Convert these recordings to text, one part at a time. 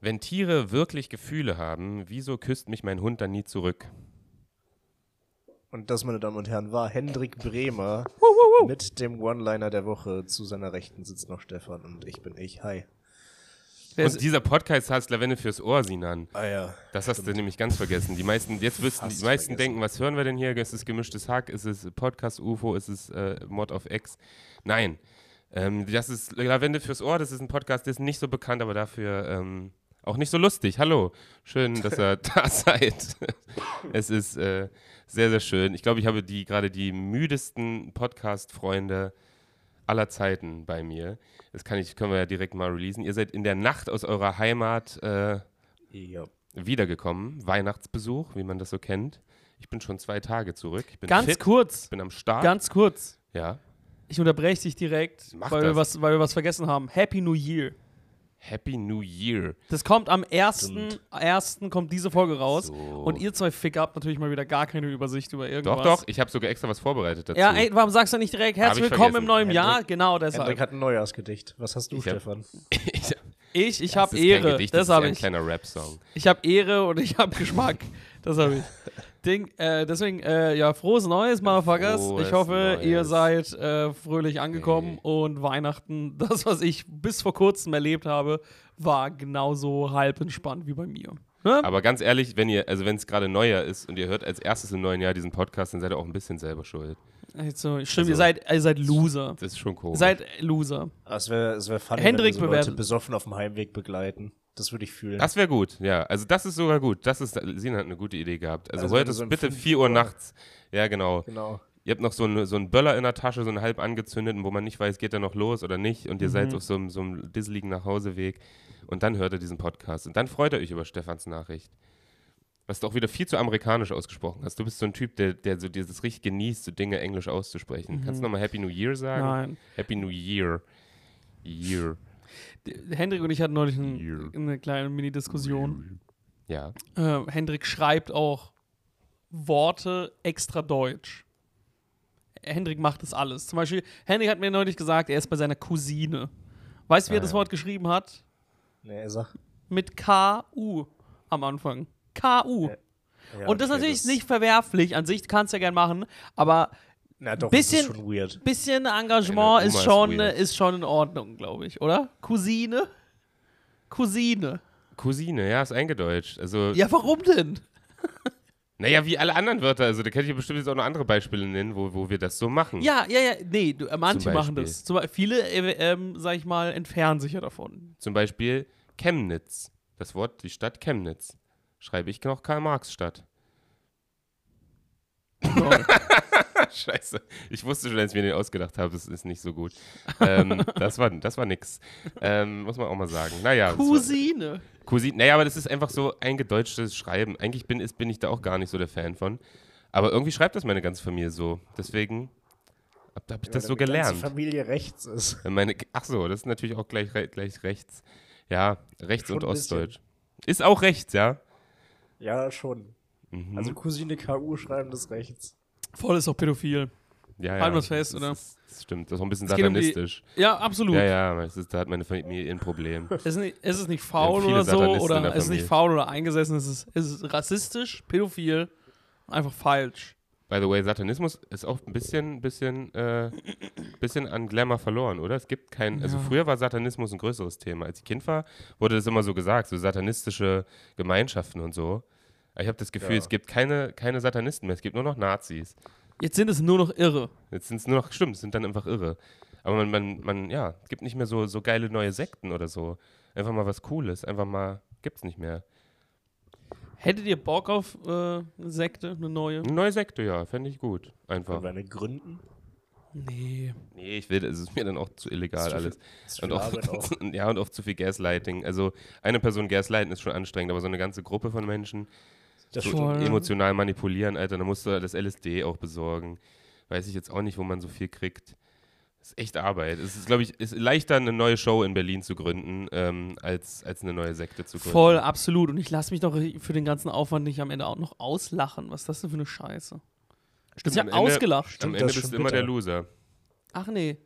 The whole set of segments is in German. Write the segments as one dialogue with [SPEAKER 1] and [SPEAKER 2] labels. [SPEAKER 1] Wenn Tiere wirklich Gefühle haben, wieso küsst mich mein Hund dann nie zurück?
[SPEAKER 2] Und das, meine Damen und Herren, war Hendrik Bremer mit dem One-Liner der Woche. Zu seiner Rechten sitzt noch Stefan und ich bin ich. Hi.
[SPEAKER 1] Und dieser Podcast heißt Lavende fürs Ohr, Sinan.
[SPEAKER 2] Ah ja.
[SPEAKER 1] Das hast du nämlich ganz vergessen. Die meisten, jetzt wüssten, die
[SPEAKER 2] Hast du
[SPEAKER 1] meisten
[SPEAKER 2] vergessen.
[SPEAKER 1] denken, was hören wir denn hier? Ist es gemischtes Hack? Ist es Podcast UFO? Ist es äh, Mod of X? Nein. Ähm, das ist Lavende fürs Ohr. Das ist ein Podcast, der ist nicht so bekannt, aber dafür ähm, auch nicht so lustig. Hallo. Schön, dass ihr da seid. es ist äh, sehr, sehr schön. Ich glaube, ich habe die gerade die müdesten Podcast-Freunde aller Zeiten bei mir. Das kann ich, können wir ja direkt mal releasen. Ihr seid in der Nacht aus eurer Heimat. Äh,
[SPEAKER 2] ja.
[SPEAKER 1] wiedergekommen. Weihnachtsbesuch, wie man das so kennt. Ich bin schon zwei Tage zurück. Ich bin
[SPEAKER 3] Ganz
[SPEAKER 1] fit,
[SPEAKER 3] kurz,
[SPEAKER 1] ich bin am Start.
[SPEAKER 3] ganz kurz.
[SPEAKER 1] ja.
[SPEAKER 3] Ich unterbreche dich direkt,
[SPEAKER 1] Mach
[SPEAKER 3] weil
[SPEAKER 1] das.
[SPEAKER 3] wir, was, weil wir was vergessen haben. Happy New Year.
[SPEAKER 1] Happy New Year.
[SPEAKER 3] Das kommt am 1. 1. kommt diese Folge raus.
[SPEAKER 1] So.
[SPEAKER 3] Und ihr zwei Fick habt natürlich mal wieder gar keine Übersicht über irgendwas.
[SPEAKER 1] Doch, doch, ich habe sogar extra was vorbereitet dazu.
[SPEAKER 3] Ja, ey, warum sagst du nicht direkt
[SPEAKER 1] Hab ich
[SPEAKER 3] herzlich willkommen im
[SPEAKER 1] vergessen.
[SPEAKER 3] neuen Jahr?
[SPEAKER 2] Hendrik-
[SPEAKER 3] Genau deshalb.
[SPEAKER 2] Hendrik hat ein Neujahrsgedicht. Was hast du,
[SPEAKER 1] Ich hab-
[SPEAKER 2] Stefan?
[SPEAKER 1] ich,
[SPEAKER 3] ich ich
[SPEAKER 1] das
[SPEAKER 3] habe
[SPEAKER 1] ist Kein
[SPEAKER 3] Ehre.
[SPEAKER 1] Gedicht, das
[SPEAKER 3] das
[SPEAKER 1] ist eher
[SPEAKER 3] habe
[SPEAKER 1] ein
[SPEAKER 3] ich.
[SPEAKER 1] kleiner Rap-Song.
[SPEAKER 3] Ich habe Ehre und ich habe Geschmack. Das habe ich. Ding, äh, deswegen, äh, ja, frohes Neues, Motherfuckers.
[SPEAKER 1] Frohes
[SPEAKER 3] ich hoffe, ihr
[SPEAKER 1] Neues.
[SPEAKER 3] seid äh, fröhlich angekommen und Weihnachten, das, was ich bis vor kurzem erlebt habe, war genauso halb entspannt wie bei mir. Ne?
[SPEAKER 1] Aber ganz ehrlich, wenn ihr, also wenn es gerade neuer ist und ihr hört als erstes im neuen Jahr diesen Podcast, dann seid ihr auch ein bisschen selber schuld.
[SPEAKER 3] Also, stimmt,
[SPEAKER 1] also-
[SPEAKER 3] ihr, seid, ihr seid Loser.
[SPEAKER 1] Das ist schon komisch.
[SPEAKER 3] Seid Loser.
[SPEAKER 2] Ah, es wäre es wär funny,
[SPEAKER 3] Hendrik
[SPEAKER 2] wenn wir so Leute
[SPEAKER 3] bewerten.
[SPEAKER 2] besoffen auf dem Heimweg begleiten. Das würde ich fühlen.
[SPEAKER 1] das wäre gut, ja. Also das ist sogar gut. Das ist, Sina hat eine gute Idee gehabt. Also,
[SPEAKER 2] Also wenn
[SPEAKER 1] heute
[SPEAKER 2] du
[SPEAKER 1] ist
[SPEAKER 2] so ein
[SPEAKER 1] bitte
[SPEAKER 2] fünf
[SPEAKER 1] 4 Uhr
[SPEAKER 2] Uhr-
[SPEAKER 1] nachts. Ja, genau.
[SPEAKER 2] Genau.
[SPEAKER 1] Ihr habt noch so einen, so einen Böller in der Tasche, so einen halb angezündeten, wo man nicht weiß, geht er noch los oder nicht. Und ihr seid
[SPEAKER 3] Mhm.
[SPEAKER 1] auf so einem, so einem disseligen Nachhauseweg. Und dann hört ihr diesen Podcast. Und dann freut ihr euch über Stefans Nachricht. Was du auch wieder viel zu amerikanisch ausgesprochen hast. Du bist so ein Typ, der, der so dieses richtig genießt, so Dinge englisch auszusprechen. Kannst du nochmal Happy New Year sagen?
[SPEAKER 3] Mhm. Nein.
[SPEAKER 1] Happy New Year. Year.
[SPEAKER 3] D- Hendrik und ich hatten neulich
[SPEAKER 1] Year.
[SPEAKER 3] ein, eine kleine Mini-Diskussion.
[SPEAKER 1] Ja.
[SPEAKER 3] Äh, Hendrik schreibt auch Worte extra deutsch. Hendrik macht das alles. Zum Beispiel, Hendrik hat mir neulich gesagt, er ist bei seiner Cousine. Weißt du, wie
[SPEAKER 1] Ah,
[SPEAKER 3] er das
[SPEAKER 1] ja.
[SPEAKER 3] Wort geschrieben hat?
[SPEAKER 2] Nee, er sagt.
[SPEAKER 3] Mit K-U am Anfang. K-U.
[SPEAKER 2] Ja, Ja,
[SPEAKER 3] Und das ist
[SPEAKER 2] okay,
[SPEAKER 3] natürlich nicht verwerflich. An sich kannst du ja gern machen, aber
[SPEAKER 2] Na doch,
[SPEAKER 3] bisschen-
[SPEAKER 2] das ist schon weird.
[SPEAKER 3] bisschen
[SPEAKER 1] Meine Oma
[SPEAKER 3] Engagement
[SPEAKER 1] ist
[SPEAKER 3] ist schon,
[SPEAKER 1] weird.
[SPEAKER 3] ist schon in Ordnung, glaube ich, oder? Cousine? Cousine.
[SPEAKER 1] Cousine, ja, ist eingedeutscht. Also,
[SPEAKER 3] Ja, warum denn?
[SPEAKER 1] naja, wie alle anderen Wörter. Also, da könnte ich bestimmt jetzt auch noch andere Beispiele nennen, wo, wo wir das so machen.
[SPEAKER 3] Ja, ja, ja. Nee, du, äh, manche
[SPEAKER 1] Zum
[SPEAKER 3] machen
[SPEAKER 1] Beispiel.
[SPEAKER 3] das. Zum, Beispiel- viele, äh, ähm, sag ich mal, entfernen sich ja davon.
[SPEAKER 1] Zum Beispiel Chemnitz. Das Wort, die Stadt Chemnitz. Schreibe ich noch Karl-Marx-Stadt. Scheiße. Ich wusste schon, als ich mir den ausgedacht habe, das ist nicht so gut. Ähm, das, war, das war nix. Ähm, muss man auch mal sagen. Naja. das war-
[SPEAKER 3] Cousine.
[SPEAKER 1] Cousine. Naja, aber das ist einfach so eingedeutschtes Schreiben. Eigentlich bin, ist, bin ich da auch gar nicht so der Fan von. Aber irgendwie schreibt das meine ganze Familie so. Deswegen habe hab ich das
[SPEAKER 2] Wenn
[SPEAKER 1] so
[SPEAKER 2] die ganze
[SPEAKER 1] gelernt.
[SPEAKER 2] Familie rechts ist.
[SPEAKER 1] Wenn Meine, ach so, das ist natürlich auch gleich, re- gleich rechts. Ja, rechts
[SPEAKER 2] Schon
[SPEAKER 1] und
[SPEAKER 2] ein bisschen.
[SPEAKER 1] ostdeutsch. Ist auch rechts, ja?
[SPEAKER 2] Ja, schon. Also Cousine KU schreiben des Rechts.
[SPEAKER 3] Voll ist auch pädophil.
[SPEAKER 1] ja, ja.
[SPEAKER 3] Halten wir's fest,
[SPEAKER 1] das
[SPEAKER 3] oder?
[SPEAKER 1] Ist, das stimmt, das ist auch ein bisschen
[SPEAKER 3] geht um die-
[SPEAKER 1] satanistisch.
[SPEAKER 3] Ja, absolut.
[SPEAKER 1] ja, ja, das ist, da hat meine Familie ein Problem.
[SPEAKER 3] Es ist nicht, es ist nicht faul
[SPEAKER 1] Ja, viele
[SPEAKER 3] oder so,
[SPEAKER 1] Satanisten in
[SPEAKER 3] oder
[SPEAKER 1] der
[SPEAKER 3] es ist nicht
[SPEAKER 1] Familie.
[SPEAKER 3] faul oder eingesessen, es ist, es ist rassistisch, pädophil, einfach falsch.
[SPEAKER 1] By the way, Satanismus ist auch ein bisschen, bisschen, äh, bisschen an Glamour verloren, oder? Es gibt kein, also
[SPEAKER 3] Ja.
[SPEAKER 1] früher war Satanismus ein größeres Thema. Als ich Kind war, wurde das immer so gesagt, so satanistische Gemeinschaften und so. Aber Ich habe das Gefühl,
[SPEAKER 2] Ja.
[SPEAKER 1] es gibt keine, keine Satanisten mehr, es gibt nur noch Nazis.
[SPEAKER 3] Jetzt sind es nur noch irre.
[SPEAKER 1] Jetzt sind es nur noch, stimmt, sind dann einfach irre. Aber man, man, man ja, es gibt nicht mehr so, so geile neue Sekten oder so. Einfach mal was Cooles, einfach mal, gibt's nicht mehr.
[SPEAKER 3] Hättet ihr Bock auf äh, eine Sekte, eine neue?
[SPEAKER 1] Eine neue Sekte, ja, fände ich gut. Einfach.
[SPEAKER 2] Können wir eine gründen?
[SPEAKER 3] Nee.
[SPEAKER 1] Nee, ich will, es ist mir dann auch zu illegal
[SPEAKER 2] Ist zu viel-
[SPEAKER 1] alles.
[SPEAKER 2] ist zu
[SPEAKER 1] Und
[SPEAKER 2] viel
[SPEAKER 1] auch,
[SPEAKER 2] Arbeit auch.
[SPEAKER 1] ja, und auch zu viel Gaslighting. Also eine Person Gaslighten ist schon anstrengend, aber so eine ganze Gruppe von Menschen
[SPEAKER 2] Das
[SPEAKER 1] so
[SPEAKER 3] stimmt.
[SPEAKER 1] emotional manipulieren, Alter, da musst du das LSD auch besorgen. Weiß ich jetzt auch nicht, wo man so viel kriegt. ist echt Arbeit. Es ist, glaube ich, ist leichter, eine neue Show in Berlin zu gründen, ähm, als, als eine neue Sekte zu gründen.
[SPEAKER 3] Voll, absolut. Und ich lasse mich doch für den ganzen Aufwand nicht am Ende auch noch auslachen. Was ist das denn für eine Scheiße? Du bist ja
[SPEAKER 1] Am Ende-
[SPEAKER 3] ausgelacht.
[SPEAKER 1] Am
[SPEAKER 2] Stimmt,
[SPEAKER 1] Ende
[SPEAKER 2] das ist
[SPEAKER 1] bist du
[SPEAKER 2] schon
[SPEAKER 1] immer der
[SPEAKER 2] bitter.
[SPEAKER 1] Loser.
[SPEAKER 3] Ach nee.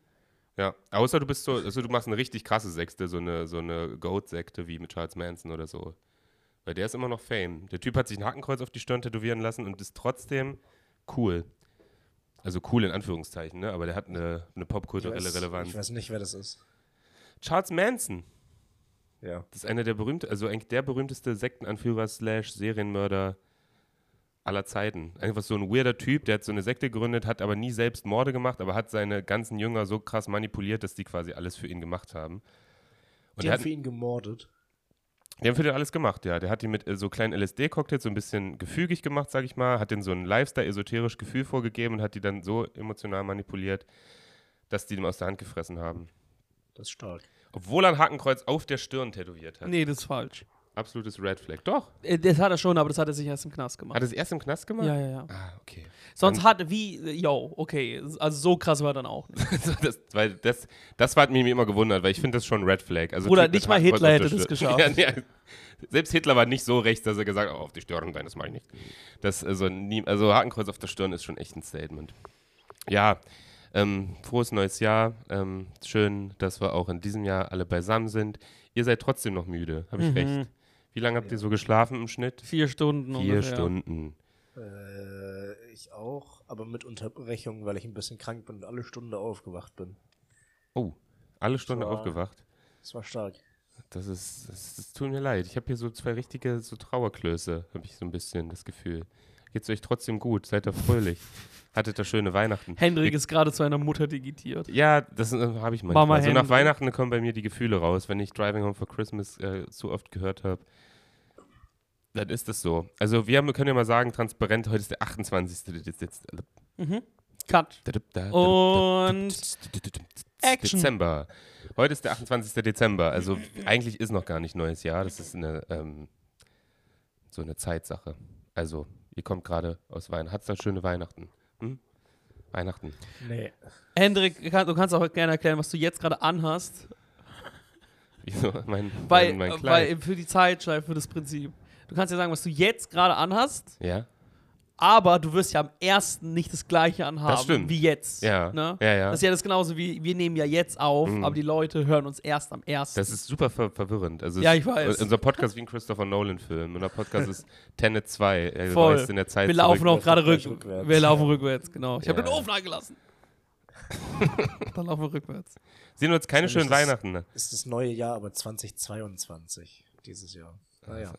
[SPEAKER 1] Ja, außer du bist so, also du machst eine richtig krasse Sekte, so eine, so eine Goat-Sekte wie mit Charles Manson oder so. Weil der ist immer noch Fame. Der Typ hat sich ein Hakenkreuz auf die Stirn tätowieren lassen und ist trotzdem cool. Also cool in Anführungszeichen, ne? aber der hat eine, eine
[SPEAKER 2] ich
[SPEAKER 1] popkulturelle
[SPEAKER 2] weiß,
[SPEAKER 1] Relevanz.
[SPEAKER 2] Ich weiß nicht, wer das ist.
[SPEAKER 1] Charles Manson,
[SPEAKER 2] Ja.
[SPEAKER 1] das ist einer der berühmtesten, also eigentlich der berühmteste Sektenanführer slash Serienmörder aller Zeiten. Einfach so ein weirder Typ, der hat so eine Sekte gegründet, hat aber nie selbst Morde gemacht, aber hat seine ganzen Jünger so krass manipuliert, dass die quasi alles für ihn gemacht haben. Und
[SPEAKER 2] Die
[SPEAKER 1] er
[SPEAKER 2] haben
[SPEAKER 1] hat,
[SPEAKER 2] für ihn gemordet.
[SPEAKER 1] Die haben für den alles gemacht, ja. Der hat die mit äh, so kleinen LSD-Cocktails so ein bisschen gefügig gemacht, sag ich mal. Hat denen so ein Lifestyle-esoterisch Gefühl vorgegeben und hat die dann so emotional manipuliert, dass die dem aus der Hand gefressen haben.
[SPEAKER 2] Das ist stark.
[SPEAKER 1] Obwohl er ein Hakenkreuz auf der Stirn tätowiert hat.
[SPEAKER 3] Nee, das ist falsch.
[SPEAKER 1] Absolutes Red Flag. Doch.
[SPEAKER 3] Äh, Das hat er schon, aber das hat er sich erst im Knast
[SPEAKER 1] Hat
[SPEAKER 3] gemacht.
[SPEAKER 1] er es erst im Knast gemacht?
[SPEAKER 3] Ja, ja, ja.
[SPEAKER 1] Ah, okay.
[SPEAKER 3] Sonst hat wie, yo, okay, also so krass war dann auch. nicht.
[SPEAKER 1] Also das, weil das, das hat mich immer gewundert, weil ich finde das schon ein Red Flag. Also
[SPEAKER 3] Bruder,
[SPEAKER 1] Typ mit
[SPEAKER 3] nicht mal
[SPEAKER 1] Hakenkreuz
[SPEAKER 3] Hitler
[SPEAKER 1] auf der
[SPEAKER 3] hätte das
[SPEAKER 1] Stirn.
[SPEAKER 3] geschafft.
[SPEAKER 1] Ja, nee, selbst Hitler war nicht so rechts, dass er gesagt hat, oh, auf die Stirn, nein, das mache ich nicht. Das, also, nie, also Hakenkreuz auf der Stirn ist schon echt ein Statement. Ja, ähm, frohes neues Jahr. Ähm, schön, dass wir auch in diesem Jahr alle beisammen sind. Ihr seid trotzdem noch müde, habe ich
[SPEAKER 3] Mhm.
[SPEAKER 1] recht. Wie lange habt ihr so geschlafen im Schnitt?
[SPEAKER 3] Vier Stunden
[SPEAKER 1] Vier
[SPEAKER 3] ungefähr.
[SPEAKER 1] Stunden.
[SPEAKER 2] Äh, ich auch, aber mit Unterbrechung, weil ich ein bisschen krank bin und alle Stunde aufgewacht bin.
[SPEAKER 1] Oh, alle Stunde
[SPEAKER 2] war-
[SPEAKER 1] aufgewacht.
[SPEAKER 2] Das war stark.
[SPEAKER 1] Das ist, das, das tut mir leid. Ich habe hier so zwei richtige so Trauerklöße, habe ich so ein bisschen das Gefühl. Geht's euch trotzdem gut? Seid ihr fröhlich? Hattet ihr schöne Weihnachten?
[SPEAKER 3] Hendrik ist gerade zu einer Mutter digitiert.
[SPEAKER 1] Ja, das äh, habe ich manchmal.
[SPEAKER 3] Mama
[SPEAKER 1] also nach
[SPEAKER 3] Hendrik.
[SPEAKER 1] Weihnachten kommen bei mir die Gefühle raus. Wenn ich Driving Home for Christmas äh, zu oft gehört habe, dann ist das so. Also wir haben, können ja mal sagen, transparent, heute ist also der 28. Dez-
[SPEAKER 3] Cut. Und Action.
[SPEAKER 1] Dezember. Heute ist der 28. Dezember, also eigentlich ist noch gar nicht neues Jahr. Das ist eine ähm, so eine Zeitsache. Also ihr kommt gerade aus Weihnachten. Hat's da schöne Weihnachten? Hm? Weihnachten.
[SPEAKER 2] Nee.
[SPEAKER 3] Hendrik, kann, du kannst auch gerne erklären, was du jetzt gerade anhast,
[SPEAKER 1] Wieso? Mein,
[SPEAKER 3] weil,
[SPEAKER 1] mein, mein
[SPEAKER 3] äh,
[SPEAKER 1] Kleid.
[SPEAKER 3] weil für die Zeitschleife, für das Prinzip. Du kannst ja sagen, was du jetzt gerade anhast,
[SPEAKER 1] ja,
[SPEAKER 3] aber du wirst ja am ersten nicht das gleiche anhaben
[SPEAKER 1] Das stimmt.
[SPEAKER 3] wie jetzt.
[SPEAKER 1] ja,
[SPEAKER 3] Ne?
[SPEAKER 1] ja, ja. Mhm.
[SPEAKER 3] Das ist ja das genauso wie wir nehmen ja jetzt auf, aber die Leute hören uns erst am ersten.
[SPEAKER 1] Das ist super ver verwirrend. Also
[SPEAKER 3] Ja,
[SPEAKER 1] es-
[SPEAKER 3] ich weiß.
[SPEAKER 1] Unser Podcast ist wie ein Christopher Nolan-Film. Unser Podcast ist Tenet 2. Er
[SPEAKER 3] Voll.
[SPEAKER 1] reist in der Zeit
[SPEAKER 3] Wir laufen
[SPEAKER 1] zurück.
[SPEAKER 3] auch gerade
[SPEAKER 2] gleich
[SPEAKER 3] rück
[SPEAKER 2] rückwärts.
[SPEAKER 3] Wir laufen rückwärts, genau. Ich habe
[SPEAKER 1] Ja.
[SPEAKER 3] den Ofen angelassen. Dann laufen wir rückwärts.
[SPEAKER 1] Sehen wir uns keine
[SPEAKER 2] Dann ist
[SPEAKER 1] schönen
[SPEAKER 2] das-
[SPEAKER 1] Weihnachten. ne?
[SPEAKER 2] Ist das neue Jahr, aber 2022 dieses Jahr. Naja.
[SPEAKER 1] Also,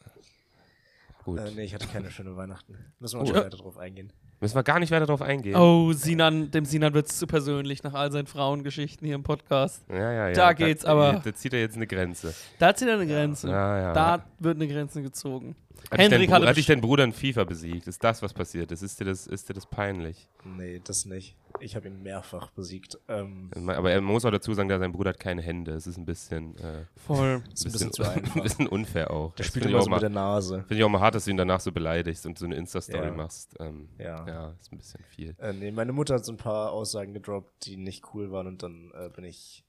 [SPEAKER 1] Gut.
[SPEAKER 2] Äh, nee, ich hatte keine schöne Weihnachten. Müssen wir auch
[SPEAKER 1] Oh.
[SPEAKER 2] schon weiter drauf eingehen.
[SPEAKER 1] Müssen wir gar nicht weiter drauf eingehen.
[SPEAKER 3] Oh, Sinan, dem Sinan wird es zu persönlich nach all seinen Frauengeschichten hier im Podcast.
[SPEAKER 1] Ja, ja, ja.
[SPEAKER 3] Da geht's aber-
[SPEAKER 1] Da zieht er jetzt eine Grenze.
[SPEAKER 3] Da hat sie dann eine Grenze.
[SPEAKER 1] Ja, ja.
[SPEAKER 3] Da wird eine Grenze gezogen.
[SPEAKER 1] Hat
[SPEAKER 3] Hendrik
[SPEAKER 1] dich dein, Bru-
[SPEAKER 3] hatte
[SPEAKER 1] hat dich dein Bruder in FIFA besiegt. Ist das, was passiert ist? Ist dir das, ist dir das peinlich?
[SPEAKER 2] Nee, das nicht. Ich habe ihn mehrfach besiegt. Ähm,
[SPEAKER 1] Aber er muss auch dazu sagen, da sein Bruder hat keine Hände. Es ist ein bisschen, äh,
[SPEAKER 3] voll.
[SPEAKER 2] ist ein bisschen zu
[SPEAKER 1] ein
[SPEAKER 2] einfach.
[SPEAKER 1] bisschen unfair auch.
[SPEAKER 2] Der
[SPEAKER 1] Das
[SPEAKER 2] spielt
[SPEAKER 1] finde ich
[SPEAKER 2] immer
[SPEAKER 1] auch
[SPEAKER 2] so
[SPEAKER 1] mal-
[SPEAKER 2] mit der Nase.
[SPEAKER 1] Finde ich auch mal hart, dass du ihn danach so beleidigst und so eine Insta-Story
[SPEAKER 2] Ja.
[SPEAKER 1] machst. Ähm, ja.
[SPEAKER 2] Ja.
[SPEAKER 1] ist ein bisschen viel.
[SPEAKER 2] Äh, nee, meine Mutter hat so ein paar Aussagen gedroppt, die nicht cool waren und dann äh, bin ich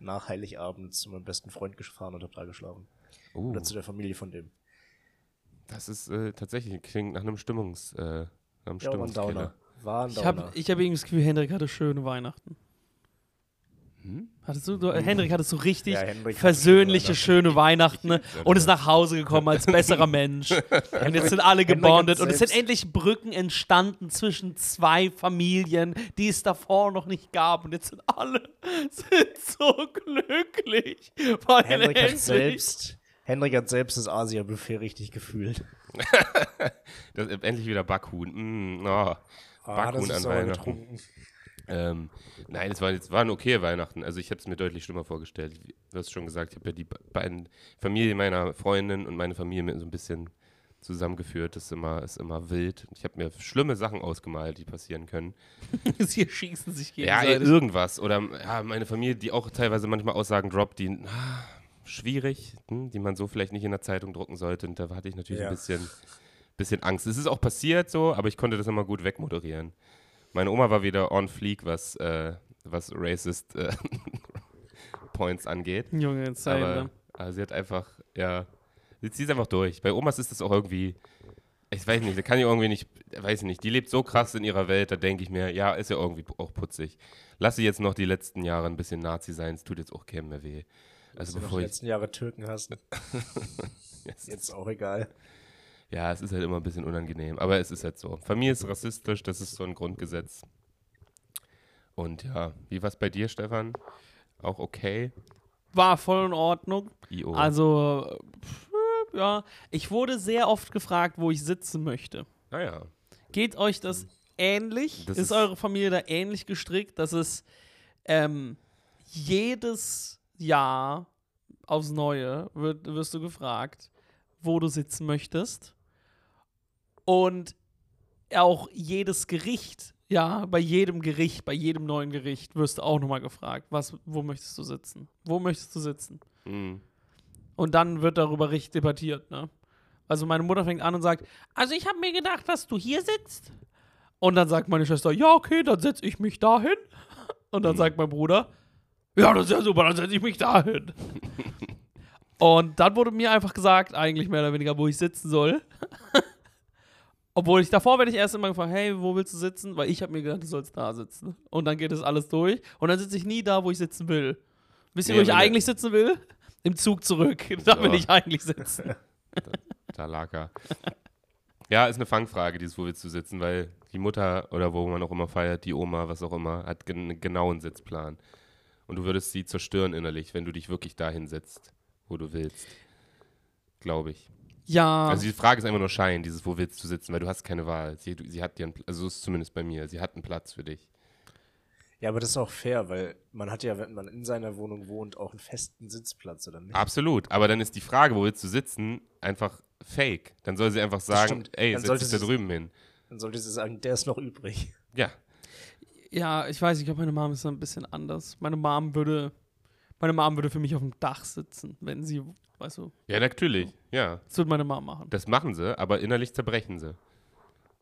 [SPEAKER 2] nach Heiligabend zu meinem besten Freund gefahren und hab da geschlafen.
[SPEAKER 1] Oh,
[SPEAKER 2] Oder zu der Familie von dem.
[SPEAKER 1] das ist äh, tatsächlich, klingt nach einem Stimmungs... Äh, nach einem
[SPEAKER 2] Ja, war ein
[SPEAKER 1] Stimmungskiller.
[SPEAKER 2] Downer. War ein
[SPEAKER 3] Ich habe
[SPEAKER 2] Downer.
[SPEAKER 3] ich hab irgendwie das Gefühl, Hendrik hatte schöne Weihnachten. Hm? Hattest du, du, Hendrik hattest so richtig
[SPEAKER 2] Ja, Hendrik hatte
[SPEAKER 3] versöhnliche, schöne Weihnachten ne? und ist nach Hause gekommen als besserer Mensch. und jetzt sind alle gebondet
[SPEAKER 2] hat
[SPEAKER 3] und es sind
[SPEAKER 2] selbst-
[SPEAKER 3] endlich Brücken entstanden zwischen zwei Familien, die es davor noch nicht gab. Und jetzt sind alle sind so glücklich. Weil
[SPEAKER 2] Hendrik hat
[SPEAKER 3] endlich-
[SPEAKER 2] selbst, Hendrik hat selbst das Asia-Buffet richtig gefühlt.
[SPEAKER 1] Das, äh, endlich wieder Backhuhn. Mm, oh.
[SPEAKER 2] Ah, das
[SPEAKER 1] Backhuhn
[SPEAKER 2] ist
[SPEAKER 1] an
[SPEAKER 2] sauer
[SPEAKER 1] Weihnachten.
[SPEAKER 2] getrunken.
[SPEAKER 1] Ähm, nein, es waren, es waren okay Weihnachten. Also ich habe es mir deutlich schlimmer vorgestellt. Du hast schon gesagt, ich habe ja die be- beiden Familien meiner Freundin und meine Familie mit so ein bisschen zusammengeführt. Das ist immer, ist immer wild. Ich habe mir schlimme Sachen ausgemalt, die passieren können.
[SPEAKER 3] Sie schießen sich
[SPEAKER 1] Ja,
[SPEAKER 3] gegenseitig.
[SPEAKER 1] irgendwas. Oder ja, meine Familie, die auch teilweise manchmal Aussagen droppt, die ah, schwierig, hm, die man so vielleicht nicht in der Zeitung drucken sollte. Und da hatte ich natürlich
[SPEAKER 2] Ja.
[SPEAKER 1] ein bisschen, bisschen Angst. Es ist auch passiert so, aber ich konnte das immer gut wegmoderieren. Meine Oma war wieder on fleek, was, äh, was Racist äh, Points angeht.
[SPEAKER 3] Junge, jetzt
[SPEAKER 1] Aber äh, sie hat einfach, ja, sie zieht einfach durch. Bei Omas ist das auch irgendwie, ich weiß nicht, da kann ich irgendwie nicht, weiß nicht, die lebt so krass in ihrer Welt, da denke ich mir, ja, ist ja irgendwie auch putzig. Lass sie jetzt noch die letzten Jahre ein bisschen Nazi sein, es tut jetzt auch keinem mehr weh. Also
[SPEAKER 2] Dass du noch
[SPEAKER 1] bevor
[SPEAKER 2] die
[SPEAKER 1] ich,
[SPEAKER 2] letzten Jahre Türken hast.
[SPEAKER 1] Yes.
[SPEAKER 2] Jetzt auch egal.
[SPEAKER 1] ja, es ist halt immer ein bisschen unangenehm, aber es ist halt so. Familie ist rassistisch, das ist so ein Grundgesetz. Und ja, wie war es bei dir, Stefan? Auch okay?
[SPEAKER 3] War voll in Ordnung.
[SPEAKER 1] IO.
[SPEAKER 3] Also, pff, ja. Ich wurde sehr oft gefragt, wo ich sitzen möchte.
[SPEAKER 1] naja,
[SPEAKER 3] Geht euch das ähnlich?
[SPEAKER 1] Das
[SPEAKER 3] ist,
[SPEAKER 1] ist-
[SPEAKER 3] eure Familie da ähnlich gestrickt, dass es ähm, jedes Jahr aufs Neue wird, wirst du gefragt, wo du sitzen möchtest? Und auch jedes Gericht, ja, bei jedem Gericht, bei jedem neuen Gericht wirst du auch nochmal gefragt, was, wo möchtest du sitzen? Wo möchtest du sitzen?
[SPEAKER 1] mm,
[SPEAKER 3] Und dann wird darüber richtig debattiert, ne? Also meine Mutter fängt an und sagt, also ich habe mir gedacht, dass du hier sitzt. Und dann sagt meine Schwester, ja, okay, dann setze ich mich dahin. Und dann sagt mein Bruder, ja, das ist ja super, dann setze ich mich dahin. und dann wurde mir einfach gesagt, eigentlich mehr oder weniger, wo ich sitzen soll. Obwohl ich davor werde ich erst immer gefragt, hey, wo willst du sitzen? Weil ich habe mir gedacht, du sollst da sitzen. Und dann geht das alles durch. Und dann sitze ich nie da, wo ich sitzen will. Wisst ihr,
[SPEAKER 1] Nee,
[SPEAKER 3] wo ich
[SPEAKER 1] wenn du-
[SPEAKER 3] eigentlich sitzen will? Im Zug zurück. Da will
[SPEAKER 1] Ja.
[SPEAKER 3] ich eigentlich sitzen.
[SPEAKER 1] da lag er. ja, ist eine Fangfrage, dieses, wo wir zu sitzen, weil die Mutter oder wo man auch immer feiert, die Oma, was auch immer, hat gen einen genauen Sitzplan. Und du würdest sie zerstören innerlich, wenn du dich wirklich dahin setzt, wo du willst. Glaube ich.
[SPEAKER 2] Ah.
[SPEAKER 3] Ja.
[SPEAKER 1] Also die Frage ist einfach nur Schein, dieses Wo willst du sitzen, weil du hast keine Wahl. Sie, du, sie hat dir einen, Pl- also so ist es zumindest bei mir, sie hat einen Platz für dich.
[SPEAKER 2] Ja, aber das ist auch fair, weil man hat ja, wenn man in seiner Wohnung wohnt, auch einen festen Sitzplatz oder
[SPEAKER 1] Ah.
[SPEAKER 2] nicht.
[SPEAKER 1] Absolut, aber dann ist die Frage, wo willst du sitzen, einfach fake. Dann soll sie einfach sagen,
[SPEAKER 2] stimmt.
[SPEAKER 1] ey,
[SPEAKER 2] Dann
[SPEAKER 1] setz
[SPEAKER 2] sollte
[SPEAKER 1] dich da
[SPEAKER 2] sie-
[SPEAKER 1] drüben hin.
[SPEAKER 2] Dann sollte sie sagen, der ist noch übrig.
[SPEAKER 1] Ja,
[SPEAKER 3] ja, ich weiß, ich glaube, meine Mom ist da ein bisschen anders. Meine Mom würde, meine Mom würde für mich auf dem Dach sitzen, wenn sie, weißt du,
[SPEAKER 1] ja natürlich, ja.
[SPEAKER 3] das würde meine Mom machen.
[SPEAKER 1] Das machen sie, aber innerlich zerbrechen sie.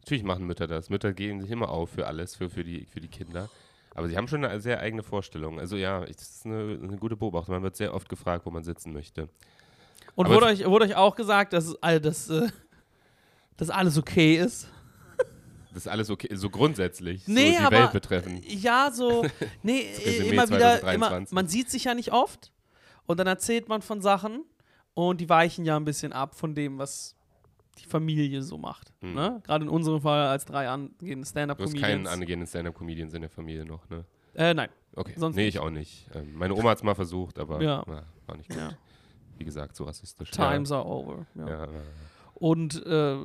[SPEAKER 1] Natürlich machen Mütter das. Mütter geben sich immer auf für alles, für, für, die, für die Kinder. Aber sie haben schon eine sehr eigene Vorstellung. Also ja, ich- das ist eine, eine gute Beobachtung. Man wird sehr oft gefragt, wo man sitzen möchte.
[SPEAKER 3] Und
[SPEAKER 1] Aber
[SPEAKER 3] wurde euch, wurde euch auch gesagt, dass, es all- dass, äh, dass alles okay ist?
[SPEAKER 1] Das ist alles okay, so grundsätzlich,
[SPEAKER 3] Nee,
[SPEAKER 1] so die
[SPEAKER 3] aber-
[SPEAKER 1] Welt betreffend.
[SPEAKER 3] Ja, so, nee,
[SPEAKER 1] Resümee
[SPEAKER 3] äh, immer wieder,
[SPEAKER 1] 2023.
[SPEAKER 3] immer, man sieht sich ja nicht oft und dann erzählt man von Sachen und die weichen ja ein bisschen ab von dem, was die Familie so macht.
[SPEAKER 1] Hm.
[SPEAKER 3] Ne? Gerade in unserem Fall als drei angehende
[SPEAKER 1] Du hast keinen
[SPEAKER 3] Stand-Up-Comedians.
[SPEAKER 1] angehenden Stand-Up-Comedians in der Familie noch, ne?
[SPEAKER 3] Äh, nein.
[SPEAKER 1] Okay.
[SPEAKER 3] Sonst
[SPEAKER 1] nee,
[SPEAKER 3] nicht.
[SPEAKER 1] ich auch nicht. Ähm, meine Oma hat es mal versucht, aber
[SPEAKER 3] Ja.
[SPEAKER 1] na, war nicht gut.
[SPEAKER 3] Ja.
[SPEAKER 1] Wie gesagt, so rassistisch.
[SPEAKER 3] Times are over. Ja.
[SPEAKER 1] Ja. Ja, ja.
[SPEAKER 3] Und äh,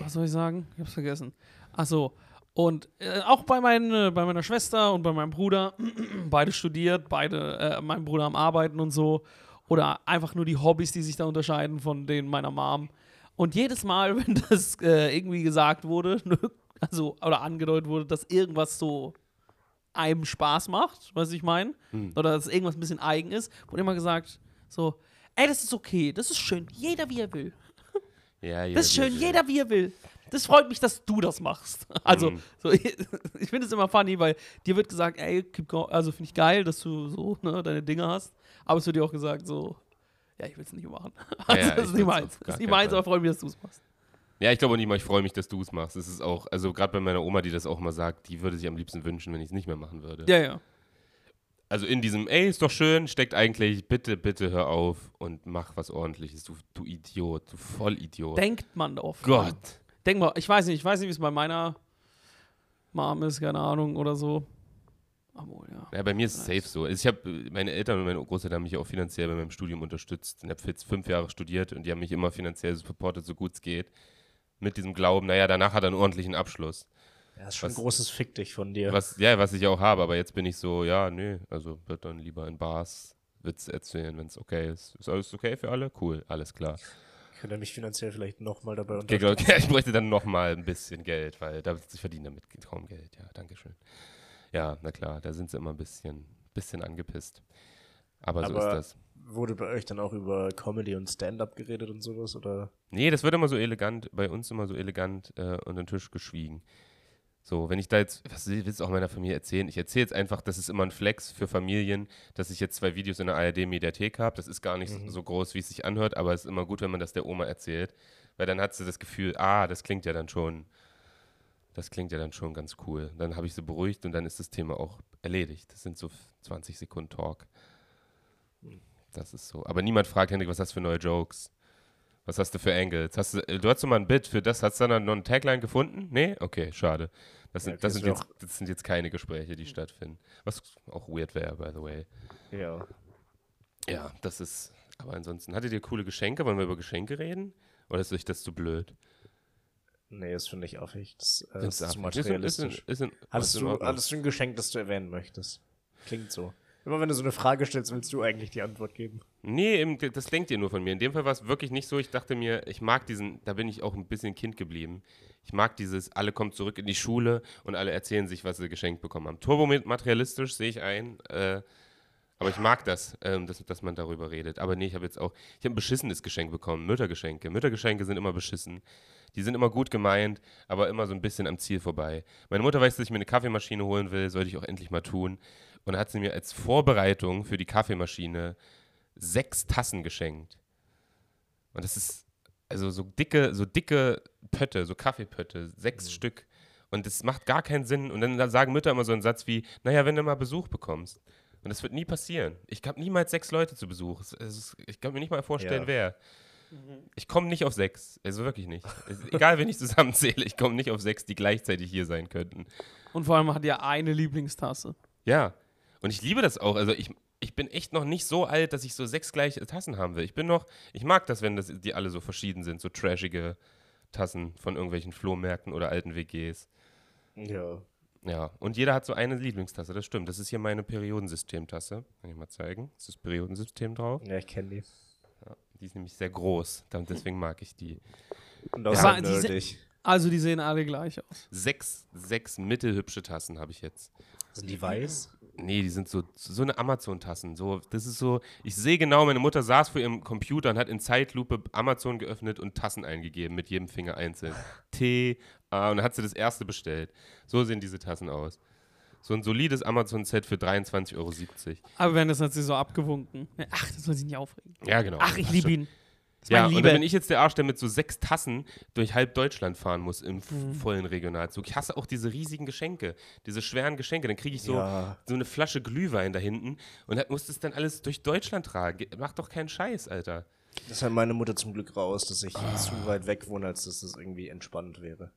[SPEAKER 3] was soll ich sagen? Ich hab's vergessen. Ach so. Und äh, auch bei, meinen, äh, bei meiner Schwester und bei meinem Bruder, beide studiert, beide, äh, mein Bruder am Arbeiten und so. Oder einfach nur die Hobbys, die sich da unterscheiden von denen meiner Mom. Und jedes Mal, wenn das äh, irgendwie gesagt wurde, also oder angedeutet wurde, dass irgendwas so einem Spaß macht, was ich meine, oder dass irgendwas ein bisschen eigen ist, wurde immer gesagt, so, ey, das ist okay, das ist schön, jeder wie er will.
[SPEAKER 1] ja, ja,
[SPEAKER 3] Das ist
[SPEAKER 1] ja,
[SPEAKER 3] schön,
[SPEAKER 1] ja.
[SPEAKER 3] jeder wie er will. Das freut mich, dass du das machst. Also,
[SPEAKER 1] Mhm.
[SPEAKER 3] so, ich finde es immer funny, weil dir wird gesagt, ey, keep go also finde ich geil, dass du so ne, deine Dinge hast. Aber es wird dir auch gesagt, so, ja, ich will es nicht machen. Also,
[SPEAKER 1] ja,
[SPEAKER 3] das
[SPEAKER 1] ich
[SPEAKER 3] ist
[SPEAKER 1] will's
[SPEAKER 3] nicht
[SPEAKER 1] auf
[SPEAKER 3] meins.
[SPEAKER 1] gar
[SPEAKER 3] Das ist nicht
[SPEAKER 1] keinen
[SPEAKER 3] meins,
[SPEAKER 1] Fall.
[SPEAKER 3] aber freut mich, dass du es machst.
[SPEAKER 1] Ja, ich glaube nicht mal, ich freue mich, dass du es machst. Es ist auch, also gerade bei meiner Oma, die das auch mal sagt, die würde sich am liebsten wünschen, wenn ich es nicht mehr machen würde.
[SPEAKER 3] Ja, ja.
[SPEAKER 1] Also in diesem, ey, ist doch schön, steckt eigentlich, bitte, bitte hör auf und mach was ordentliches, du, du Idiot, du Vollidiot.
[SPEAKER 3] Denkt man oft. dran.
[SPEAKER 1] Gott.
[SPEAKER 3] Denk mal, ich weiß nicht, ich weiß nicht, wie es bei meiner Mom ist, keine Ahnung, oder so. Obwohl, ja.
[SPEAKER 1] Ja, bei mir ist es safe so. Also ich habe meine Eltern und meine Großeltern haben mich auch finanziell bei meinem Studium unterstützt. Ich habe jetzt fünf Jahre studiert und die haben mich immer finanziell supportet, so gut es geht. Mit diesem Glauben, naja, danach hat er einen ordentlichen Abschluss.
[SPEAKER 2] Ja, ist schon
[SPEAKER 1] Was-
[SPEAKER 2] ein großes Fick dich von dir.
[SPEAKER 1] Was, ja, was ich auch habe, aber jetzt bin ich so, ja, nö, also wird dann lieber in Bars Witz erzählen, wenn es okay ist. Ist alles okay für alle? Cool, alles klar.
[SPEAKER 2] Könnte mich finanziell vielleicht nochmal dabei
[SPEAKER 1] Okay,
[SPEAKER 2] unterstützen.
[SPEAKER 1] glaub, ich- ich bräuchte dann nochmal ein bisschen Geld, weil da, ich verdiene damit kaum Geld. Ja, danke schön. Ja, na klar, da sind sie immer ein bisschen, bisschen angepisst. Aber so ist
[SPEAKER 2] Aber-
[SPEAKER 1] das.
[SPEAKER 2] Wurde bei euch dann auch über Comedy und Stand-up geredet und sowas? Oder?
[SPEAKER 1] Nee, das wird immer so elegant, bei uns immer so elegant äh, unter den Tisch geschwiegen. So, wenn ich da jetzt, was will- willst du auch meiner Familie erzählen? Ich erzähle jetzt einfach, das ist immer ein Flex für Familien, dass ich jetzt zwei Videos in der ARD-Mediathek habe. Das ist gar nicht so groß, wie es sich anhört, aber es ist immer gut, wenn man das der Oma erzählt. Weil dann hat sie das Gefühl, ah, das klingt ja dann schon, das klingt ja dann schon ganz cool. Dann habe ich sie beruhigt und dann ist das Thema auch erledigt. Das sind so 20 Sekunden Talk. Das ist so. Aber niemand fragt, Henrik, was hast du für neue Jokes? Was hast du für Angles? Hast du, äh, du hast doch mal ein Bit für das. Hast du dann noch ein Tagline gefunden? Nee? Okay, schade. Das sind,
[SPEAKER 2] Ja, okay,
[SPEAKER 1] das sind,
[SPEAKER 2] ist mir
[SPEAKER 1] jetzt, das sind jetzt keine Gespräche, die stattfinden. Was auch weird wäre, by the way.
[SPEAKER 2] Ja.
[SPEAKER 1] Ja, das ist. Aber ansonsten, hattet ihr coole Geschenke? Wollen wir über Geschenke reden? Oder ist euch das zu blöd?
[SPEAKER 2] Nee, das finde ich affig. Das, äh,
[SPEAKER 1] Findest
[SPEAKER 2] das ist zu
[SPEAKER 1] du affig? Ist in- ist in-
[SPEAKER 2] materialistisch.
[SPEAKER 1] ist in-
[SPEAKER 2] Hattest
[SPEAKER 1] ist in
[SPEAKER 2] du,
[SPEAKER 1] Ordnung.
[SPEAKER 2] hattest du ein Geschenk, das du erwähnen möchtest? Klingt so. Immer wenn du so eine Frage stellst, willst du eigentlich die Antwort geben.
[SPEAKER 1] Nee, im, das denkt ihr nur von mir. In dem Fall war es wirklich nicht so. Ich dachte mir, ich mag diesen, da bin ich auch ein bisschen Kind geblieben. Ich mag dieses, alle kommen zurück in die Schule und alle erzählen sich, was sie geschenkt bekommen haben. Turbomaterialistisch sehe ich ein, äh, aber ich mag das, ähm, dass, dass man darüber redet. Aber nee, ich habe jetzt auch, ich habe ein beschissenes Geschenk bekommen, Müttergeschenke. Müttergeschenke sind immer beschissen. Die sind immer gut gemeint, aber immer so ein bisschen am Ziel vorbei. Meine Mutter weiß, dass ich mir eine Kaffeemaschine holen will, sollte ich auch endlich mal tun. Und hat sie mir als Vorbereitung für die Kaffeemaschine sechs Tassen geschenkt. Und das ist also so dicke, so dicke Pötte, so Kaffeepötte, sechs Stück. Und das macht gar keinen Sinn. Und dann sagen Mütter immer so einen Satz wie, naja, wenn du mal Besuch bekommst. Und das wird nie passieren. Ich habe niemals sechs Leute zu Besuch. Es ist, ich kann mir nicht mal vorstellen,
[SPEAKER 2] Ja.
[SPEAKER 1] wer. Ich komme nicht auf sechs. Also wirklich nicht. Es ist Egal, wen ich zusammenzähle, ich komme nicht auf sechs, die gleichzeitig hier sein könnten.
[SPEAKER 3] Und vor allem hat er eine Lieblingstasse.
[SPEAKER 1] Ja. Und ich liebe das auch. Also ich, ich bin echt noch nicht so alt, dass ich so sechs gleiche Tassen haben will. Ich bin noch, ich mag das, wenn das, die alle so verschieden sind, so trashige Tassen von irgendwelchen Flohmärkten oder alten WGs.
[SPEAKER 2] Ja.
[SPEAKER 1] Ja, und jeder hat so eine Lieblingstasse, das stimmt. Das ist hier meine Periodensystemtasse. Kann ich mal zeigen. Ist das Periodensystem drauf?
[SPEAKER 2] Ja, ich kenne die.
[SPEAKER 1] Die ist nämlich sehr groß, Dann- deswegen mag ich die.
[SPEAKER 2] Und auch
[SPEAKER 3] Aber
[SPEAKER 2] so
[SPEAKER 3] diese-
[SPEAKER 2] nerdig.
[SPEAKER 3] Also die sehen alle gleich aus.
[SPEAKER 1] Sechs, sechs mittelhübsche Tassen habe ich jetzt.
[SPEAKER 2] Sind die weiß?
[SPEAKER 1] Nee, die sind so, so eine Amazon-Tassen. So, das ist so, ich sehe genau, meine Mutter saß vor ihrem Computer und hat in Zeitlupe Amazon geöffnet und Tassen eingegeben mit jedem Finger einzeln. T, A und dann hat sie das erste bestellt. So sehen diese Tassen aus. So ein solides Amazon-Set für 23,70 Euro.
[SPEAKER 3] Aber wenn das hat sie so abgewunken. Ach, das soll sich nicht aufregen.
[SPEAKER 1] Ja, genau.
[SPEAKER 3] Ach, ich liebe ihn. Das ist
[SPEAKER 1] Ja,
[SPEAKER 3] meine
[SPEAKER 1] und dann
[SPEAKER 3] Liebe.
[SPEAKER 1] bin ich jetzt der Arsch, der mit so sechs Tassen durch halb Deutschland fahren muss im f-
[SPEAKER 2] Mhm.
[SPEAKER 1] vollen Regionalzug. Ich hasse auch diese riesigen Geschenke, diese schweren Geschenke. Dann kriege ich so,
[SPEAKER 2] Ja.
[SPEAKER 1] so eine Flasche Glühwein da hinten und dann muss das dann alles durch Deutschland tragen. Ge- Mach doch keinen Scheiß, Alter.
[SPEAKER 2] Das hat meine Mutter zum Glück raus, dass ich zu weit weg wohne, als dass das irgendwie entspannt wäre.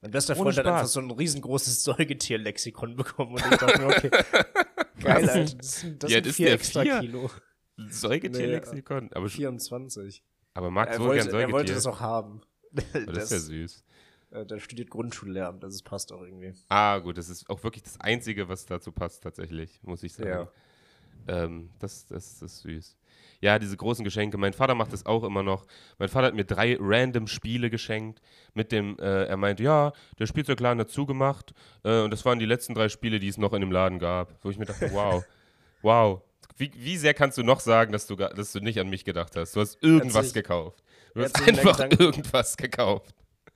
[SPEAKER 2] Mein bester
[SPEAKER 1] Ohne
[SPEAKER 2] Freund hat
[SPEAKER 1] Spaß.
[SPEAKER 2] einfach so ein riesengroßes Säugetierlexikon bekommen und ich dachte mir, okay, geil, Alter, das, sind- das
[SPEAKER 1] Ja,
[SPEAKER 2] sind
[SPEAKER 1] das ist
[SPEAKER 2] vier
[SPEAKER 1] der
[SPEAKER 2] extra
[SPEAKER 1] vier.
[SPEAKER 2] Kilo.
[SPEAKER 1] Säugetierlexikon. aber, sch-
[SPEAKER 2] 24.
[SPEAKER 1] aber Max
[SPEAKER 2] Er
[SPEAKER 1] so gern
[SPEAKER 2] wollte, er wollte
[SPEAKER 1] Säugetier.
[SPEAKER 2] das auch haben.
[SPEAKER 1] Aber das
[SPEAKER 2] Das-
[SPEAKER 1] ist ja süß.
[SPEAKER 2] Äh, der studiert Grundschullehramt, also es passt auch irgendwie.
[SPEAKER 1] Ah, gut, das ist auch wirklich das Einzige, was dazu passt, tatsächlich, muss ich sagen. Ähm, das, das, das ist süß. Ja, diese großen Geschenke. Mein Vater macht das auch immer noch. Mein Vater hat mir drei random Spiele geschenkt, mit dem, äh, er meinte, ja, der Spielzeugladen hat zugemacht. Äh, und das waren die letzten drei Spiele, die es noch in dem Laden gab. Wo ich mir dachte, wow, wow. Wie, wie sehr kannst du noch sagen, dass du, ga- dass du nicht an mich gedacht hast? Du hast irgendwas
[SPEAKER 2] Herzlich-
[SPEAKER 1] gekauft. Du hast
[SPEAKER 2] herzlichen
[SPEAKER 1] einfach
[SPEAKER 2] Dank.
[SPEAKER 1] irgendwas gekauft.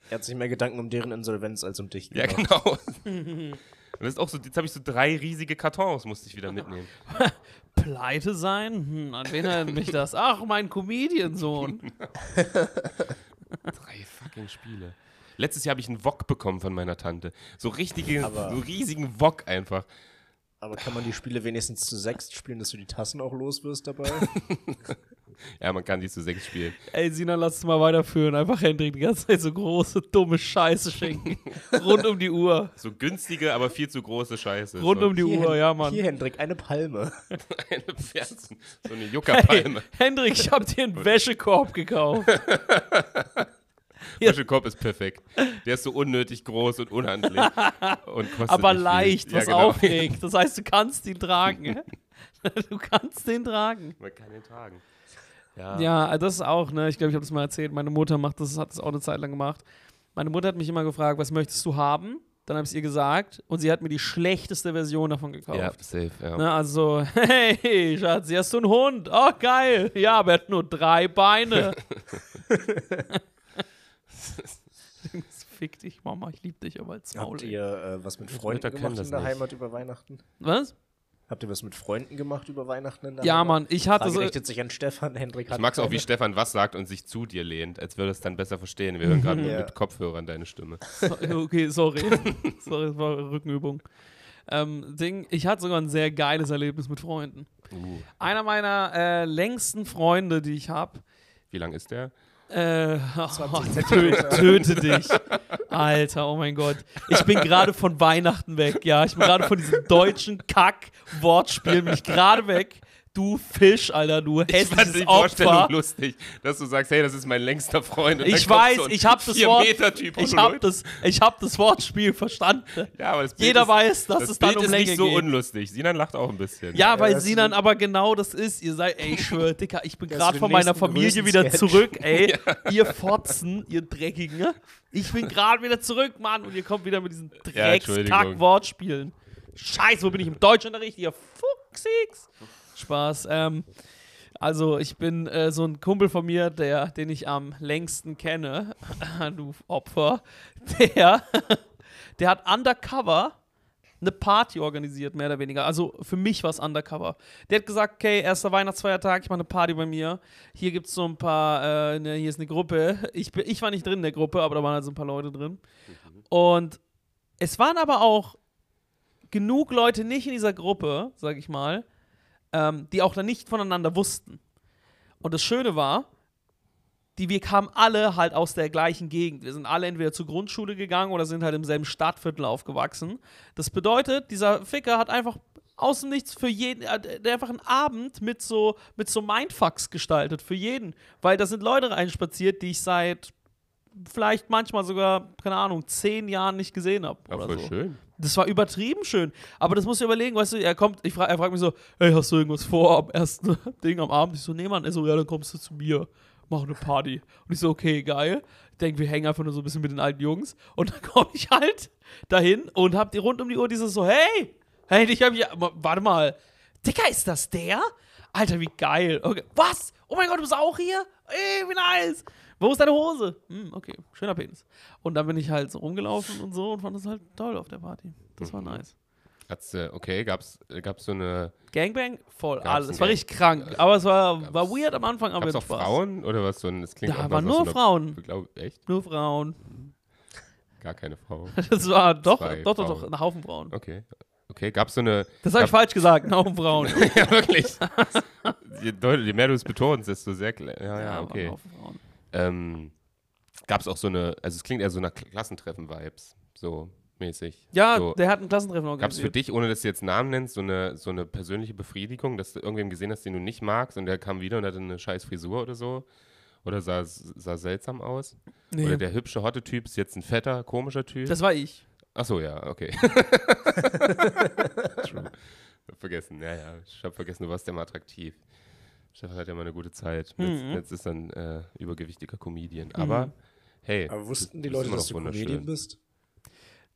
[SPEAKER 2] Er hat sich mehr Gedanken um deren Insolvenz als um dich
[SPEAKER 1] Ja,
[SPEAKER 2] gemacht.
[SPEAKER 1] genau. Und das ist auch so, jetzt habe ich so drei riesige Kartons, musste ich wieder mitnehmen.
[SPEAKER 3] Pleite sein? Hm, an wen erinnert mich das? Ach, mein Comediansohn.
[SPEAKER 1] Drei fucking Spiele. Letztes Jahr habe ich einen Wok bekommen von meiner Tante. So richtige,
[SPEAKER 2] Aber-
[SPEAKER 1] so riesigen Wok einfach.
[SPEAKER 2] Aber kann man die Spiele wenigstens zu sechst spielen, dass du die Tassen auch los wirst dabei?
[SPEAKER 1] Ja, man kann die zu sechs spielen.
[SPEAKER 3] Ey, Sina, lass es mal weiterführen. Einfach Hendrik die ganze Zeit so große, dumme Scheiße schenken. Rund um die Uhr.
[SPEAKER 1] So günstige, aber viel zu große Scheiße.
[SPEAKER 3] Rund
[SPEAKER 1] so
[SPEAKER 3] um die
[SPEAKER 2] Hier,
[SPEAKER 3] Uhr,
[SPEAKER 2] Hen-
[SPEAKER 3] ja, Mann.
[SPEAKER 2] Hier, Hendrik, eine Palme.
[SPEAKER 1] eine Pferd, so eine
[SPEAKER 3] Hey,
[SPEAKER 1] Juckerpalme.
[SPEAKER 3] Hendrik, ich hab dir einen Wäschekorb gekauft.
[SPEAKER 1] Hey. Wäschekorb ist perfekt. Der ist so unnötig groß und unhandlich. und kostet
[SPEAKER 3] aber
[SPEAKER 1] nicht viel.
[SPEAKER 3] leicht,
[SPEAKER 1] Ja,
[SPEAKER 3] was
[SPEAKER 1] genau.
[SPEAKER 3] aufregt. Das heißt, du kannst ihn tragen. du kannst den tragen.
[SPEAKER 1] Man kann den tragen. Ja.
[SPEAKER 3] Ja, das ist auch, ne? Ich glaube, ich habe das mal erzählt. Meine Mutter macht das, hat das auch eine Zeit lang gemacht. Meine Mutter hat mich immer gefragt, was möchtest du haben? Dann habe ich es ihr gesagt und sie hat mir die schlechteste Version davon gekauft.
[SPEAKER 1] Ja, safe. Ja.
[SPEAKER 3] Ne, also, hey, Schatz, hier hast du einen Hund. Oh, geil. Ja, aber er hat nur drei Beine. Fick dich, Mama, ich liebe dich, aber jetzt Maul.
[SPEAKER 2] Habt
[SPEAKER 3] ey.
[SPEAKER 2] ihr äh, was mit
[SPEAKER 1] Mütter
[SPEAKER 2] Freunden
[SPEAKER 1] kennen
[SPEAKER 2] gemacht
[SPEAKER 1] das
[SPEAKER 2] in der
[SPEAKER 1] nicht.
[SPEAKER 2] Heimat über Weihnachten?
[SPEAKER 3] Was?
[SPEAKER 2] Habt ihr was mit Freunden gemacht über Weihnachten in der
[SPEAKER 3] Ja,
[SPEAKER 2] Heimat?
[SPEAKER 3] Mann, ich hatte
[SPEAKER 2] Frage
[SPEAKER 3] so.
[SPEAKER 2] richtet sich an Stefan, Hendrik hat
[SPEAKER 1] Ich mag es auch, wie
[SPEAKER 3] also
[SPEAKER 2] keine.
[SPEAKER 1] Stefan was sagt und sich zu dir lehnt, als würde es dann besser verstehen. Wir hören gerade
[SPEAKER 2] Ja.
[SPEAKER 1] mit Kopfhörern deine Stimme.
[SPEAKER 3] So, okay, sorry. sorry, das war Rückenübung. Ähm, Ding, ich hatte sogar ein sehr geiles Erlebnis mit Freunden.
[SPEAKER 1] Uh,
[SPEAKER 3] Einer meiner äh, längsten Freunde, die ich habe,
[SPEAKER 1] wie lang ist der?
[SPEAKER 3] Äh, oh,
[SPEAKER 2] 20
[SPEAKER 3] töte, töte dich. Alter, oh mein Gott. Ich bin gerade von Weihnachten weg, ja. Ich bin gerade von diesem deutschen Kack-Wortspiel, bin ich gerade weg. Du Fisch, Alter, du hässliches
[SPEAKER 1] die
[SPEAKER 3] Opfer.
[SPEAKER 1] Vorstellung lustig, dass du sagst, hey, das ist mein längster Freund. und
[SPEAKER 3] Ich
[SPEAKER 1] dann kommt
[SPEAKER 3] weiß,
[SPEAKER 1] so ein
[SPEAKER 3] ich hab das
[SPEAKER 1] vier
[SPEAKER 3] Wort-
[SPEAKER 1] Meter typ
[SPEAKER 3] Ich habe das, ich hab das Wortspiel verstanden.
[SPEAKER 1] ja, aber das Bild
[SPEAKER 3] Jeder
[SPEAKER 1] ist,
[SPEAKER 3] weiß, dass
[SPEAKER 1] das
[SPEAKER 3] es dann
[SPEAKER 1] Bild
[SPEAKER 3] um
[SPEAKER 1] ist
[SPEAKER 3] Länge
[SPEAKER 1] nicht so
[SPEAKER 3] geht.
[SPEAKER 1] unlustig. Sinan lacht auch ein bisschen.
[SPEAKER 3] Ja, weil
[SPEAKER 2] das ist
[SPEAKER 3] Sinan aber genau das ist. Ihr seid, ey, ich schwör, Dicker, ich bin
[SPEAKER 2] Das
[SPEAKER 3] gerade
[SPEAKER 2] ist
[SPEAKER 3] von
[SPEAKER 2] den
[SPEAKER 3] meiner
[SPEAKER 2] nächsten
[SPEAKER 3] Familie
[SPEAKER 2] größten
[SPEAKER 3] wieder
[SPEAKER 2] Sketch.
[SPEAKER 3] zurück, ey. Ihr Fotzen, ihr Dreckigen. Ich bin gerade wieder zurück, Mann. Und ihr kommt wieder mit diesen
[SPEAKER 1] Ja, Entschuldigung.
[SPEAKER 3] Drecks-Kack-Wortspielen. Scheiße, wo bin ich im Deutschunterricht, ihr Fuchsix? Spaß. Ähm, also, ich bin äh, so ein Kumpel von mir, der, den ich am längsten kenne, du Opfer, der, der hat undercover eine Party organisiert, mehr oder weniger. Also für mich war es undercover. Der hat gesagt, okay, erster Weihnachtsfeiertag, ich mache eine Party bei mir. Hier gibt es so ein paar, äh, ne, hier ist eine Gruppe. Ich, bin, ich war nicht drin in der Gruppe, aber da waren halt so ein paar Leute drin. Und es waren aber auch genug Leute nicht in dieser Gruppe, sag ich mal, ähm, die auch dann nicht voneinander wussten. Und das Schöne war, die, wir kamen alle halt aus der gleichen Gegend. Wir sind alle entweder zur Grundschule gegangen oder sind halt im selben Stadtviertel aufgewachsen. Das bedeutet, dieser Ficker hat einfach aus dem Nichts für jeden, er hat der einfach einen Abend mit so, mit so Mindfucks gestaltet, für jeden. Weil da sind Leute reinspaziert, die ich seit vielleicht manchmal sogar, keine Ahnung, zehn Jahren nicht gesehen habe.
[SPEAKER 1] War
[SPEAKER 3] oder
[SPEAKER 1] voll
[SPEAKER 3] so.
[SPEAKER 1] schön.
[SPEAKER 3] Das war übertrieben schön. Aber das musst du überlegen, weißt du, er kommt, ich frag, er fragt mich so, hey, hast du irgendwas vor am ersten Ding am Abend? Ich so, nee, Mann. Er so, ja, dann kommst du zu mir, mach eine Party. Und ich so, okay, geil. Ich denke, wir hängen einfach nur so ein bisschen mit den alten Jungs. Und dann komme ich halt dahin und hab die rund um die Uhr dieses so, hey, hey, ich hab hier, wa- warte mal, Dicker, ist das der? Alter, wie geil. Okay. Was? Oh mein Gott, du bist auch hier? Ey, wie nice. Wo ist deine Hose? Hm, okay, schöner Penis. Und dann bin ich halt so rumgelaufen und so und fand das halt toll auf der Party. Das
[SPEAKER 1] Mhm.
[SPEAKER 3] war nice.
[SPEAKER 1] Hat's, äh, okay, gab's, äh, gab's so eine.
[SPEAKER 3] Gangbang? Voll.
[SPEAKER 1] Gab's
[SPEAKER 3] Alles.
[SPEAKER 1] ein
[SPEAKER 3] Es war
[SPEAKER 1] Gang-
[SPEAKER 3] richtig krank. Aber es war,
[SPEAKER 1] Gab's-
[SPEAKER 3] war weird am Anfang, aber
[SPEAKER 1] Gab's
[SPEAKER 3] jetzt
[SPEAKER 1] auch
[SPEAKER 3] Spaß.
[SPEAKER 1] Frauen oder was so ein. Das klingt
[SPEAKER 3] Da
[SPEAKER 1] auch
[SPEAKER 3] waren
[SPEAKER 1] nach
[SPEAKER 3] nur
[SPEAKER 1] so einer-
[SPEAKER 3] Frauen.
[SPEAKER 1] Ich glaube, echt?
[SPEAKER 3] Nur Frauen.
[SPEAKER 1] Gar keine Frau.
[SPEAKER 3] Das war doch,
[SPEAKER 1] Zwei
[SPEAKER 3] doch, doch,
[SPEAKER 1] Frauen.
[SPEAKER 3] doch, ein Haufen Frauen.
[SPEAKER 1] Okay. Okay, gab's so eine.
[SPEAKER 3] Das habe ich
[SPEAKER 1] gab-
[SPEAKER 3] falsch gesagt, ein Haufen Frauen.
[SPEAKER 1] Ja, wirklich. je, deut- je mehr du es betonst, desto sehr. kle- Ja, ja,
[SPEAKER 3] war ein
[SPEAKER 1] okay.
[SPEAKER 3] Haufen Frauen.
[SPEAKER 1] Ähm, gab's auch so eine. Also, es klingt eher so nach Kl- Klassentreffen-Vibes. So mäßig.
[SPEAKER 3] Ja,
[SPEAKER 1] so.
[SPEAKER 3] der hat ein Klassentreffen
[SPEAKER 1] Gab's für
[SPEAKER 3] organisiert.
[SPEAKER 1] dich, ohne dass du jetzt Namen nennst, so eine, so eine persönliche Befriedigung, dass du irgendwem gesehen hast, den du nicht magst und der kam wieder und hatte eine scheiß Frisur oder so? Oder sah, sah seltsam aus? Oder
[SPEAKER 3] Nee,
[SPEAKER 1] der hübsche, hotte Typ ist jetzt ein fetter, komischer Typ?
[SPEAKER 3] das war ich.
[SPEAKER 1] Ach so, ja, okay. True. Hab vergessen, ja, ja. Ich habe vergessen, du warst ja mal attraktiv. Stefan hat ja mal eine gute Zeit. Jetzt,
[SPEAKER 3] Mhm.
[SPEAKER 1] jetzt ist er ein äh, übergewichtiger Comedian. Aber hey.
[SPEAKER 2] Aber wussten die
[SPEAKER 1] das ist
[SPEAKER 2] Leute,
[SPEAKER 1] immer
[SPEAKER 2] dass
[SPEAKER 1] noch
[SPEAKER 2] du Comedian
[SPEAKER 1] wunderschön.
[SPEAKER 2] bist?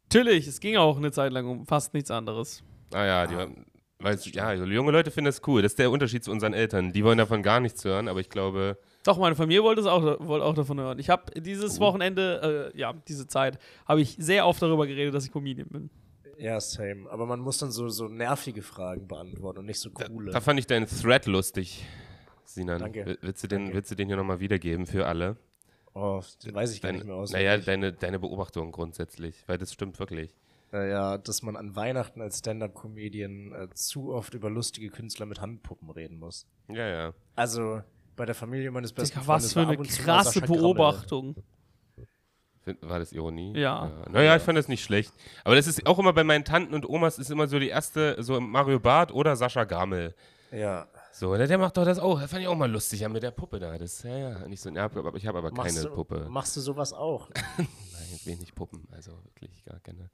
[SPEAKER 3] Natürlich, es ging auch eine Zeit lang um fast nichts anderes.
[SPEAKER 1] Ah ja, die haben. Weil, ja, also junge Leute finden das cool. Das ist der Unterschied zu unseren Eltern. Die wollen davon gar nichts hören, aber ich glaube,
[SPEAKER 3] Doch, meine Familie wollte es auch, wollte auch davon hören. Ich habe
[SPEAKER 2] Oh.
[SPEAKER 3] dieses Wochenende, äh, ja, diese Zeit, habe ich sehr oft darüber geredet, dass ich Comedian bin.
[SPEAKER 2] Ja, same. Aber man muss dann so, so nervige Fragen beantworten und nicht so coole.
[SPEAKER 1] da fand ich deinen Thread lustig, Sinan.
[SPEAKER 2] Danke.
[SPEAKER 1] W- Willst du den, Willst du den hier nochmal wiedergeben für alle?
[SPEAKER 2] oh, den weiß ich gar
[SPEAKER 1] Dein,
[SPEAKER 2] nicht mehr aus.
[SPEAKER 1] naja, deine, deine Beobachtung grundsätzlich, weil das stimmt wirklich.
[SPEAKER 2] Naja, Äh, dass man an Weihnachten als Stand-Up-Comedian äh, zu oft über lustige Künstler mit Handpuppen reden muss.
[SPEAKER 1] Ja, ja.
[SPEAKER 2] Also bei der Familie meines besten
[SPEAKER 3] Digga,
[SPEAKER 2] Freundes
[SPEAKER 3] was für
[SPEAKER 2] war
[SPEAKER 3] eine
[SPEAKER 2] ab und zu mal
[SPEAKER 3] krasse
[SPEAKER 2] Sascha Grammel.
[SPEAKER 3] Beobachtung.
[SPEAKER 1] Find- War das Ironie?
[SPEAKER 3] Ja.
[SPEAKER 1] Naja, ich fand das nicht schlecht. Aber das ist auch immer bei meinen Tanten und Omas ist immer so die erste, so Mario Barth oder Sascha Gamel.
[SPEAKER 2] Ja.
[SPEAKER 1] So, ne, der macht doch das auch. Das fand ich auch mal lustig, ja, mit der Puppe da. Das, ja, ja, nicht so, ja, aber ich habe aber
[SPEAKER 2] Machst
[SPEAKER 1] keine
[SPEAKER 2] du,
[SPEAKER 1] Puppe.
[SPEAKER 2] Machst du sowas auch?
[SPEAKER 1] Nein, wenig Puppen, also wirklich gar keine.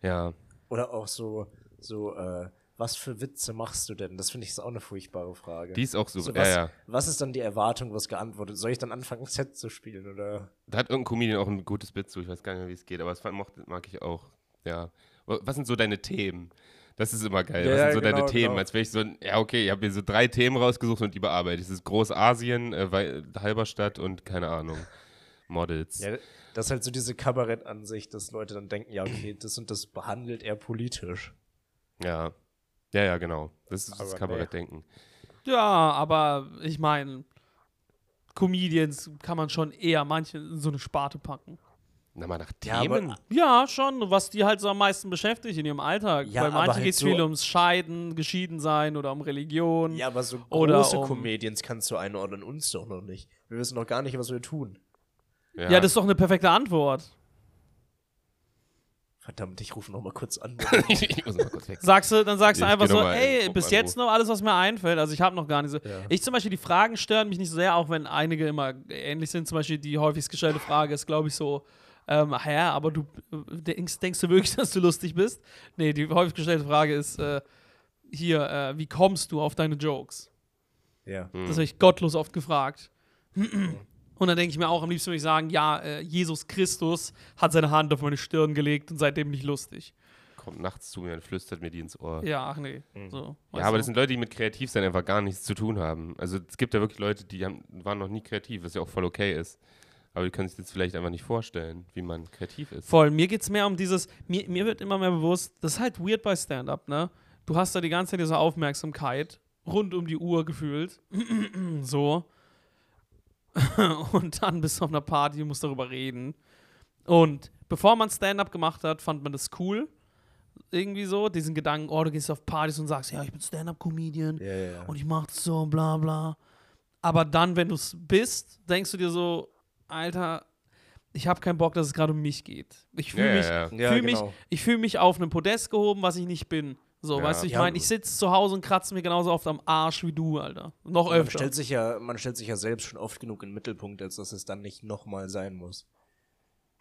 [SPEAKER 1] Ja,
[SPEAKER 2] Oder auch so, so, äh, was für Witze machst du denn? Das finde ich ist auch eine furchtbare Frage.
[SPEAKER 1] die ist auch so.
[SPEAKER 2] so was,
[SPEAKER 1] ja, ja.
[SPEAKER 2] was ist dann die Erwartung, was geantwortet? Soll ich dann anfangen, Set zu spielen? Oder?
[SPEAKER 1] Da hat irgendein Comedian auch ein gutes Bit zu. Ich weiß gar nicht mehr, wie es geht, aber das fand- mochte- mag ich auch. Ja. Wa- Was sind so deine Themen? Das ist immer geil.
[SPEAKER 2] Ja,
[SPEAKER 1] Was
[SPEAKER 2] ja,
[SPEAKER 1] sind so deine
[SPEAKER 2] genau,
[SPEAKER 1] Themen?
[SPEAKER 2] genau.
[SPEAKER 1] Als wäre ich so ein, ja, okay, ich habe mir so drei Themen rausgesucht und die bearbeite. ich. Das ist Großasien, äh, Wei- Halberstadt und keine Ahnung. Models.
[SPEAKER 2] Ja, das ist halt so diese Kabarettansicht, dass Leute dann denken, ja, okay, das und das behandelt er politisch.
[SPEAKER 1] Ja. Ja, ja, genau. Das ist das
[SPEAKER 2] Aber
[SPEAKER 1] Kabarettdenken.
[SPEAKER 3] Ja, aber ich meine, Comedians kann man schon eher manche in so eine Sparte packen.
[SPEAKER 1] Na mal nach
[SPEAKER 2] Ja,
[SPEAKER 1] Themen.
[SPEAKER 2] aber-
[SPEAKER 3] Ja, schon, was die halt so am meisten beschäftigt in ihrem Alltag.
[SPEAKER 2] Ja,
[SPEAKER 3] Bei
[SPEAKER 2] aber
[SPEAKER 3] manchen
[SPEAKER 2] halt
[SPEAKER 3] geht es
[SPEAKER 2] so-
[SPEAKER 3] viel ums Scheiden, geschieden sein oder um Religion.
[SPEAKER 2] Ja, aber so große
[SPEAKER 3] Oder um-
[SPEAKER 2] Comedians kannst du einordnen, uns doch noch nicht. Wir wissen doch gar nicht, was wir tun.
[SPEAKER 3] ja, das ist doch eine perfekte Antwort.
[SPEAKER 2] Verdammt, ich rufe noch mal kurz an.
[SPEAKER 1] ich muss mal kurz weg.
[SPEAKER 3] Sagst du, dann sagst du
[SPEAKER 1] Ich
[SPEAKER 3] einfach
[SPEAKER 1] geh
[SPEAKER 3] so,
[SPEAKER 1] nochmal in
[SPEAKER 3] ey,
[SPEAKER 1] den
[SPEAKER 3] bis
[SPEAKER 1] Gruppenanruf.
[SPEAKER 3] jetzt noch alles, was mir einfällt. Also ich habe noch gar nicht so.
[SPEAKER 2] Ja.
[SPEAKER 3] Ich zum Beispiel, die Fragen stören mich nicht so sehr, auch wenn einige immer ähnlich sind. Zum Beispiel die häufigst gestellte Frage ist, glaube ich, so, ähm, ach ja, aber du äh, denkst, denkst du wirklich, dass du lustig bist? Nee, die häufig gestellte Frage ist, äh, hier, äh, wie kommst du auf deine Jokes?
[SPEAKER 2] ja.
[SPEAKER 1] Hm.
[SPEAKER 3] Das habe ich gottlos oft gefragt. Und dann denke ich mir auch, am liebsten würde ich sagen, ja, äh, Jesus Christus hat seine Hand auf meine Stirn gelegt und seitdem nicht lustig.
[SPEAKER 1] Kommt nachts zu mir und flüstert mir die ins Ohr. Ja,
[SPEAKER 3] Ja, ach nee. So, weißt
[SPEAKER 1] Hm. aber
[SPEAKER 3] du.
[SPEAKER 1] das sind Leute, die mit Kreativsein einfach gar nichts zu tun haben. Also es gibt ja wirklich Leute, die haben, waren noch nie kreativ, was ja auch voll okay ist. Aber die können sich jetzt vielleicht einfach nicht vorstellen, wie man kreativ ist.
[SPEAKER 3] Voll, mir geht es mehr um dieses, mir, mir wird immer mehr bewusst, das ist halt weird bei Stand-Up, ne? Du hast da die ganze Zeit diese Aufmerksamkeit, rund um die Uhr gefühlt, so. Und dann bist du auf einer Party und musst darüber reden. Und bevor man Stand-Up gemacht hat, fand man das cool. Irgendwie so, diesen Gedanken, oh, du gehst auf Partys und sagst, ja, ich bin Stand-Up-Comedian
[SPEAKER 2] Ja, ja, ja.
[SPEAKER 3] und ich mach das so, bla bla. Aber dann, wenn du es bist, denkst du dir so, Alter, ich habe keinen Bock, dass es gerade um mich geht. Ich fühle
[SPEAKER 1] Ja,
[SPEAKER 3] mich,
[SPEAKER 1] ja, ja.
[SPEAKER 2] Ja,
[SPEAKER 3] fühl
[SPEAKER 2] genau.
[SPEAKER 3] mich, ich fühl mich auf einem Podest gehoben, was ich nicht bin. So,
[SPEAKER 1] Ja.
[SPEAKER 3] weißt du, ich
[SPEAKER 2] Ja,
[SPEAKER 3] meine,
[SPEAKER 2] du-
[SPEAKER 3] ich sitze zu Hause und kratze mir genauso oft am Arsch wie du, Alter. Noch
[SPEAKER 2] Man
[SPEAKER 3] öfter.
[SPEAKER 2] stellt, sich ja, man stellt sich ja selbst schon oft genug in den Mittelpunkt, als dass es dann nicht nochmal sein muss.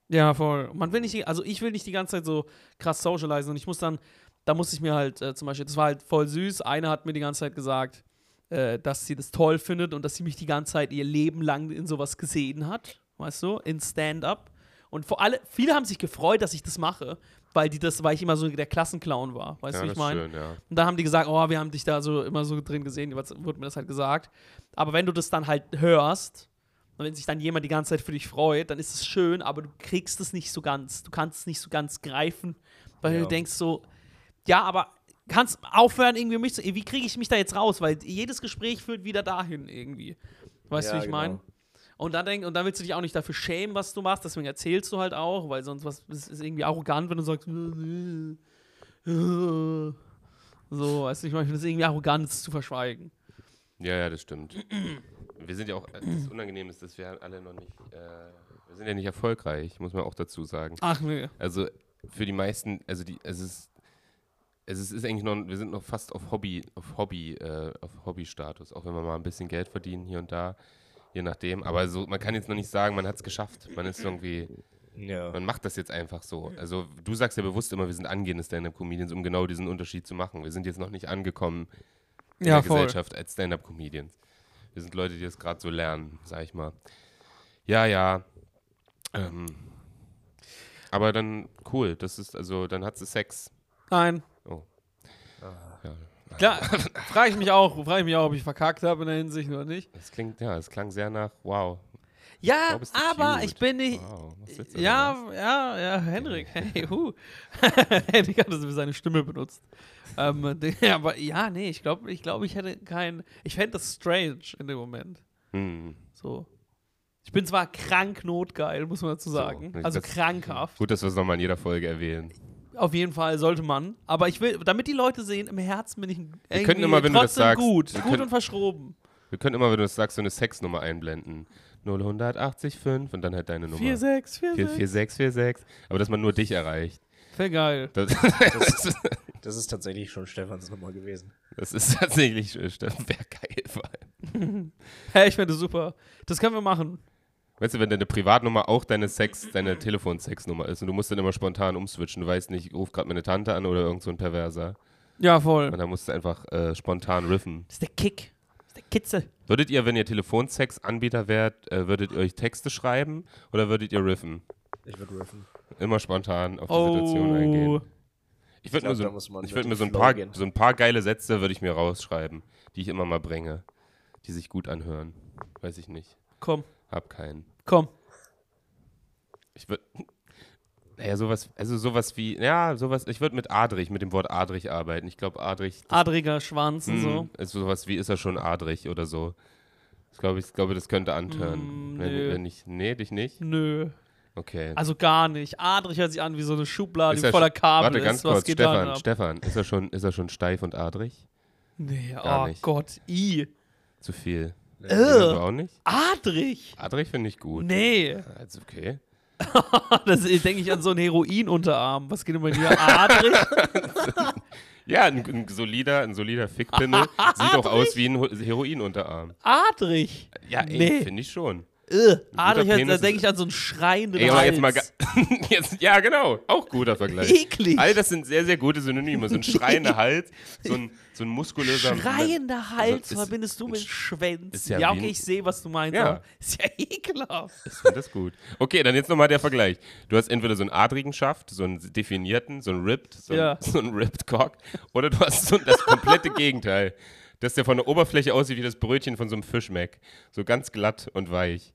[SPEAKER 3] Ja, voll. Man will nicht, also ich will nicht die ganze Zeit so krass socialisen und ich muss dann, da musste ich mir halt äh, zum Beispiel, das war halt voll süß, eine hat mir die ganze Zeit gesagt, äh, dass sie das toll findet und dass sie mich die ganze Zeit ihr Leben lang in sowas gesehen hat, weißt du, in Stand-up. Und vor allem, viele haben sich gefreut, dass ich das mache, weil die das, weil ich immer so der Klassenclown war, weißt
[SPEAKER 1] ja,
[SPEAKER 3] du, wie
[SPEAKER 1] das
[SPEAKER 3] ich
[SPEAKER 1] ist
[SPEAKER 3] meine?
[SPEAKER 1] schön, ja.
[SPEAKER 3] Und dann haben die gesagt, oh, wir haben dich da so immer so drin gesehen, jeweils wurde mir das halt gesagt. Aber wenn du das dann halt hörst, und wenn sich dann jemand die ganze Zeit für dich freut, dann ist es schön, aber du kriegst es nicht so ganz. Du kannst es nicht so ganz greifen, weil
[SPEAKER 2] Ja.
[SPEAKER 3] du denkst so, ja, aber kannst aufhören, irgendwie mich zu, wie kriege ich mich da jetzt raus? Weil jedes Gespräch führt wieder dahin irgendwie. Weißt
[SPEAKER 2] Ja,
[SPEAKER 3] du, wie ich
[SPEAKER 2] genau.
[SPEAKER 3] meine? Und dann, denk, und dann willst du dich auch nicht dafür schämen, was du machst, deswegen erzählst du halt auch, weil sonst was, es ist irgendwie arrogant, wenn du sagst, so, weißt du, ich meine, ich finde es irgendwie arrogant, es zu verschweigen.
[SPEAKER 1] Ja, ja, das stimmt. Wir sind ja auch, äh, das Unangenehme ist, dass wir alle noch nicht, äh, wir sind ja nicht erfolgreich, muss man auch dazu sagen.
[SPEAKER 3] Ach nee.
[SPEAKER 1] Also für die meisten, also die, es ist, es ist, ist eigentlich noch, wir sind noch fast auf Hobby, auf Hobby, äh, auf Hobbystatus, auch wenn wir mal ein bisschen Geld verdienen hier und da, je nachdem. Aber so, man kann jetzt noch nicht sagen, man hat es geschafft. Man ist irgendwie,
[SPEAKER 2] Ja.
[SPEAKER 1] man macht das jetzt einfach so. Also du sagst ja bewusst immer, wir sind angehende Stand-Up-Comedians, um genau diesen Unterschied zu machen. Wir sind jetzt noch nicht angekommen in der Gesellschaft als Stand-Up-Comedians. Wir sind Leute, die das gerade so lernen, sag ich mal. Ja, ja. Ähm. Aber dann cool, das ist also, dann hat sie Sex.
[SPEAKER 3] Nein.
[SPEAKER 1] Oh. Ja,
[SPEAKER 3] Klar, frage ich mich auch, frage ich mich auch, ob ich verkackt habe in der Hinsicht oder nicht.
[SPEAKER 1] das klingt, ja, das klang sehr nach, wow.
[SPEAKER 3] Ja,
[SPEAKER 1] Wow, bist du Ah.
[SPEAKER 3] aber
[SPEAKER 1] cute.
[SPEAKER 3] ich bin nicht.
[SPEAKER 1] Wow, was willst du denn machen?
[SPEAKER 3] Ja, ja, ja, Henrik. Hey, hu. Henrik hat das für seine Stimme benutzt. ähm, d- aber ja, nee, ich glaube, ich glaube, ich hätte kein. Ich fände das strange in dem Moment.
[SPEAKER 1] Hm.
[SPEAKER 3] So. Ich bin zwar krank notgeil, muss man dazu sagen.
[SPEAKER 1] das-
[SPEAKER 3] also krankhaft.
[SPEAKER 1] Gut, dass wir es nochmal in jeder Folge erwähnen.
[SPEAKER 3] Auf jeden Fall sollte man. Aber ich will, damit die Leute sehen, im Herzen bin ich irgendwie
[SPEAKER 1] könnten immer, wenn du das
[SPEAKER 3] trotzdem
[SPEAKER 1] sagst,
[SPEAKER 3] gut.
[SPEAKER 1] wir
[SPEAKER 3] Gut
[SPEAKER 1] können-
[SPEAKER 3] und verschroben.
[SPEAKER 1] Wir können immer, wenn du das sagst, so eine Sexnummer einblenden. 01805 und dann halt deine Nummer.
[SPEAKER 3] 4-6, 4-6.
[SPEAKER 1] 44646. Aber dass man nur dich erreicht.
[SPEAKER 3] Voll geil.
[SPEAKER 1] Das,
[SPEAKER 2] Das ist tatsächlich schon Stefans Nummer gewesen.
[SPEAKER 1] Das ist tatsächlich äh, Steffen wäre geil vor allem.
[SPEAKER 3] Hey, ich finde das super. Das können wir machen.
[SPEAKER 1] Weißt du, wenn deine Privatnummer auch deine Sex, deine Telefonsexnummer ist und du musst dann immer spontan umswitchen, du weißt nicht, ich rufe gerade meine Tante an oder irgend so ein Perverser.
[SPEAKER 3] Ja, voll.
[SPEAKER 1] Und dann musst du einfach äh, spontan riffen.
[SPEAKER 3] Das ist der Kick. Das ist der Kitzel.
[SPEAKER 1] Würdet ihr, wenn ihr Telefonsex-Anbieter wärt, äh, würdet ihr euch Texte schreiben oder würdet ihr riffen?
[SPEAKER 2] Ich würde riffen.
[SPEAKER 1] Immer spontan auf die Situation
[SPEAKER 3] Oh.
[SPEAKER 1] eingehen. Ich würde
[SPEAKER 2] glaub,
[SPEAKER 1] mir,
[SPEAKER 2] da
[SPEAKER 1] so,
[SPEAKER 2] muss man
[SPEAKER 1] ich würd
[SPEAKER 2] mit
[SPEAKER 1] mir so, ein
[SPEAKER 2] dem Flow
[SPEAKER 1] paar,
[SPEAKER 2] gehen.
[SPEAKER 1] so ein paar geile Sätze würde ich mir rausschreiben, die ich immer mal bringe, die sich gut anhören. Weiß ich nicht.
[SPEAKER 3] Komm,
[SPEAKER 1] Hab keinen.
[SPEAKER 3] komm.
[SPEAKER 1] Ich würde. Naja, sowas, also sowas wie, ja, sowas, ich würde mit Adrich, mit dem Wort Adrich arbeiten. Ich glaube, Adrich,
[SPEAKER 3] Adriger Schwanz und so.
[SPEAKER 1] mm, ist sowas wie, ist er schon Adrich oder so. Ich glaube, ich glaube, das könnte antören.
[SPEAKER 3] Mm,
[SPEAKER 1] wenn,
[SPEAKER 3] nö.
[SPEAKER 1] wenn ich, nee, dich nicht?
[SPEAKER 3] Nö,
[SPEAKER 1] Okay.
[SPEAKER 3] also gar nicht. Adrich hört sich an wie so eine Schublade,
[SPEAKER 1] Ist
[SPEAKER 3] die
[SPEAKER 1] er
[SPEAKER 3] voller
[SPEAKER 1] sch-
[SPEAKER 3] Kabel
[SPEAKER 1] Warte, ganz
[SPEAKER 3] ist.
[SPEAKER 1] kurz,
[SPEAKER 3] was geht
[SPEAKER 1] Stefan,
[SPEAKER 3] da ab?
[SPEAKER 1] Stefan, ist er, schon, ist er schon steif und adrig?
[SPEAKER 3] Nee,
[SPEAKER 1] Gar
[SPEAKER 3] oh
[SPEAKER 1] nicht.
[SPEAKER 3] Gott, i.
[SPEAKER 1] Zu viel.
[SPEAKER 3] Äh,
[SPEAKER 1] Aber auch nicht?
[SPEAKER 3] Adrich?
[SPEAKER 1] Adrig finde ich gut.
[SPEAKER 3] Nee,
[SPEAKER 1] Also okay.
[SPEAKER 3] das denke ich an so einen Heroinunterarm. Was geht denn bei dir? Adrich?
[SPEAKER 1] Ja, ein, ein solider, ein solider Fickpimmel sieht doch aus wie ein Ho- Heroinunterarm.
[SPEAKER 3] Adrich?
[SPEAKER 1] Ja, ey,
[SPEAKER 3] Nee.
[SPEAKER 1] finde ich schon.
[SPEAKER 3] Äh, Adrich,
[SPEAKER 1] Penis
[SPEAKER 3] da
[SPEAKER 1] ist-
[SPEAKER 3] denke ich an so einen schreienden
[SPEAKER 1] Ey, aber jetzt mal,
[SPEAKER 3] Hals.
[SPEAKER 1] ga- jetzt, ja genau, auch guter Vergleich.
[SPEAKER 3] Eklig.
[SPEAKER 1] All das sind sehr, sehr gute Synonyme. So ein schreiender Hals, so ein, so ein muskulöser
[SPEAKER 3] Schreiender Hals
[SPEAKER 1] ne? Also ist-
[SPEAKER 3] verbindest du mit
[SPEAKER 1] ist-
[SPEAKER 3] Schwänzen.
[SPEAKER 1] ist ja
[SPEAKER 3] ja,
[SPEAKER 1] wie
[SPEAKER 3] okay,
[SPEAKER 1] ein-
[SPEAKER 3] ich sehe, was du meinst.
[SPEAKER 1] Ja.
[SPEAKER 3] Aber ist ja ekelhaft.
[SPEAKER 1] Ich finde das gut. Okay, dann jetzt nochmal der Vergleich. Du hast entweder so einen adrigen Schaft, so einen definierten, so einen ripped, so,
[SPEAKER 3] Ja.
[SPEAKER 1] einen, so einen ripped Cock, oder du hast so das komplette Gegenteil. Dass der von der Oberfläche aussieht wie das Brötchen von so einem Fischmeck. So ganz glatt und weich.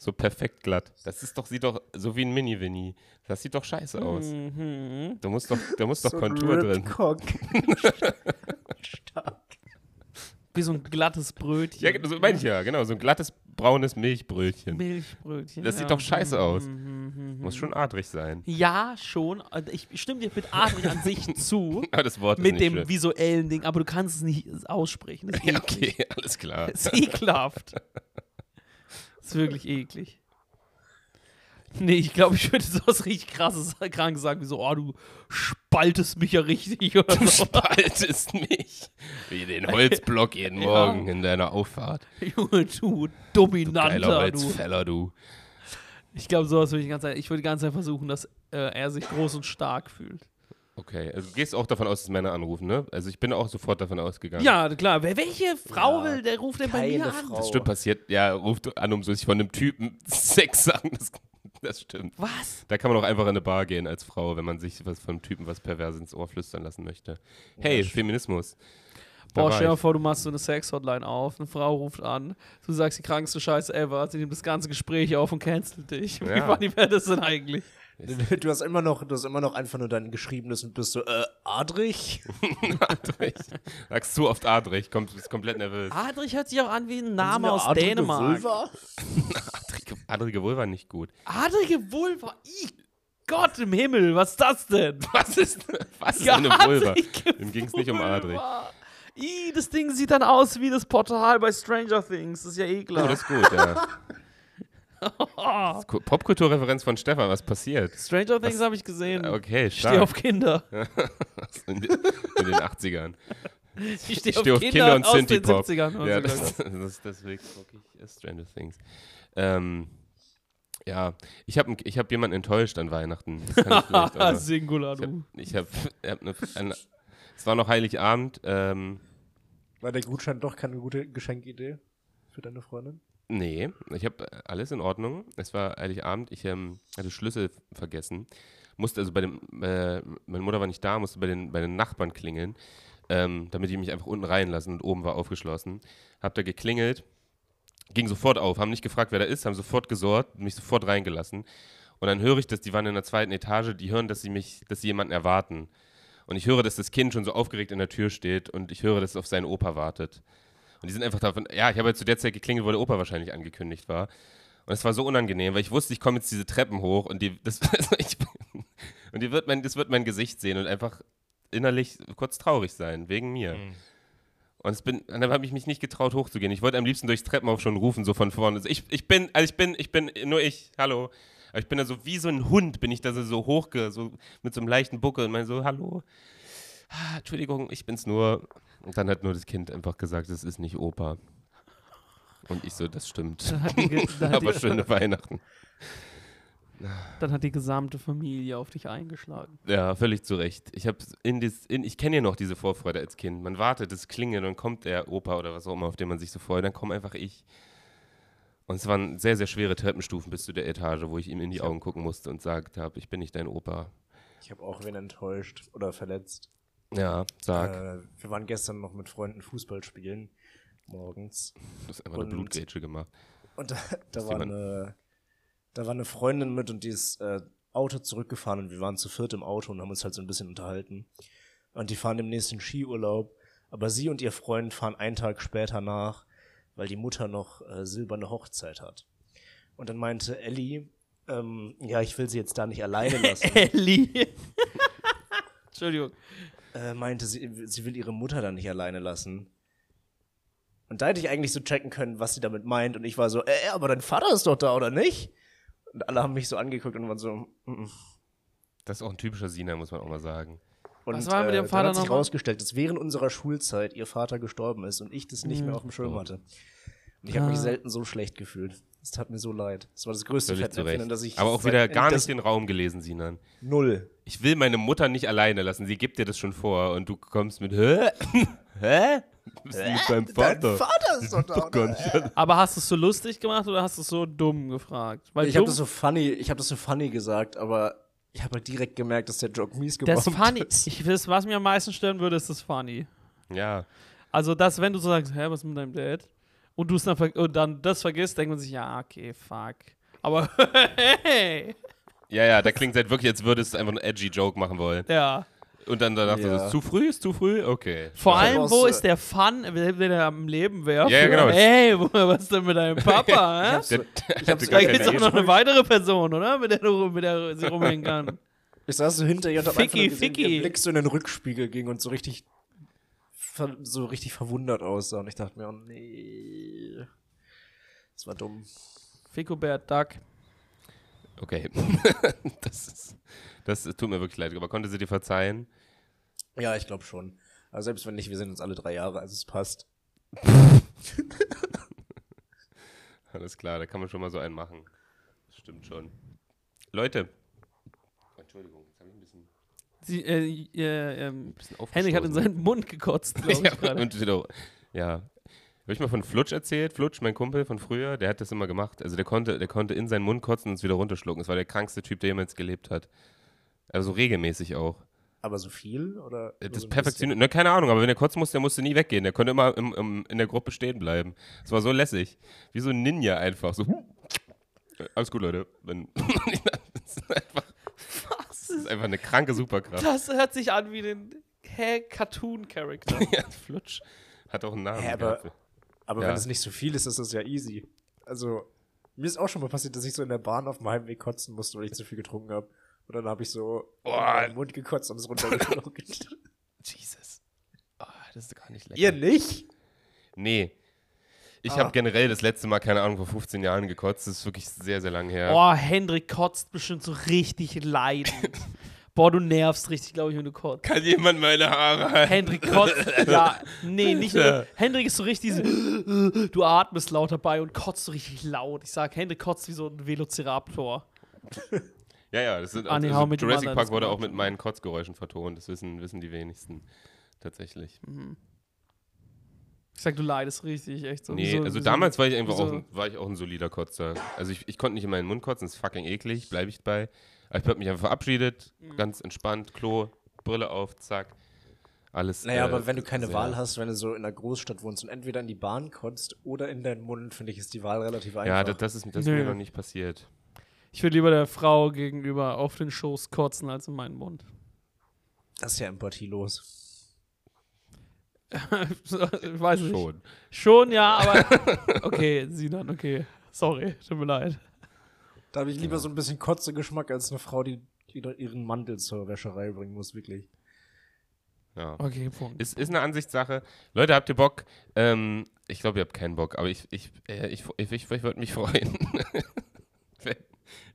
[SPEAKER 1] So perfekt glatt. Das ist doch, sieht doch so wie ein Mini-Winnie. Das sieht doch scheiße aus.
[SPEAKER 3] Mhm.
[SPEAKER 1] Da muss doch, da muss doch
[SPEAKER 2] So ein
[SPEAKER 1] Kontur drin.
[SPEAKER 2] Ripcock. Stark.
[SPEAKER 3] Wie so ein glattes Brötchen.
[SPEAKER 1] Ja, so meine ich ja, genau. So ein glattes, braunes Milchbrötchen.
[SPEAKER 3] Milchbrötchen.
[SPEAKER 1] Das sieht
[SPEAKER 3] ja.
[SPEAKER 1] doch scheiße aus.
[SPEAKER 3] Mhm,
[SPEAKER 1] Muss schon adrig sein.
[SPEAKER 3] Ja, schon. Also Ich stimme dir mit Adrich an sich zu.
[SPEAKER 1] Aber das Wort ist
[SPEAKER 3] Mit
[SPEAKER 1] nicht
[SPEAKER 3] dem
[SPEAKER 1] schön.
[SPEAKER 3] visuellen Ding, aber du kannst es nicht aussprechen. Das ist
[SPEAKER 1] Ja,
[SPEAKER 3] eklig.
[SPEAKER 1] okay, alles klar.
[SPEAKER 3] Das Hm. ist ekelhaft. Das ist wirklich eklig. Nee, ich glaube, ich würde sowas richtig krasses, krank sagen, wie so, oh, du spaltest mich ja richtig oder so.
[SPEAKER 1] spaltest mich wie den Holzblock jeden
[SPEAKER 3] Ja.
[SPEAKER 1] Morgen in deiner Auffahrt.
[SPEAKER 3] Junge, du
[SPEAKER 1] Geiler
[SPEAKER 3] Dominanter, du.
[SPEAKER 1] Holzfäller, du.
[SPEAKER 3] Ich glaube, sowas würde ich ganz Ich würde ganz einfach versuchen, dass äh, er sich groß und stark fühlt.
[SPEAKER 1] Okay, also du gehst auch davon aus, dass Männer anrufen, ne? Also ich bin auch sofort davon ausgegangen.
[SPEAKER 3] Ja, klar. Wer, welche
[SPEAKER 2] Ja,
[SPEAKER 3] Frau will, der ruft denn bei
[SPEAKER 2] keine
[SPEAKER 3] mir an?
[SPEAKER 2] Frau.
[SPEAKER 1] Das stimmt, passiert. Ja, ruft an, um so sich von einem Typen Sex sagen. Das, das stimmt.
[SPEAKER 3] Was?
[SPEAKER 1] Da kann man auch einfach in eine Bar gehen als Frau, wenn man sich was von einem Typen was pervers ins Ohr flüstern lassen möchte. Hey, Feminismus. Da
[SPEAKER 3] Boah,
[SPEAKER 1] war
[SPEAKER 3] stell dir mal
[SPEAKER 1] ich.
[SPEAKER 3] vor, du machst so eine Sex-Hotline auf, eine Frau ruft an, du sagst die krankste Scheiße ever, sie nimmt das ganze Gespräch auf und cancelt dich. Wie
[SPEAKER 1] Ja.
[SPEAKER 3] funny wäre das denn eigentlich?
[SPEAKER 2] Du hast immer noch, du hast immer noch einfach nur dein geschriebenes und bist so, äh, Adrich?
[SPEAKER 1] Adrich. Sagst zu oft Adrich, kommst bist komplett nervös.
[SPEAKER 3] Adrich hört sich auch an wie ein
[SPEAKER 2] Sind
[SPEAKER 3] Name
[SPEAKER 2] wir
[SPEAKER 3] aus
[SPEAKER 2] adrige
[SPEAKER 3] Dänemark.
[SPEAKER 2] Vulva?
[SPEAKER 1] Adrige, Adrige Vulva nicht gut.
[SPEAKER 3] Adrige Vulva. I Gott im Himmel, was ist das denn?
[SPEAKER 1] Was ist, was ist
[SPEAKER 3] Ja,
[SPEAKER 1] eine Vulva?
[SPEAKER 3] adrige
[SPEAKER 1] Ihm ging es nicht um
[SPEAKER 3] Vulva.
[SPEAKER 1] Adrich.
[SPEAKER 3] I, das Ding sieht dann aus wie das Portal bei Stranger Things. Das ist ja
[SPEAKER 1] Oh,
[SPEAKER 3] ekelhaft.
[SPEAKER 1] das ist gut, ja. Das ist cool. Popkulturreferenz von Stefan, was passiert?
[SPEAKER 3] Stranger Things habe ich gesehen.
[SPEAKER 1] Okay,
[SPEAKER 3] Hm. Ich stehe
[SPEAKER 1] stark.
[SPEAKER 3] auf Kinder.
[SPEAKER 1] In, den- in den 80ern.
[SPEAKER 3] Ich stehe
[SPEAKER 1] Ich stehe auf Kinder und
[SPEAKER 3] aus den also
[SPEAKER 1] Synthie-Pop.
[SPEAKER 3] 70ern. oder
[SPEAKER 1] Ja,
[SPEAKER 3] so, glaub
[SPEAKER 1] das, das, deswegen gucke ich äh, Stranger Things. Ähm, ja, ich habe ich hab jemanden enttäuscht an Weihnachten. Das kann ich vielleicht auch
[SPEAKER 3] Ah,
[SPEAKER 1] noch-
[SPEAKER 3] Singular,
[SPEAKER 1] ich habe
[SPEAKER 3] du.
[SPEAKER 1] ich hab, ich hab eine, eine, Es war noch Heiligabend. Ähm,
[SPEAKER 2] War der Gutschein doch keine gute Geschenkidee für deine Freundin?
[SPEAKER 1] Nee, ich habe alles in Ordnung. Es war Heiligabend, ich ähm, hatte Schlüssel vergessen. Musste also bei dem, äh, meine Mutter war nicht da, musste bei den, bei den Nachbarn klingeln, ähm, damit die mich einfach unten reinlassen und oben war aufgeschlossen. Hab da geklingelt, ging sofort auf, haben nicht gefragt, wer da ist, haben sofort gesorgt, mich sofort reingelassen. Und dann höre ich, dass die waren in der zweiten Etage, die hören, dass sie mich, dass sie jemanden erwarten. Und ich höre, dass das Kind schon so aufgeregt in der Tür steht und ich höre, dass es auf seinen Opa wartet. Und die sind einfach davon, ja, ich habe halt zu der Zeit geklingelt, wo der Opa wahrscheinlich angekündigt war. Und es war so unangenehm, weil ich wusste, ich komme jetzt diese Treppen hoch und die, das, ich, und die wird mein, das wird mein Gesicht sehen und einfach innerlich kurz traurig sein, wegen mir. Und, es bin, und dann habe ich mich nicht getraut, hochzugehen. Ich wollte am liebsten durchs Treppenhaus schon rufen, so von vorne. Also ich, ich bin, also ich bin, ich bin, nur ich, hallo. Aber ich bin da so wie so ein Hund, bin ich da so, so hochge, so mit so einem leichten Buckel und meine so, hallo. Ah, Entschuldigung, ich bin's nur. Und dann hat nur das Kind einfach gesagt, es ist nicht Opa. Und ich so, das stimmt.
[SPEAKER 3] Dann hat die ge- dann hat
[SPEAKER 1] Aber
[SPEAKER 3] die-
[SPEAKER 1] schöne Weihnachten.
[SPEAKER 3] Dann hat die gesamte Familie auf dich eingeschlagen.
[SPEAKER 1] Ja, völlig zu Recht. Ich habe in dies, in, ich kenne ja noch diese Vorfreude als Kind. Man wartet, es klingelt, dann kommt der Opa oder was auch immer, auf den man sich so freut, dann komme einfach ich. Und es waren sehr, sehr schwere Treppenstufen bis zu der Etage, wo ich ihm in die Augen gucken musste und sagte habe, ich bin nicht dein Opa.
[SPEAKER 2] Ich habe auch wen enttäuscht oder verletzt.
[SPEAKER 1] Ja, sag.
[SPEAKER 2] Äh, wir waren gestern noch mit Freunden Fußball spielen. Morgens.
[SPEAKER 1] du hast einfach eine
[SPEAKER 2] und-
[SPEAKER 1] Blutgrätsche gemacht.
[SPEAKER 2] Und da, da
[SPEAKER 1] Ist
[SPEAKER 2] war
[SPEAKER 1] jemand-
[SPEAKER 2] eine, Da war eine Freundin mit und die ist äh, Auto zurückgefahren und wir waren zu viert im Auto und haben uns halt so ein bisschen unterhalten. Und die fahren demnächst in Skiurlaub, aber sie und ihr Freund fahren einen Tag später nach, weil die Mutter noch äh, silberne Hochzeit hat. Und dann meinte Ellie, ähm, ja, ich will sie jetzt da nicht alleine lassen.
[SPEAKER 3] Ellie. Entschuldigung.
[SPEAKER 2] äh, meinte, sie, sie will ihre Mutter dann nicht alleine lassen. Und da hätte ich eigentlich so checken können, was sie damit meint. Und ich war so, äh, aber dein Vater ist doch da, oder nicht? Und alle haben mich so angeguckt und waren so, mm -mm.
[SPEAKER 1] Das ist auch ein typischer Sina, muss man auch mal sagen.
[SPEAKER 2] und äh,
[SPEAKER 3] Was war mit dem
[SPEAKER 2] dann
[SPEAKER 3] Vater
[SPEAKER 2] hat sich
[SPEAKER 3] nochmal?
[SPEAKER 2] rausgestellt, dass während unserer Schulzeit ihr Vater gestorben ist und ich das nicht mehr auf dem
[SPEAKER 1] Oh.
[SPEAKER 2] Schirm hatte. Und ich habe mich
[SPEAKER 3] Mhm. Ah.
[SPEAKER 2] selten so schlecht gefühlt. Es tat mir so leid. Es war das größte
[SPEAKER 1] Völlig zu
[SPEAKER 2] Fettnäpfchen,
[SPEAKER 1] Recht.
[SPEAKER 2] halt in das ich
[SPEAKER 1] Aber auch
[SPEAKER 2] seit-
[SPEAKER 1] wieder gar
[SPEAKER 2] in das
[SPEAKER 1] nicht den Raum gelesen, Sinan.
[SPEAKER 2] Null.
[SPEAKER 1] Ich will meine Mutter nicht alleine lassen. Sie gibt dir das schon vor und du kommst mit Hä? Hä? Du bist nicht beim Vater. Oh
[SPEAKER 2] Vater ist doch da,
[SPEAKER 1] Doch gar nicht.
[SPEAKER 3] Aber hast du es so lustig gemacht oder hast du es so dumm gefragt? Weil
[SPEAKER 2] Ich
[SPEAKER 3] dumm,
[SPEAKER 2] habe das so funny, ich habe das so funny gesagt, aber ich habe halt direkt gemerkt, dass der Joke mies
[SPEAKER 3] das
[SPEAKER 2] gebombt
[SPEAKER 3] funny.
[SPEAKER 2] ist.
[SPEAKER 3] Ich, das, was mir am meisten stören würde, ist das funny.
[SPEAKER 1] Ja.
[SPEAKER 3] Also das, wenn du so sagst, hä, was ist mit deinem Dad? Und du es dann, ver und dann das vergisst, denkt man sich, ja, okay, fuck. Aber hey,
[SPEAKER 1] Ja, ja, da klingt es halt wirklich, als würdest du einfach einen edgy Joke machen wollen.
[SPEAKER 3] ja.
[SPEAKER 1] Und dann danach so,
[SPEAKER 2] Ja.
[SPEAKER 1] ist zu früh, ist zu früh? Okay.
[SPEAKER 3] Vor
[SPEAKER 2] Ich hab
[SPEAKER 3] allem,
[SPEAKER 2] auch
[SPEAKER 3] wo
[SPEAKER 2] so-
[SPEAKER 3] ist der Fun, wenn er am Leben wäre?
[SPEAKER 1] Ja, ja, genau.
[SPEAKER 3] Hey, wo- was ist denn mit deinem Papa? hä?
[SPEAKER 1] Der,
[SPEAKER 2] ich hab's-
[SPEAKER 1] hatte
[SPEAKER 3] Da
[SPEAKER 1] gar
[SPEAKER 2] ich
[SPEAKER 3] gibt es
[SPEAKER 1] keine
[SPEAKER 3] auch
[SPEAKER 1] Idee.
[SPEAKER 3] noch eine weitere Person, oder? Mit der du mit der sie rumhängen kann.
[SPEAKER 2] Ich saß so hinter ihr und hab
[SPEAKER 3] Ficky,
[SPEAKER 2] einfach nur gesehen, wie
[SPEAKER 3] Ficky.
[SPEAKER 2] ihr Blick so in den Rückspiegel ging und so richtig ver so richtig verwundert aussah. Und ich dachte mir, oh nee. Das war dumm.
[SPEAKER 3] Ficobert Duck.
[SPEAKER 1] Okay. das, ist, das tut mir wirklich leid, aber konnte sie dir verzeihen?
[SPEAKER 2] Ja, ich glaube schon. Aber selbst wenn nicht, wir sind uns alle drei Jahre, also es passt.
[SPEAKER 1] Alles klar, da kann man schon mal so einen machen. Das stimmt schon. Leute. Entschuldigung, jetzt habe ich ein bisschen,
[SPEAKER 3] Sie, äh, äh, ähm,
[SPEAKER 1] bisschen
[SPEAKER 3] Henrik hat in
[SPEAKER 1] aufgestoßen.
[SPEAKER 3] seinen Mund gekotzt, glaube ich,
[SPEAKER 1] ja,
[SPEAKER 3] gerade.
[SPEAKER 1] und wieder, ja. Habe ich mal von Flutsch erzählt? Flutsch, mein Kumpel von früher, der hat das immer gemacht. Also der konnte, der konnte in seinen Mund kotzen und es wieder runterschlucken. Das war der krankste Typ, der jemals gelebt hat. Also regelmäßig auch.
[SPEAKER 2] Aber so viel? Oder
[SPEAKER 1] Äh,
[SPEAKER 2] nur
[SPEAKER 1] Das
[SPEAKER 2] so ein
[SPEAKER 1] Perfektion, ne, keine Ahnung, aber wenn er kotzen musste, der musste nie weggehen. Der konnte immer im, im, in der Gruppe stehen bleiben. Es war so lässig. Wie so ein Ninja einfach. So, äh, alles gut, Leute. Wenn, das, ist einfach, das ist einfach eine kranke Superkraft.
[SPEAKER 3] Das hört sich an wie den hä, Cartoon-Charakter.
[SPEAKER 1] Ja, Flutsch hat auch einen Namen.
[SPEAKER 2] Hä, aber-
[SPEAKER 1] gehabt.
[SPEAKER 2] bisschen? Aber
[SPEAKER 1] Ja.
[SPEAKER 2] wenn es nicht so viel ist, ist das ja easy. Also, mir ist auch schon mal passiert, dass ich so in der Bahn auf dem Heimweg kotzen musste, weil ich zu viel getrunken habe. Und dann habe ich so in
[SPEAKER 1] Boah.
[SPEAKER 2] den Mund gekotzt und es runtergeschluckt.
[SPEAKER 1] Jesus. Ah, das ist gar nicht lecker.
[SPEAKER 2] Ihr nicht?
[SPEAKER 1] Nee. Ich habe generell das letzte Mal, keine Ahnung, vor 15 Jahren gekotzt. Das ist wirklich sehr, sehr lange her.
[SPEAKER 3] Boah, Henrik kotzt bestimmt so richtig leidend. Boah, du nervst richtig, glaube ich, wenn du kotzt.
[SPEAKER 1] Kann jemand meine Haare halten?
[SPEAKER 3] Henrik kotzt, ja, nee, nicht nur. Henrik ist so richtig, so, du atmest laut dabei und kotzt so richtig laut. Ich sag, Henrik kotzt wie so ein Velociraptor.
[SPEAKER 1] Ja, ja, das sind
[SPEAKER 3] Ah, nee,
[SPEAKER 1] also
[SPEAKER 3] How I Met Your
[SPEAKER 1] Jurassic
[SPEAKER 3] Mother,
[SPEAKER 1] Park
[SPEAKER 3] das
[SPEAKER 1] wurde
[SPEAKER 3] gemacht.
[SPEAKER 1] auch mit meinen Kotzgeräuschen vertont. Das wissen, wissen die wenigsten tatsächlich.
[SPEAKER 3] Ich sag, du leidest richtig, echt so.
[SPEAKER 1] nee,
[SPEAKER 3] Wie so-
[SPEAKER 1] also
[SPEAKER 3] wie so-
[SPEAKER 1] damals war ich einfach
[SPEAKER 3] wieso?
[SPEAKER 1] auch, ein- war ich auch ein solider Kotzer. Also ich, ich konnte nicht in meinen Mund kotzen, ist fucking eklig, bleibe ich bei. Aber ich habe mich einfach verabschiedet, ganz entspannt, Klo, Brille auf, zack. Alles.
[SPEAKER 2] Naja,
[SPEAKER 1] äh,
[SPEAKER 2] aber wenn du keine
[SPEAKER 1] sehr-
[SPEAKER 2] Wahl hast, wenn du so in einer Großstadt wohnst und entweder in die Bahn kotzt oder in deinen Mund, finde ich, ist die Wahl relativ einfach.
[SPEAKER 1] Ja, das, das ist, das ist mir
[SPEAKER 3] Nö.
[SPEAKER 1] noch nicht passiert.
[SPEAKER 3] Ich würde lieber der Frau gegenüber auf den Schoß kotzen als in meinen Mund.
[SPEAKER 2] Das ist ja empathielos.
[SPEAKER 3] ich weiß nicht.
[SPEAKER 1] Schon.
[SPEAKER 3] Schon, ja, aber. Okay, Sinan, okay. Sorry, tut mir leid.
[SPEAKER 2] Da habe ich
[SPEAKER 1] Genau.
[SPEAKER 2] lieber so ein bisschen kotze Geschmack als eine Frau, die wieder ihren Mantel zur Wäscherei bringen muss, wirklich.
[SPEAKER 1] Ja.
[SPEAKER 3] Okay, Punkt.
[SPEAKER 1] Ist, ist eine Ansichtssache. Leute, habt ihr Bock? Ähm, ich glaube, ihr habt keinen Bock, aber ich, ich, äh, ich, ich, ich, ich würde mich freuen.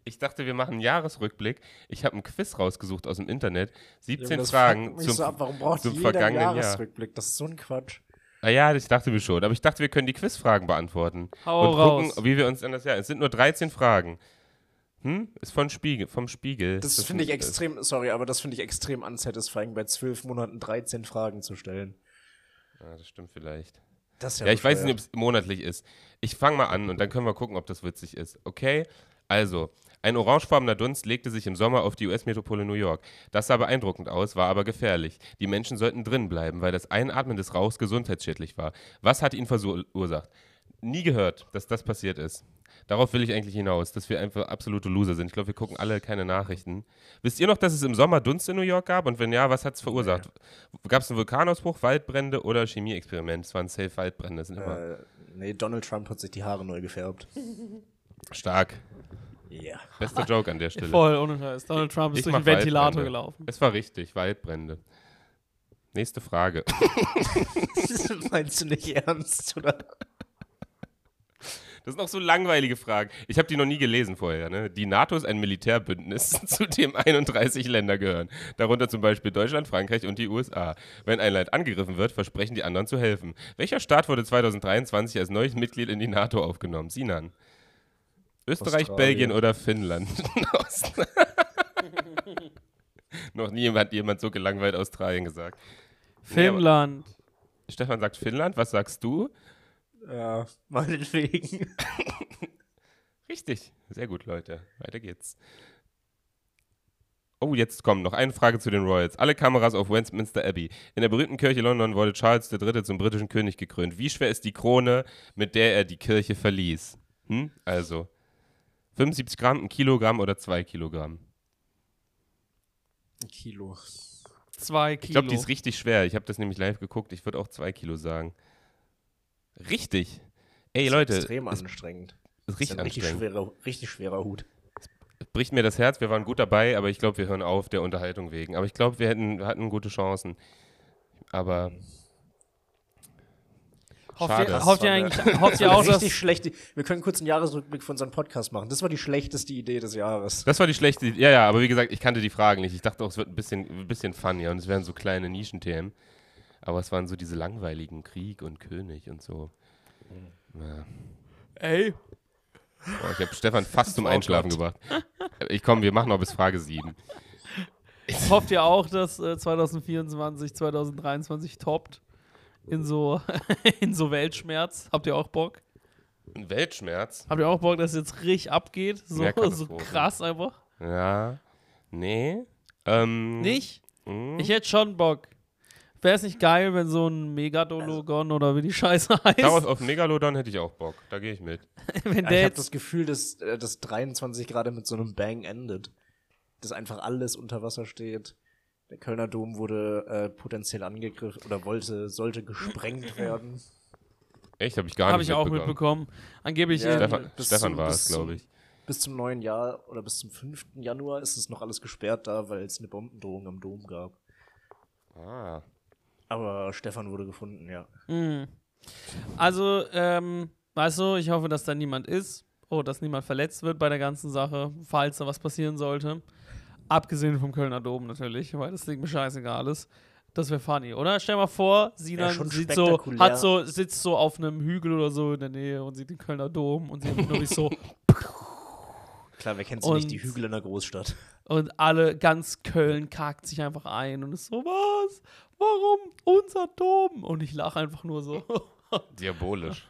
[SPEAKER 1] ich dachte, wir machen einen Jahresrückblick. Ich habe einen Quiz rausgesucht aus dem Internet. 17
[SPEAKER 2] das
[SPEAKER 1] Fragen
[SPEAKER 2] fuckt mich
[SPEAKER 1] zum,
[SPEAKER 2] so ab. Warum braucht
[SPEAKER 1] zum
[SPEAKER 2] jeder einen
[SPEAKER 1] vergangenen Jahr.
[SPEAKER 2] Jahresrückblick? Das ist so ein Quatsch.
[SPEAKER 1] Ah ja, ich dachte mir schon. Aber ich dachte, wir können die Quizfragen beantworten.
[SPEAKER 3] Hau
[SPEAKER 1] und
[SPEAKER 3] raus.
[SPEAKER 1] gucken, wie wir uns an das Jahr. Es sind nur 13 Fragen. Hm? Ist von Spiegel, vom Spiegel.
[SPEAKER 2] Das, finde ich
[SPEAKER 1] ist-
[SPEAKER 2] extrem, sorry, aber das finde ich extrem unsatisfying, bei zwölf Monaten 13 Fragen zu stellen.
[SPEAKER 1] Ja, das stimmt vielleicht.
[SPEAKER 2] Das ist ja,
[SPEAKER 1] Ja, ich weiß nicht, ob
[SPEAKER 2] bescheuert.
[SPEAKER 1] es monatlich ist. Ich fange mal an und dann können wir gucken, ob das witzig ist. Okay? Also, ein orangefarbener Dunst legte sich im Sommer auf die US-Metropole New York. Das sah beeindruckend aus, war aber gefährlich. Die Menschen sollten drin bleiben, weil das Einatmen des Rauchs gesundheitsschädlich war. Was hat ihn verursacht? Nie gehört, dass das passiert ist. Darauf will ich eigentlich hinaus, dass wir einfach absolute Loser sind. Ich glaube, wir gucken alle keine Nachrichten. Wisst ihr noch, dass es im Sommer Dunst in New York gab? Und wenn ja, was hat es verursacht? Gab es einen Vulkanausbruch, Waldbrände oder Chemieexperiment? Es waren safe Waldbrände, das sind immer
[SPEAKER 2] Äh, nee, Donald Trump hat sich die Haare neu gefärbt.
[SPEAKER 1] stark.
[SPEAKER 2] Ja.
[SPEAKER 1] Bester Joke an der Stelle.
[SPEAKER 3] Voll, ohne Scheiß. Donald Trump ist
[SPEAKER 1] Ich
[SPEAKER 3] durch
[SPEAKER 1] mach ne?
[SPEAKER 3] den Ventilator
[SPEAKER 1] Waldbrände.
[SPEAKER 3] gelaufen.
[SPEAKER 1] Es war richtig, Waldbrände. Nächste Frage.
[SPEAKER 2] Meinst du nicht ernst, oder?
[SPEAKER 1] Das sind auch so langweilige Fragen. Ich habe die noch nie gelesen vorher. Ne? Die NATO ist ein Militärbündnis, zu dem 31 Länder gehören. Darunter zum Beispiel Deutschland, Frankreich und die USA. Wenn ein Land angegriffen wird, versprechen die anderen zu helfen. Welcher Staat wurde 2023 als neues Mitglied in die NATO aufgenommen? Sinan. Österreich,
[SPEAKER 2] Australien.
[SPEAKER 1] Belgien oder Finnland? Aus- noch nie hat jemand so gelangweilt Australien gesagt. Nee, aber-
[SPEAKER 3] Finnland.
[SPEAKER 1] Stefan sagt Finnland, was sagst du?
[SPEAKER 2] Ja, meinetwegen.
[SPEAKER 1] Richtig. Sehr gut, Leute. Weiter geht's. Oh, jetzt kommt noch eine Frage zu den Royals. Alle Kameras auf Westminster Abbey. In der berühmten Kirche London wurde Charles III. zum britischen König gekrönt. Wie schwer ist die Krone, mit der er die Kirche verließ? Hm? Also, 75 Gramm, ein Kilogramm oder zwei Kilogramm?
[SPEAKER 2] Ein Kilo.
[SPEAKER 3] Zwei Kilo.
[SPEAKER 1] Ich glaube, die ist richtig schwer. Ich habe das nämlich live geguckt. Ich würde auch zwei Kilo sagen. Richtig. Ey, Leute, ist
[SPEAKER 2] Extrem anstrengend.
[SPEAKER 1] richtig
[SPEAKER 2] ein richtig
[SPEAKER 1] anstrengend.
[SPEAKER 2] schwerer, richtig schwerer Hut.
[SPEAKER 1] bricht mir das Herz. Wir waren gut dabei, aber ich glaube, wir hören auf der Unterhaltung wegen. Aber ich glaube, wir hätten, hatten gute Chancen. Aber
[SPEAKER 3] hofft,
[SPEAKER 1] schade.
[SPEAKER 3] ihr,
[SPEAKER 1] Das
[SPEAKER 3] hofft
[SPEAKER 2] war
[SPEAKER 3] ihr
[SPEAKER 2] eine-
[SPEAKER 3] eigentlich, hofft ihr
[SPEAKER 2] Ja,
[SPEAKER 3] auch, dass,
[SPEAKER 2] richtig schlechte. Wir können kurz einen Jahresrückblick von unserem Podcast machen. Das war die schlechteste Idee des Jahres.
[SPEAKER 1] das war die schlechte. Ja, ja, aber wie gesagt, ich kannte die Fragen nicht. Ich dachte auch, es wird ein bisschen, ein bisschen funnier und es wären so kleine Nischenthemen. Aber es waren so diese langweiligen Krieg und König und so. Ja.
[SPEAKER 3] ey,
[SPEAKER 1] Oh, ich habe Stefan fast zum Einschlafen gebracht. Ich komme, wir machen noch bis Frage 7.
[SPEAKER 3] hofft ihr auch, dass äh, 2024, 2023 toppt? In so, in so Weltschmerz. Habt ihr auch Bock?
[SPEAKER 1] Ein Weltschmerz?
[SPEAKER 3] Habt ihr auch Bock, dass es jetzt richtig abgeht? So,
[SPEAKER 1] Ja,
[SPEAKER 3] so
[SPEAKER 1] Katastrophe.
[SPEAKER 3] krass einfach.
[SPEAKER 1] Ja. Nee. Ähm,
[SPEAKER 3] Nicht?
[SPEAKER 1] mh.
[SPEAKER 3] Ich hätte schon Bock. Wäre es nicht geil, wenn so ein Megadologon oder wie die Scheiße heißt,
[SPEAKER 1] Darauf auf Megalodon hätte ich auch Bock. Da gehe ich mit.
[SPEAKER 2] Ja,
[SPEAKER 3] wenn der
[SPEAKER 2] Ah, ich habe
[SPEAKER 3] jetzt
[SPEAKER 2] das Gefühl, dass äh, das 23 gerade mit so einem Bang endet. Dass einfach alles unter Wasser steht. Der Kölner Dom wurde äh, potenziell angegriffen oder wollte, sollte gesprengt werden.
[SPEAKER 1] Echt, habe ich gar
[SPEAKER 3] Habe
[SPEAKER 1] nicht
[SPEAKER 3] ich auch
[SPEAKER 1] mitbekommen.
[SPEAKER 3] mitbekommen. Angeblich.
[SPEAKER 2] Ja,
[SPEAKER 3] in-
[SPEAKER 1] Stefan,
[SPEAKER 2] bis
[SPEAKER 1] Stefan
[SPEAKER 2] zum-
[SPEAKER 1] war
[SPEAKER 2] bis
[SPEAKER 1] es, glaube
[SPEAKER 2] zum-
[SPEAKER 1] ich.
[SPEAKER 2] Bis zum neuen Jahr oder bis zum 5. Januar ist es noch alles gesperrt da, weil es eine Bombendrohung am Dom gab.
[SPEAKER 1] Ah.
[SPEAKER 2] Aber Stefan wurde gefunden, ja.
[SPEAKER 3] Mm. Also, ähm, weißt du, ich hoffe, dass da niemand ist. Oh, dass niemand verletzt wird bei der ganzen Sache, falls da was passieren sollte. Abgesehen vom Kölner Dom natürlich, weil das Ding mir scheißegal ist. Das wäre funny, oder? Stell mal vor, Sinan
[SPEAKER 2] schon
[SPEAKER 3] sieht so,
[SPEAKER 2] spektakulär.
[SPEAKER 3] hat so, sitzt so auf einem Hügel oder so in der Nähe und sieht den Kölner Dom und sieht nur wie so
[SPEAKER 2] Klar, wer kennt sie
[SPEAKER 3] Und-
[SPEAKER 2] nicht, die Hügel in der Großstadt.
[SPEAKER 3] Und alle, ganz Köln kackt sich einfach ein und ist so, was? Warum unser Dom? Und ich lache einfach nur so,
[SPEAKER 1] Diabolisch.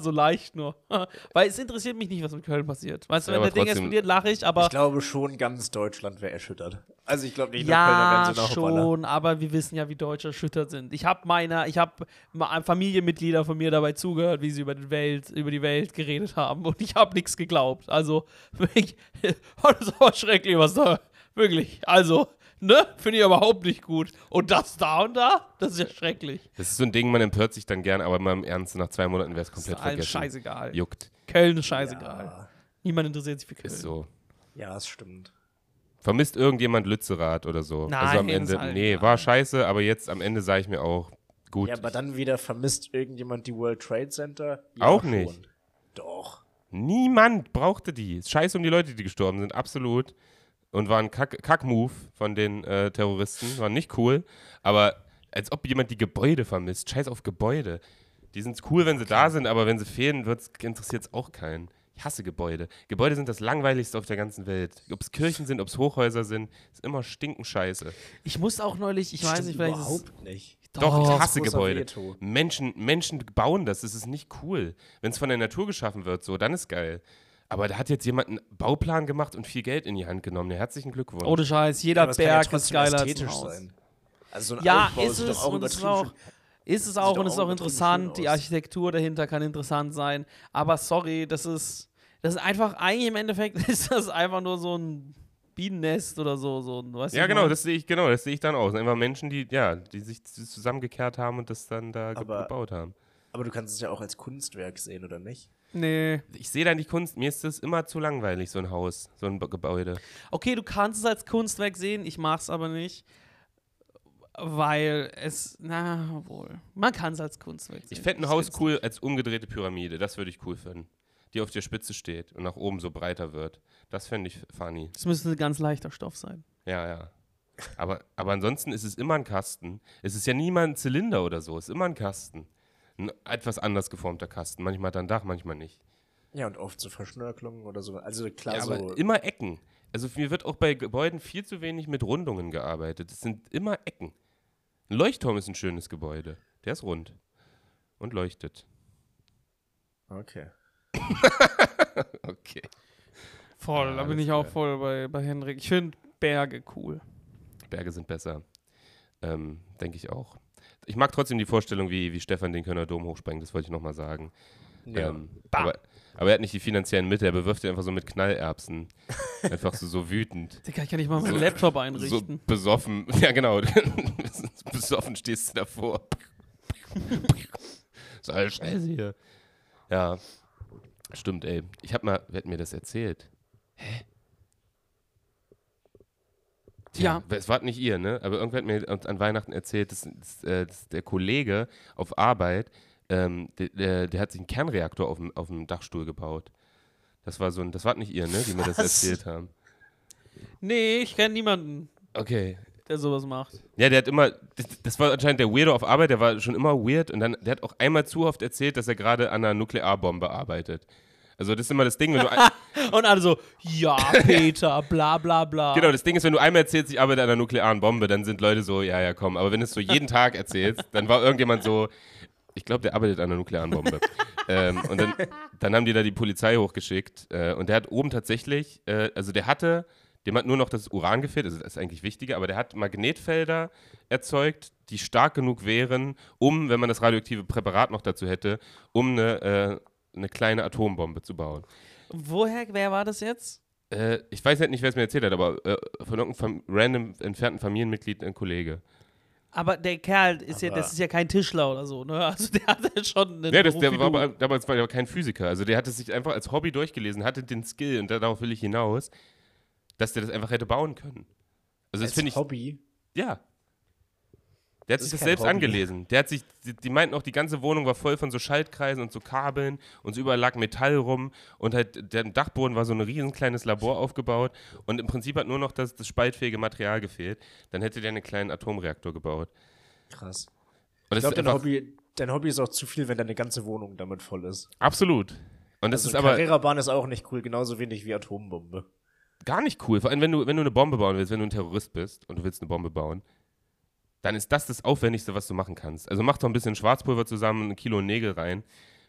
[SPEAKER 3] so leicht nur. Weil es interessiert mich nicht, was mit Köln passiert. Weißt du,
[SPEAKER 1] Ja,
[SPEAKER 3] wenn
[SPEAKER 1] aber
[SPEAKER 3] der Ding
[SPEAKER 1] trotzdem-
[SPEAKER 3] explodiert, lache ich, aber
[SPEAKER 2] Ich glaube schon, ganz Deutschland wäre erschüttert. Also ich glaube nicht, nur Kölner
[SPEAKER 3] ja,
[SPEAKER 2] wären so nach Hoppala.
[SPEAKER 3] schon, aber wir wissen ja, wie Deutsche erschüttert sind. Ich habe meiner, ich habe Familienmitglieder von mir dabei zugehört, wie sie über die Welt, über die Welt geredet haben und ich habe nichts geglaubt. Also, wirklich, das ist aber schrecklich, was da, wirklich, also, ne, finde ich überhaupt nicht gut. Und das da und da, das ist ja schrecklich.
[SPEAKER 1] Das ist so ein Ding, man empört sich dann gern, aber mal im Ernst, nach zwei Monaten wäre es
[SPEAKER 3] Das ist
[SPEAKER 1] komplett
[SPEAKER 3] allen
[SPEAKER 1] vergessen.
[SPEAKER 3] scheißegal.
[SPEAKER 1] Juckt.
[SPEAKER 3] Köln ist scheißegal.
[SPEAKER 2] Ja,
[SPEAKER 3] Niemand interessiert sich für Köln.
[SPEAKER 1] Ist so.
[SPEAKER 2] ja, es stimmt.
[SPEAKER 1] Vermisst irgendjemand Lützerath oder so? also am
[SPEAKER 3] Nein, ist
[SPEAKER 1] Ende,
[SPEAKER 3] halt
[SPEAKER 1] nee,
[SPEAKER 3] egal.
[SPEAKER 1] war scheiße, aber jetzt am Ende sage ich mir auch, gut.
[SPEAKER 2] Ja, aber dann wieder vermisst irgendjemand die World Trade Center? Ja,
[SPEAKER 1] Auch nicht.
[SPEAKER 2] Doch.
[SPEAKER 1] Niemand brauchte die. Ist Scheiße um die Leute, die gestorben sind, absolut. Und war ein Kack- Kack-Move von den äh, Terroristen, war nicht cool. Aber als ob jemand die Gebäude vermisst. Scheiß auf Gebäude. Die sind cool, wenn sie da sind, aber wenn sie fehlen, interessiert es auch keinen. Ich hasse Gebäude. Gebäude sind das langweiligste auf der ganzen Welt. Ob es Kirchen sind, ob es Hochhäuser sind, ist immer stinken Scheiße.
[SPEAKER 3] Ich muss auch neulich, ich weiß
[SPEAKER 2] Stimmt
[SPEAKER 3] nicht, vielleicht ist es,
[SPEAKER 2] überhaupt nicht.
[SPEAKER 1] Doch, ich
[SPEAKER 3] Doch,
[SPEAKER 1] hasse
[SPEAKER 2] großer
[SPEAKER 1] Gebäude.
[SPEAKER 2] Veto.
[SPEAKER 1] Menschen, Menschen bauen das, das ist nicht cool. Wenn es von der Natur geschaffen wird, so, dann ist geil. Aber da hat jetzt jemand einen Bauplan gemacht und viel Geld in die Hand genommen. Ja, herzlichen Glückwunsch.
[SPEAKER 3] ohne Scheiß, jeder
[SPEAKER 2] Aber es kann ja
[SPEAKER 3] Berg ist
[SPEAKER 2] trotzdem
[SPEAKER 3] geiler als ein
[SPEAKER 2] ästhetisch
[SPEAKER 3] Haus.
[SPEAKER 2] sein. Also so ein
[SPEAKER 3] Ja,
[SPEAKER 2] Aufbau
[SPEAKER 3] ist
[SPEAKER 2] sieht
[SPEAKER 3] es
[SPEAKER 2] doch auch
[SPEAKER 3] und es ist
[SPEAKER 2] übertrieben
[SPEAKER 3] auch, ist es auch
[SPEAKER 2] doch
[SPEAKER 3] und es ist
[SPEAKER 2] auch
[SPEAKER 3] auch
[SPEAKER 2] übertrieben schön
[SPEAKER 3] interessant. Die
[SPEAKER 2] aus.
[SPEAKER 3] Architektur dahinter kann interessant sein. Aber sorry, das ist Das ist einfach, eigentlich im Endeffekt ist das einfach nur so ein Bienennest oder so. so ein- weißt du,
[SPEAKER 1] Ja,
[SPEAKER 3] was ich
[SPEAKER 1] genau,
[SPEAKER 3] meine?
[SPEAKER 1] das sehe ich, genau, das sehe ich dann auch. Einfach Menschen, die, ja, die sich z- zusammengekehrt haben und das dann da ge
[SPEAKER 2] Aber-
[SPEAKER 1] gebaut haben.
[SPEAKER 2] Aber du kannst es ja auch als Kunstwerk sehen, oder nicht?
[SPEAKER 3] Nee.
[SPEAKER 1] Ich sehe da die Kunst, mir ist das immer zu langweilig, so ein Haus, so ein Ba- Gebäude.
[SPEAKER 3] Okay, du kannst es als Kunstwerk sehen, ich mach's aber nicht. Weil es, na wohl. Man kann es als Kunstwerk sehen.
[SPEAKER 1] Ich fände ein
[SPEAKER 3] Ich
[SPEAKER 1] Haus
[SPEAKER 3] find's-
[SPEAKER 1] cool als umgedrehte Pyramide, das würde ich cool finden. Die auf der Spitze steht und nach oben so breiter wird. Das fände ich funny.
[SPEAKER 3] Es müsste ein ganz leichter Stoff sein.
[SPEAKER 1] Ja, ja. Aber, aber ansonsten ist es immer ein Kasten. Es ist ja nie mal ein Zylinder oder so, es ist immer ein Kasten. Ein etwas anders geformter Kasten. Manchmal hat er ein Dach, manchmal nicht.
[SPEAKER 2] Ja, und oft so Verschnörkelungen oder so. Also klar,
[SPEAKER 1] Ja,
[SPEAKER 2] so.
[SPEAKER 1] aber immer Ecken. Also mir wird auch bei Gebäuden viel zu wenig mit Rundungen gearbeitet. Es sind immer Ecken. Ein Leuchtturm ist ein schönes Gebäude. Der ist rund und leuchtet.
[SPEAKER 2] Okay.
[SPEAKER 1] Okay.
[SPEAKER 3] Voll,
[SPEAKER 1] Ja,
[SPEAKER 3] da bin
[SPEAKER 1] das
[SPEAKER 3] ich auch
[SPEAKER 1] wär-
[SPEAKER 3] voll bei, bei Henrik. Ich finde Berge cool.
[SPEAKER 1] Berge sind besser. Ähm, Denke ich auch. Ich mag trotzdem die Vorstellung, wie, wie Stefan den Kölner Dom hochsprengt. Das wollte ich nochmal sagen.
[SPEAKER 2] Ja.
[SPEAKER 1] Ähm, aber, aber er hat nicht die finanziellen Mittel. Er bewirft ihn einfach so mit Knallerbsen. einfach so, so wütend.
[SPEAKER 3] Digga, ich kann nicht mal meinen
[SPEAKER 1] So-
[SPEAKER 3] Laptop
[SPEAKER 1] So
[SPEAKER 3] einrichten.
[SPEAKER 1] besoffen. Ja, genau. besoffen stehst du davor. so alles scheiße hier. Ja. Stimmt, ey. Ich hab mal, wer hat mir das erzählt? Hä?
[SPEAKER 3] Ja.
[SPEAKER 1] Es war nicht ihr, ne? Aber irgendwer hat mir an an Weihnachten erzählt, dass, dass, äh, dass der Kollege auf Arbeit, ähm, der, der, der hat sich einen Kernreaktor auf dem, auf dem Dachstuhl gebaut. Das war so ein, das war nicht ihr, ne? Die mir das
[SPEAKER 2] Was?
[SPEAKER 1] erzählt haben.
[SPEAKER 3] Nee, ich kenne niemanden,
[SPEAKER 1] Okay.
[SPEAKER 3] der sowas macht.
[SPEAKER 1] Ja, der hat immer, das, das war anscheinend der Weirdo auf Arbeit, der war schon immer weird und dann, der hat auch einmal zu oft erzählt, dass er gerade an einer Nuklearbombe arbeitet. Also das ist immer das Ding, wenn du, ein,
[SPEAKER 3] Und alle so, ja, Peter, bla bla bla.
[SPEAKER 1] genau, das Ding ist, wenn du einmal erzählst, ich arbeite an einer nuklearen Bombe, dann sind Leute so, ja, ja, komm. Aber wenn du es so jeden Tag erzählst, dann war irgendjemand so, ich glaube, der arbeitet an einer nuklearen Bombe. ähm, und dann, dann haben die da die Polizei hochgeschickt äh, und der hat oben tatsächlich, äh, also der hatte, dem hat nur noch das Uran gefehlt, also das ist eigentlich wichtiger, aber der hat Magnetfelder erzeugt, die stark genug wären, um, wenn man das radioaktive Präparat noch dazu hätte, um eine, äh, eine kleine Atombombe zu bauen.
[SPEAKER 3] Woher, wer war das jetzt?
[SPEAKER 1] Äh, ich weiß halt nicht, wer es mir erzählt hat, aber äh, von irgendeinem fam random entfernten Familienmitglied, ein Kollege.
[SPEAKER 3] Aber der Kerl ist ja,
[SPEAKER 2] Aber-
[SPEAKER 3] das ist ja kein Tischler oder so, ne? Also der hat ja schon einen
[SPEAKER 1] Ja, das,
[SPEAKER 3] Beruf
[SPEAKER 1] der
[SPEAKER 3] wie
[SPEAKER 1] war
[SPEAKER 3] du.
[SPEAKER 1] aber, damals war der kein Physiker. Also der hatte sich einfach als Hobby durchgelesen, hatte den Skill und darauf will ich hinaus, dass der das einfach hätte bauen können. Also das
[SPEAKER 2] Als
[SPEAKER 1] finde ich,
[SPEAKER 2] Hobby.
[SPEAKER 1] ja. Der hat
[SPEAKER 2] Das
[SPEAKER 1] sich das
[SPEAKER 2] ist kein
[SPEAKER 1] selbst
[SPEAKER 2] Hobby.
[SPEAKER 1] angelesen. Der hat sich, die, die meinten auch, die ganze Wohnung war voll von so Schaltkreisen und so Kabeln und so überall lag Metall rum und halt der Dachboden war so ein riesen kleines Labor aufgebaut und im Prinzip hat nur noch das, das spaltfähige Material gefehlt. Dann hätte der einen kleinen Atomreaktor gebaut.
[SPEAKER 2] Krass.
[SPEAKER 1] Und
[SPEAKER 2] Ich
[SPEAKER 1] das
[SPEAKER 2] glaube,
[SPEAKER 1] ist
[SPEAKER 2] dein
[SPEAKER 1] einfach,
[SPEAKER 2] Hobby, dein Hobby ist auch zu viel, wenn deine ganze Wohnung damit voll ist.
[SPEAKER 1] absolut. Und das
[SPEAKER 2] Also
[SPEAKER 1] ist aber
[SPEAKER 2] Carrera-Bahn ist auch nicht cool, genauso wenig wie Atombombe.
[SPEAKER 1] gar nicht cool. Vor allem, wenn du, wenn du eine Bombe bauen willst, wenn du ein Terrorist bist und du willst eine Bombe bauen, dann ist das das Aufwendigste, was du machen kannst. Also mach doch ein bisschen Schwarzpulver zusammen, ein Kilo Nägel rein.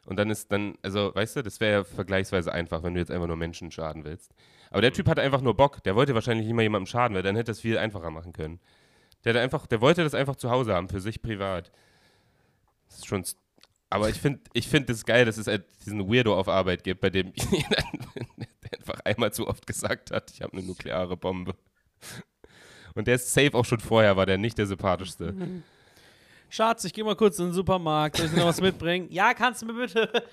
[SPEAKER 1] Und dann ist dann, also weißt du, das wäre ja vergleichsweise einfach, wenn du jetzt einfach nur Menschen schaden willst. Aber der Typ hatte einfach nur Bock. Der wollte wahrscheinlich nicht mal jemandem schaden, weil dann hätte das viel einfacher machen können. Der, hat einfach, der wollte das einfach zu Hause haben, für sich privat. Das ist schon. st- Aber ich finde ich find das geil, dass es halt diesen Weirdo auf Arbeit gibt, bei dem jeder der einfach einmal zu oft gesagt hat, ich habe eine nukleare Bombe. Und der ist safe auch schon vorher, war der nicht der sympathischste.
[SPEAKER 3] Schatz, ich gehe mal kurz in den Supermarkt. Soll ich dir noch was mitbringen? Ja, kannst du mir bitte.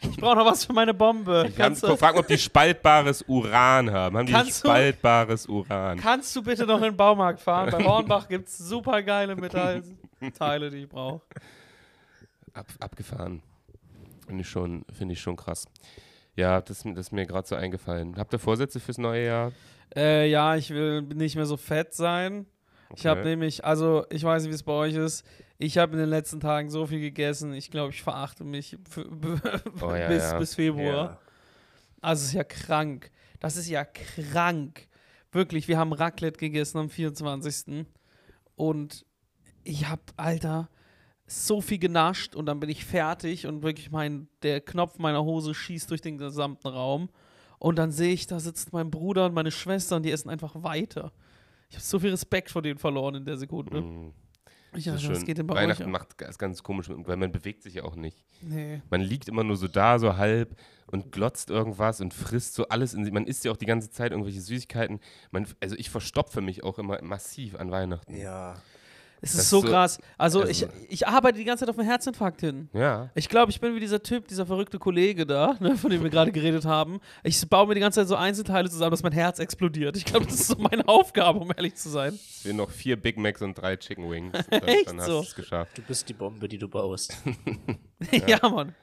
[SPEAKER 3] Ich brauche noch was für meine Bombe.
[SPEAKER 1] Wir haben
[SPEAKER 3] Kannst du,
[SPEAKER 1] fragen, ob die spaltbares Uran haben. Haben die
[SPEAKER 3] Kannst du-
[SPEAKER 1] spaltbares Uran?
[SPEAKER 3] kannst du bitte noch in den Baumarkt fahren? Bei Hornbach gibt es super geile Metallteile, die ich brauche.
[SPEAKER 1] Ab, abgefahren. Finde ich, schon- finde ich schon krass. Ja, das, ist mir- das ist mir gerade so eingefallen. Habt ihr Vorsätze fürs neue Jahr?
[SPEAKER 3] Äh, ja, ich will nicht mehr so fett sein. Ich habe
[SPEAKER 1] Okay.
[SPEAKER 3] nämlich, also ich weiß nicht, wie es bei euch ist. Ich habe in den letzten Tagen so viel gegessen. Ich glaube, ich verachte mich für,
[SPEAKER 1] Oh, ja,
[SPEAKER 3] bis,
[SPEAKER 1] ja.
[SPEAKER 3] bis Februar.
[SPEAKER 2] Ja.
[SPEAKER 3] Also es ist ja krank. Das ist ja krank. Wirklich, wir haben Raclette gegessen am 24. Und ich hab, Alter, so viel genascht und dann bin ich fertig und wirklich mein, der Knopf meiner Hose schießt durch den gesamten Raum. Und dann sehe ich, da sitzt mein Bruder und meine Schwester und die essen einfach weiter. Ich habe so viel Respekt vor denen verloren in der Sekunde.
[SPEAKER 1] Mhm.
[SPEAKER 3] Ich
[SPEAKER 1] Das
[SPEAKER 3] dachte,
[SPEAKER 1] ist
[SPEAKER 3] das
[SPEAKER 1] schön.
[SPEAKER 3] geht denn bei euch
[SPEAKER 1] Weihnachten
[SPEAKER 3] auch?
[SPEAKER 1] macht ist ganz komisch, mit- weil man bewegt sich ja auch nicht.
[SPEAKER 3] Nee.
[SPEAKER 1] Man liegt immer nur so da, so halb und glotzt irgendwas und frisst so alles. In, sich. man isst ja auch die ganze Zeit irgendwelche Süßigkeiten. Man, also ich verstopfe mich auch immer massiv an Weihnachten.
[SPEAKER 2] Ja.
[SPEAKER 3] Es
[SPEAKER 1] Das
[SPEAKER 3] ist so
[SPEAKER 1] ist so-
[SPEAKER 3] krass. Also,
[SPEAKER 1] also-
[SPEAKER 3] ich, ich arbeite die ganze Zeit auf einen Herzinfarkt hin.
[SPEAKER 1] Ja.
[SPEAKER 3] Ich glaube, ich bin wie dieser Typ, dieser verrückte Kollege da, ne, von dem wir gerade geredet haben. Ich baue mir die ganze Zeit so Einzelteile zusammen, dass mein Herz explodiert. Ich glaube, das ist so meine Aufgabe, um ehrlich zu sein.
[SPEAKER 1] Es fehlen noch vier Big Macs und drei Chicken Wings. Und Dann,
[SPEAKER 3] Echt
[SPEAKER 1] dann hast
[SPEAKER 3] so?
[SPEAKER 1] du es geschafft.
[SPEAKER 2] Du bist die Bombe, die du baust.
[SPEAKER 3] Ja, Mann.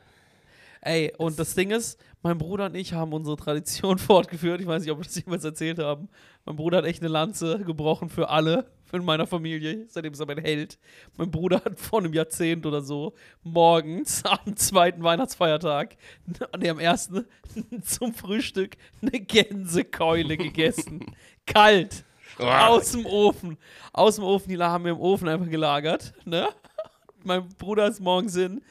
[SPEAKER 3] Ey, und das Ding ist, mein Bruder und ich haben unsere Tradition fortgeführt. Ich weiß nicht, ob wir das jemals erzählt haben. Mein Bruder hat echt eine Lanze gebrochen für alle in meiner Familie. Seitdem ist er mein Held. Mein Bruder hat vor einem Jahrzehnt oder so morgens am zweiten Weihnachtsfeiertag, nee, am ersten, zum Frühstück eine Gänsekeule gegessen. Kalt.
[SPEAKER 1] Uah.
[SPEAKER 3] Aus dem Ofen. Aus dem Ofen, die la- haben wir im Ofen einfach gelagert. Ne? Mein Bruder ist morgens hin,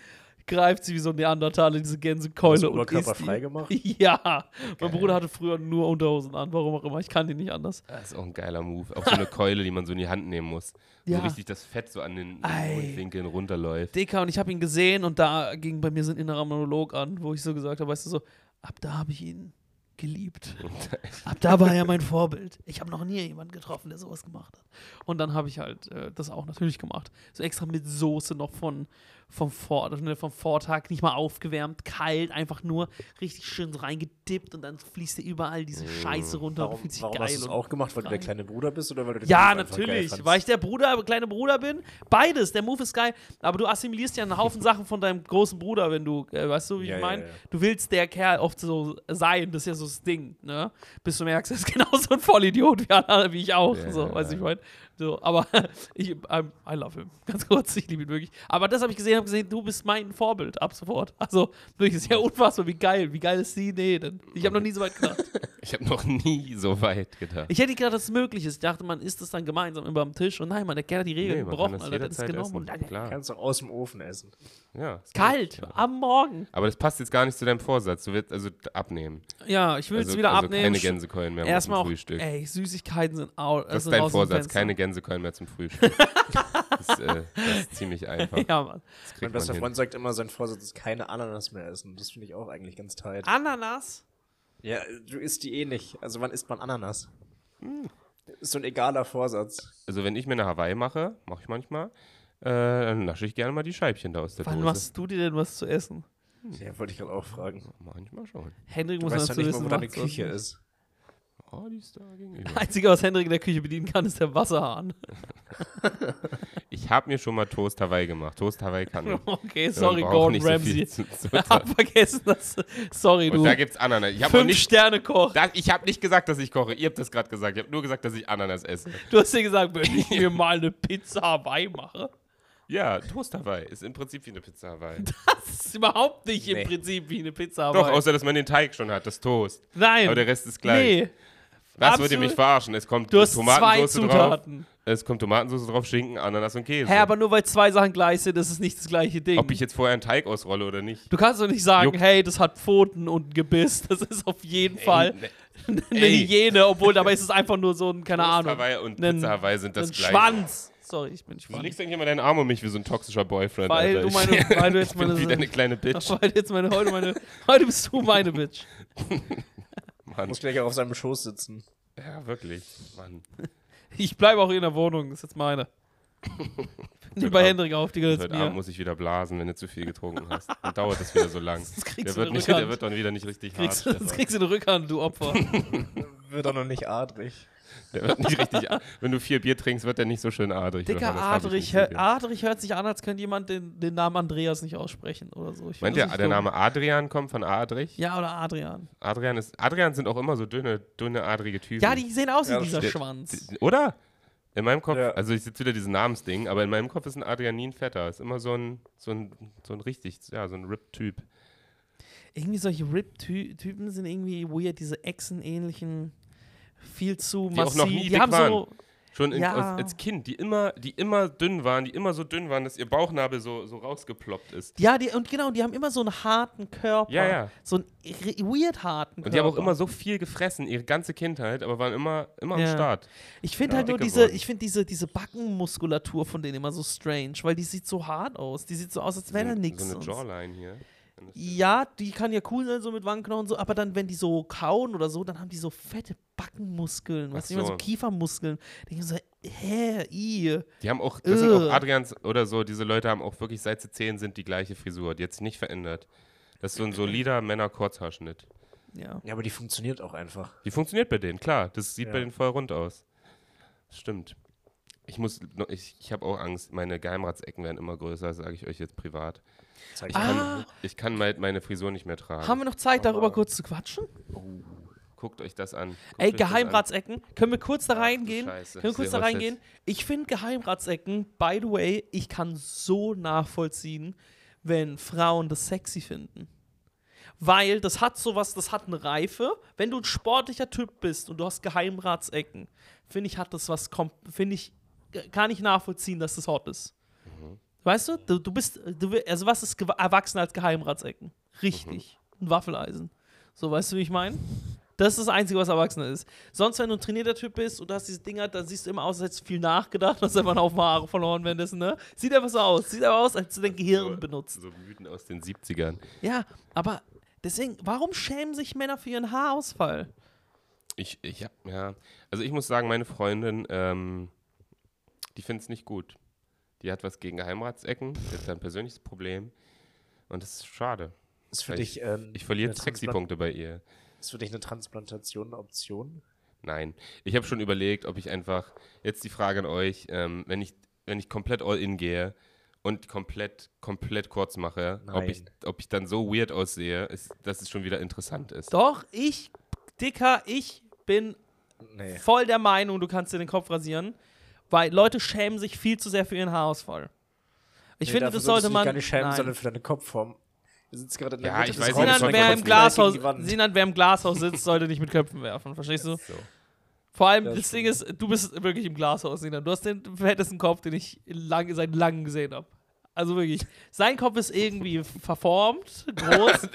[SPEAKER 3] greift sie wie so ein Neandertaler, diese
[SPEAKER 2] Hast
[SPEAKER 3] Gänsekeule
[SPEAKER 2] du
[SPEAKER 3] und
[SPEAKER 2] Oberkörper
[SPEAKER 3] isst die.
[SPEAKER 2] freigemacht?
[SPEAKER 3] Ja, mein Bruder hatte früher nur Unterhosen an, warum auch immer. Ich kann die nicht anders.
[SPEAKER 1] Das ist auch ein geiler Move. Auch so eine Keule, die man so in die Hand nehmen muss.
[SPEAKER 3] Ja.
[SPEAKER 1] So richtig das Fett so an den
[SPEAKER 3] Ei.
[SPEAKER 1] Mundwinkeln runterläuft.
[SPEAKER 3] Dicker und ich habe ihn gesehen und da ging bei mir so ein innerer Monolog an, wo ich so gesagt habe, weißt du so, ab da habe ich ihn geliebt. Ab da war er mein Vorbild. Ich habe noch nie jemanden getroffen, der sowas gemacht hat. Und dann habe ich halt äh, das auch natürlich gemacht. So extra mit Soße noch von, vom, Vor ne, vom Vortag, nicht mal aufgewärmt, kalt, einfach nur richtig schön so reingedippt und dann fließt dir überall diese Scheiße runter und du
[SPEAKER 2] Mhm. Warum,
[SPEAKER 3] fühlst dich
[SPEAKER 2] warum
[SPEAKER 3] geil.
[SPEAKER 2] hast du es
[SPEAKER 3] und
[SPEAKER 2] auch gemacht? Weil du der
[SPEAKER 3] rein.
[SPEAKER 2] kleine Bruder bist oder weil du den
[SPEAKER 3] Ja,
[SPEAKER 2] Move einfach geil
[SPEAKER 3] natürlich.
[SPEAKER 2] fandst?
[SPEAKER 3] Weil ich der Bruder, kleine Bruder bin. Beides. Der Move ist geil. Aber du assimilierst ja einen Haufen Sachen von deinem großen Bruder, wenn du, äh, weißt du, wie
[SPEAKER 2] Ja,
[SPEAKER 3] ich
[SPEAKER 2] ja,
[SPEAKER 3] meine?
[SPEAKER 2] ja.
[SPEAKER 3] Du willst der Kerl oft so sein. Das ist ja so das Ding, ne? Bis du merkst, er ist genauso ein Vollidiot wie, alle- wie ich auch.
[SPEAKER 1] Ja,
[SPEAKER 3] so,
[SPEAKER 1] ja,
[SPEAKER 3] weiß
[SPEAKER 1] ja.
[SPEAKER 3] ich mein. So, aber ich, I'm, I love him. Ganz kurz, ich liebe ihn wirklich. Aber das habe ich gesehen, habe gesehen, du bist mein Vorbild ab sofort. Also wirklich sehr unfassbar, wie geil. Wie geil ist sie? Nee, denn ich habe noch nie so weit gedacht.
[SPEAKER 1] Ich habe noch nie so weit gedacht.
[SPEAKER 3] Ich hätte nicht gedacht, dass es möglich ist. Ich dachte, man isst es dann gemeinsam über dem Tisch. Und nein, man, der Kerl hat die Regeln
[SPEAKER 1] man
[SPEAKER 3] gebrochen,
[SPEAKER 1] kann das
[SPEAKER 3] Alter. Der hat es
[SPEAKER 1] jederzeit
[SPEAKER 3] genommen.
[SPEAKER 1] essen.
[SPEAKER 3] genau Und dann,
[SPEAKER 1] Klar.
[SPEAKER 2] Kannst du aus dem Ofen essen.
[SPEAKER 1] Ja, es geht.
[SPEAKER 3] kalt,
[SPEAKER 1] Ja.
[SPEAKER 3] am Morgen.
[SPEAKER 1] Aber das passt jetzt gar nicht zu deinem Vorsatz. Du wirst also abnehmen.
[SPEAKER 3] Ja, ich will es
[SPEAKER 1] also,
[SPEAKER 3] wieder
[SPEAKER 1] also
[SPEAKER 3] abnehmen.
[SPEAKER 1] Keine Gänsekeulen mehr
[SPEAKER 3] Erstmal
[SPEAKER 1] zum
[SPEAKER 3] auch,
[SPEAKER 1] Frühstück.
[SPEAKER 3] ey, Süßigkeiten sind out.
[SPEAKER 1] das
[SPEAKER 3] also
[SPEAKER 1] ist dein
[SPEAKER 3] raus aus dem
[SPEAKER 1] Vorsatz,
[SPEAKER 3] Fenster.
[SPEAKER 1] keine Gänsekeulen mehr zum Frühstück. das, äh, das ist ziemlich einfach.
[SPEAKER 3] Ja,
[SPEAKER 1] Das
[SPEAKER 2] Mein
[SPEAKER 3] Mann.
[SPEAKER 1] kriegt man
[SPEAKER 2] bester
[SPEAKER 1] hin.
[SPEAKER 2] Freund sagt immer, sein Vorsatz ist keine Ananas mehr essen. Das finde ich auch eigentlich ganz tight.
[SPEAKER 3] Ah. Ananas?
[SPEAKER 2] Ja, du isst die eh nicht. Also wann isst man Ananas?
[SPEAKER 3] Hm.
[SPEAKER 2] Ist so ein egaler Vorsatz.
[SPEAKER 1] Also wenn ich mir eine Hawaii mache, mache ich manchmal, äh, dann nasche ich gerne mal die Scheibchen da aus der
[SPEAKER 3] Wann
[SPEAKER 1] Dose.
[SPEAKER 3] machst du dir denn was zu essen?
[SPEAKER 2] Ja, wollte ich gerade auch fragen.
[SPEAKER 1] Manchmal schon.
[SPEAKER 3] Hendrik
[SPEAKER 2] Du
[SPEAKER 3] Hm. muss
[SPEAKER 2] weißt
[SPEAKER 3] dazu
[SPEAKER 2] doch nicht mal,
[SPEAKER 3] wissen,
[SPEAKER 2] wo deine
[SPEAKER 3] macht's was
[SPEAKER 2] Küche
[SPEAKER 3] nicht.
[SPEAKER 2] ist.
[SPEAKER 1] Oh, die ist da gegenüber.
[SPEAKER 3] Einzige, was Hendrik in der Küche bedienen kann, ist der Wasserhahn.
[SPEAKER 1] Ich habe mir schon mal Toast Hawaii gemacht. Toast Hawaii kann ich.
[SPEAKER 3] Okay,
[SPEAKER 1] Man
[SPEAKER 3] sorry,
[SPEAKER 1] braucht
[SPEAKER 3] Gordon
[SPEAKER 1] nicht so viel
[SPEAKER 3] Ramsay.
[SPEAKER 1] zu- zu-
[SPEAKER 3] hab vergessen, dass. Sorry,
[SPEAKER 1] Und da
[SPEAKER 3] du.
[SPEAKER 1] gibt's Ananas. Ich habe nicht,
[SPEAKER 3] Fünf-Sterne-Koch.
[SPEAKER 1] da- ich hab nicht gesagt, dass ich koche. Ihr habt das gerade gesagt. Ich habe nur gesagt, dass ich Ananas esse.
[SPEAKER 3] Du hast dir gesagt, wenn ich mir mal eine Pizza Hawaii mache.
[SPEAKER 1] Ja, Toast Hawaii ist im Prinzip wie eine Pizza Hawaii.
[SPEAKER 3] Das ist überhaupt nicht
[SPEAKER 2] Nee.
[SPEAKER 3] im Prinzip wie eine Pizza Hawaii.
[SPEAKER 1] Doch, außer dass man den Teig schon hat, das Toast.
[SPEAKER 3] Nein.
[SPEAKER 1] Aber der Rest ist gleich.
[SPEAKER 3] Nee,
[SPEAKER 1] Was
[SPEAKER 3] absolut-
[SPEAKER 1] würd ihr mich verarschen? Es kommt
[SPEAKER 3] du hast zwei
[SPEAKER 1] Tomatensauce drauf.
[SPEAKER 3] Zutaten.
[SPEAKER 1] Es kommt Tomatensauce drauf, Schinken, Ananas und Käse.
[SPEAKER 3] Hä, aber nur weil zwei Sachen gleich sind, ist es nicht das gleiche Ding.
[SPEAKER 1] Ob ich jetzt vorher einen Teig ausrolle oder nicht.
[SPEAKER 3] du kannst doch nicht sagen,
[SPEAKER 1] Juckt.
[SPEAKER 3] hey, das hat Pfoten und ein Gebiss. Das ist auf jeden
[SPEAKER 1] Ey,
[SPEAKER 3] Fall
[SPEAKER 1] ne-
[SPEAKER 3] eine
[SPEAKER 1] ey.
[SPEAKER 3] Hygiene, obwohl dabei ist es einfach nur so ein, keine
[SPEAKER 1] Toast
[SPEAKER 3] Ahnung.
[SPEAKER 1] Hawaii und
[SPEAKER 3] einen-
[SPEAKER 1] Pizza Hawaii sind das
[SPEAKER 3] ein
[SPEAKER 1] gleiche.
[SPEAKER 3] Schwanz. Sorry, ich bin
[SPEAKER 1] Du legst
[SPEAKER 3] Schwanz.
[SPEAKER 1] eigentlich immer deinen Arm um mich wie so ein toxischer Boyfriend.
[SPEAKER 3] Weil
[SPEAKER 1] Alter.
[SPEAKER 3] du meine-
[SPEAKER 1] Ich-
[SPEAKER 3] weil du jetzt
[SPEAKER 1] ich bin
[SPEAKER 3] meine-
[SPEAKER 1] wieder eine kleine Bitch.
[SPEAKER 3] Heute, jetzt meine, heute, meine, heute bist du meine Bitch.
[SPEAKER 1] Mann.
[SPEAKER 2] Muss gleich auch auf seinem Schoß sitzen.
[SPEAKER 1] Ja, wirklich. Mann.
[SPEAKER 3] Ich bleibe auch hier in der Wohnung, das ist jetzt meine. Nimm bei
[SPEAKER 1] Ab.
[SPEAKER 3] Hendrik auf, die gehört jetzt
[SPEAKER 1] Heute Genau. Abend
[SPEAKER 3] mir.
[SPEAKER 1] muss ich wieder blasen, wenn du zu viel getrunken hast. Dann dauert das wieder so lang. der,
[SPEAKER 3] kriegst
[SPEAKER 1] wird
[SPEAKER 3] du in der
[SPEAKER 1] nicht,
[SPEAKER 3] Rückhand.
[SPEAKER 1] der wird dann wieder nicht richtig
[SPEAKER 3] Kriegst,
[SPEAKER 1] hart.
[SPEAKER 3] sonst kriegst du eine Rückhand, du Opfer.
[SPEAKER 2] Wird auch noch nicht adrig.
[SPEAKER 1] Der wird nicht richtig, wenn du vier Bier trinkst, wird der nicht so schön adrig.
[SPEAKER 3] Dicker
[SPEAKER 1] Oder? Das hab ich
[SPEAKER 3] Adrich,
[SPEAKER 1] nicht
[SPEAKER 3] hör,
[SPEAKER 1] mitgekriegt.
[SPEAKER 3] Adrich hört sich an, als könnte jemand den, den Namen Andreas nicht aussprechen oder so. Ich
[SPEAKER 1] Meint
[SPEAKER 3] finde das
[SPEAKER 1] ihr,
[SPEAKER 3] nicht
[SPEAKER 1] der
[SPEAKER 3] dumm.
[SPEAKER 1] Name Adrian kommt von Adrich?
[SPEAKER 3] Ja, oder Adrian.
[SPEAKER 1] Adrian ist, Adrian sind auch immer so dünne, dünne, adrige Typen.
[SPEAKER 3] Ja, die sehen aus wie
[SPEAKER 2] Ja, das
[SPEAKER 3] dieser
[SPEAKER 1] stimmt.
[SPEAKER 3] Schwanz.
[SPEAKER 1] Oder? In meinem Kopf,
[SPEAKER 2] Ja.
[SPEAKER 1] also ich sitze wieder diesen Namensding, aber in meinem Kopf ist ein Adrianin fetter. Ist immer so ein, so ein, so ein richtig, ja, so ein Rip-Typ.
[SPEAKER 3] Irgendwie solche Rip-Typen sind irgendwie weird, diese Echsen-ähnlichen, viel zu
[SPEAKER 1] Die auch
[SPEAKER 3] massiv.
[SPEAKER 1] noch nie
[SPEAKER 3] die
[SPEAKER 1] dick
[SPEAKER 3] haben so.
[SPEAKER 1] waren. Schon in,
[SPEAKER 3] Ja.
[SPEAKER 1] als, als Kind, die immer, die immer dünn waren, die immer so dünn waren, dass ihr Bauchnabel so, so rausgeploppt ist.
[SPEAKER 3] Ja, die, und genau, die haben immer so einen harten Körper.
[SPEAKER 1] Ja, ja.
[SPEAKER 3] So einen irre- weird harten Körper.
[SPEAKER 1] Und die haben auch immer so viel gefressen, ihre ganze Kindheit, aber waren immer, immer
[SPEAKER 3] Ja.
[SPEAKER 1] am Start.
[SPEAKER 3] Ich finde
[SPEAKER 1] Ja.
[SPEAKER 3] halt nur
[SPEAKER 1] Dick
[SPEAKER 3] diese,
[SPEAKER 1] geworden.
[SPEAKER 3] ich finde diese, diese Backenmuskulatur von denen immer so strange, weil die sieht so hart aus. Die sieht so aus, als wäre da
[SPEAKER 1] so,
[SPEAKER 3] nichts.
[SPEAKER 1] So eine
[SPEAKER 3] sonst.
[SPEAKER 1] Jawline hier.
[SPEAKER 3] Ja, die kann ja cool sein, so mit Wangenknochen und so, aber dann, wenn die so kauen oder so, dann haben die so fette Backenmuskeln, weißt du,
[SPEAKER 1] Ach
[SPEAKER 3] immer so
[SPEAKER 1] so.
[SPEAKER 3] Kiefermuskeln. Denke ich so, hä, i.
[SPEAKER 1] Die haben auch, das sind auch
[SPEAKER 3] Ugh.
[SPEAKER 1] Adrians oder so, diese Leute haben auch wirklich seit sie 10 sind die gleiche Frisur, die hat sich nicht verändert. Das ist so ein solider Männer-Kurzhaarschnitt.
[SPEAKER 3] Ja.
[SPEAKER 2] Ja, aber die funktioniert auch einfach.
[SPEAKER 1] Die funktioniert bei denen, klar. Das sieht
[SPEAKER 2] Ja.
[SPEAKER 1] bei denen voll rund aus. Stimmt. Ich muss, noch- ich, ich habe auch Angst, meine Geheimratsecken werden immer größer, sage ich euch jetzt privat.
[SPEAKER 2] Zeig ich
[SPEAKER 3] Ah.
[SPEAKER 2] mal.
[SPEAKER 1] Ich kann mein, meine Frisur nicht mehr tragen.
[SPEAKER 3] Haben wir noch Zeit, darüber
[SPEAKER 2] Aber-
[SPEAKER 3] kurz zu quatschen?
[SPEAKER 1] Guckt euch das an. Guckt
[SPEAKER 3] Ey,
[SPEAKER 1] euch das an.
[SPEAKER 3] Geheimratsecken, können wir kurz da
[SPEAKER 1] Ach du
[SPEAKER 3] reingehen?
[SPEAKER 1] Scheiße,
[SPEAKER 3] Können wir kurz
[SPEAKER 1] ich
[SPEAKER 3] da
[SPEAKER 1] seh euch
[SPEAKER 3] reingehen? Ich finde Geheimratsecken, by the way, ich kann so nachvollziehen, wenn Frauen das sexy finden. Weil das hat sowas, das hat eine Reife. Wenn du ein sportlicher Typ bist und du hast Geheimratsecken, finde ich, hat das was, kom- finde ich, kann ich nachvollziehen, dass das hot ist. Weißt du, du, du bist, du, wi- also was ist gewa- erwachsen als Geheimratsecken? Richtig. Ein Waffeleisen. So, weißt du, wie ich meine? Das ist das Einzige, was Erwachsener ist. Sonst, wenn du ein trainierter Typ bist und du hast diese Dinger, dann siehst du immer aus, als hättest du viel nachgedacht, hast einfach einen Haufen Haare verloren währenddessen, ne? Sieht einfach so aus. Sieht aber aus, als hättest du dein Gehirn
[SPEAKER 1] So-
[SPEAKER 3] benutzt.
[SPEAKER 1] So Mythen aus den 70ern.
[SPEAKER 3] Ja, aber deswegen, warum schämen sich Männer für ihren Haarausfall?
[SPEAKER 1] Ich, ich, ja, ja. Also ich muss sagen, meine Freundin, ähm, die findet es nicht gut. Die hat was gegen Geheimratsecken, die hat da ein persönliches Problem. Und das ist schade.
[SPEAKER 2] Ist für
[SPEAKER 1] Ich-
[SPEAKER 2] dich, ähm,
[SPEAKER 1] Ich verliere
[SPEAKER 2] eine Transplan-
[SPEAKER 1] sexy Punkte bei ihr.
[SPEAKER 2] Ist für dich eine Transplantation eine Option?
[SPEAKER 1] Nein. Ich habe schon überlegt, ob ich einfach, jetzt die Frage an euch, ähm, wenn, ich, wenn ich komplett all in gehe und komplett, komplett kurz mache, ob
[SPEAKER 2] Nein.
[SPEAKER 1] ich, ob ich dann so weird aussehe, ist, dass es schon wieder interessant ist.
[SPEAKER 3] Doch, ich, Dicker, ich bin
[SPEAKER 2] Nee.
[SPEAKER 3] voll der Meinung, du kannst dir den Kopf rasieren, weil Leute schämen sich viel zu sehr für ihren Haarausfall. Ich
[SPEAKER 2] nee,
[SPEAKER 3] finde,
[SPEAKER 2] dafür
[SPEAKER 3] das
[SPEAKER 2] solltest
[SPEAKER 3] sollte
[SPEAKER 2] du dich
[SPEAKER 3] man.
[SPEAKER 2] gar nicht schämen,
[SPEAKER 3] nein.
[SPEAKER 2] sondern für deine Kopfform. Wir sitzen gerade in der
[SPEAKER 1] Ja,
[SPEAKER 2] Mitte
[SPEAKER 1] ich
[SPEAKER 2] des
[SPEAKER 1] weiß
[SPEAKER 2] Raumes,
[SPEAKER 1] nicht,
[SPEAKER 2] mein
[SPEAKER 3] Sinan, wer
[SPEAKER 2] Kopf knallt
[SPEAKER 3] im Glashaus,
[SPEAKER 2] gegen die Wand.
[SPEAKER 3] Sinan, wer im Glashaus sitzt, sollte nicht mit Köpfen werfen, verstehst du?
[SPEAKER 1] So.
[SPEAKER 3] Vor allem,
[SPEAKER 2] Das
[SPEAKER 3] das Ding
[SPEAKER 2] stimmt.
[SPEAKER 3] ist, du bist wirklich im Glashaus, Sinan. Du hast den fettesten Kopf, den ich lang, seit langem gesehen habe. Also wirklich. Sein Kopf ist irgendwie verformt, groß.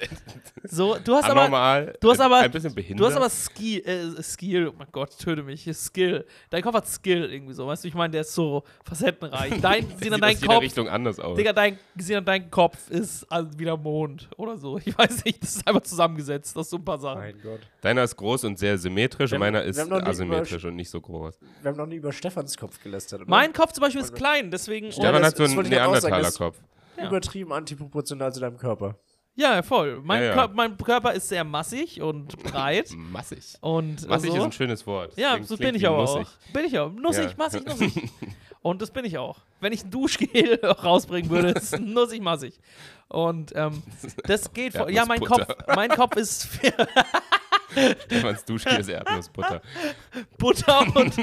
[SPEAKER 3] so, du hast aber,
[SPEAKER 1] Anormal,
[SPEAKER 3] du hast aber-
[SPEAKER 1] ein bisschen behindert.
[SPEAKER 3] Du hast aber Skill, äh, Skill, oh mein Gott, töte mich, hier ist Skill. Dein Kopf hat Skill irgendwie so, weißt du, ich meine, der ist so facettenreich. Dein,
[SPEAKER 1] Sieht
[SPEAKER 3] Sinan,
[SPEAKER 1] aus
[SPEAKER 3] dein
[SPEAKER 1] jeder
[SPEAKER 3] Kopf,
[SPEAKER 1] Richtung anders aus.
[SPEAKER 3] Digga, dein, Sinan, dein Kopf ist also wieder Mond oder so. Ich weiß nicht, das ist einfach zusammengesetzt, das ist so ein paar Sachen.
[SPEAKER 2] Mein Gott.
[SPEAKER 1] Deiner ist groß und sehr symmetrisch
[SPEAKER 2] Wir
[SPEAKER 1] und
[SPEAKER 2] haben-
[SPEAKER 1] meiner
[SPEAKER 2] wir
[SPEAKER 1] ist
[SPEAKER 2] haben noch nie
[SPEAKER 1] asymmetrisch und nicht so groß.
[SPEAKER 2] Wir haben noch nie über Stefans Kopf gelästert. oder?
[SPEAKER 3] Mein Kopf zum
[SPEAKER 1] Also-
[SPEAKER 3] Beispiel ist klein, deswegen.
[SPEAKER 2] Ja,
[SPEAKER 1] Stefan
[SPEAKER 2] das-
[SPEAKER 1] hat so
[SPEAKER 2] das
[SPEAKER 1] einen
[SPEAKER 2] wollte ich gerade auch sagen, das-
[SPEAKER 1] Neandertalerkopf.
[SPEAKER 3] Ja.
[SPEAKER 2] Übertrieben antiproportional zu deinem Körper.
[SPEAKER 3] Ja, voll. Mein,
[SPEAKER 1] Ja, ja.
[SPEAKER 3] Körper, mein Körper ist sehr massig und breit.
[SPEAKER 1] Massig. Massig
[SPEAKER 3] und so.
[SPEAKER 2] Also?
[SPEAKER 1] ist ein schönes Wort.
[SPEAKER 3] Ja,
[SPEAKER 1] Deswegen
[SPEAKER 3] so
[SPEAKER 1] klingt
[SPEAKER 3] bin ich
[SPEAKER 1] wie
[SPEAKER 3] aber
[SPEAKER 1] nussig.
[SPEAKER 3] auch. Bin ich auch. Nussig,
[SPEAKER 1] Ja.
[SPEAKER 3] massig, nussig. Und das bin ich auch. Wenn ich ein Duschgel rausbringen würde, ist es nussig, massig. Und ähm, das geht.
[SPEAKER 1] Ja,
[SPEAKER 3] voll- ja, mein Kopf,
[SPEAKER 1] Nussbutter.
[SPEAKER 3] mein Kopf ist
[SPEAKER 1] Stefans Duschgel ist Erdnussbutter.
[SPEAKER 3] Butter und,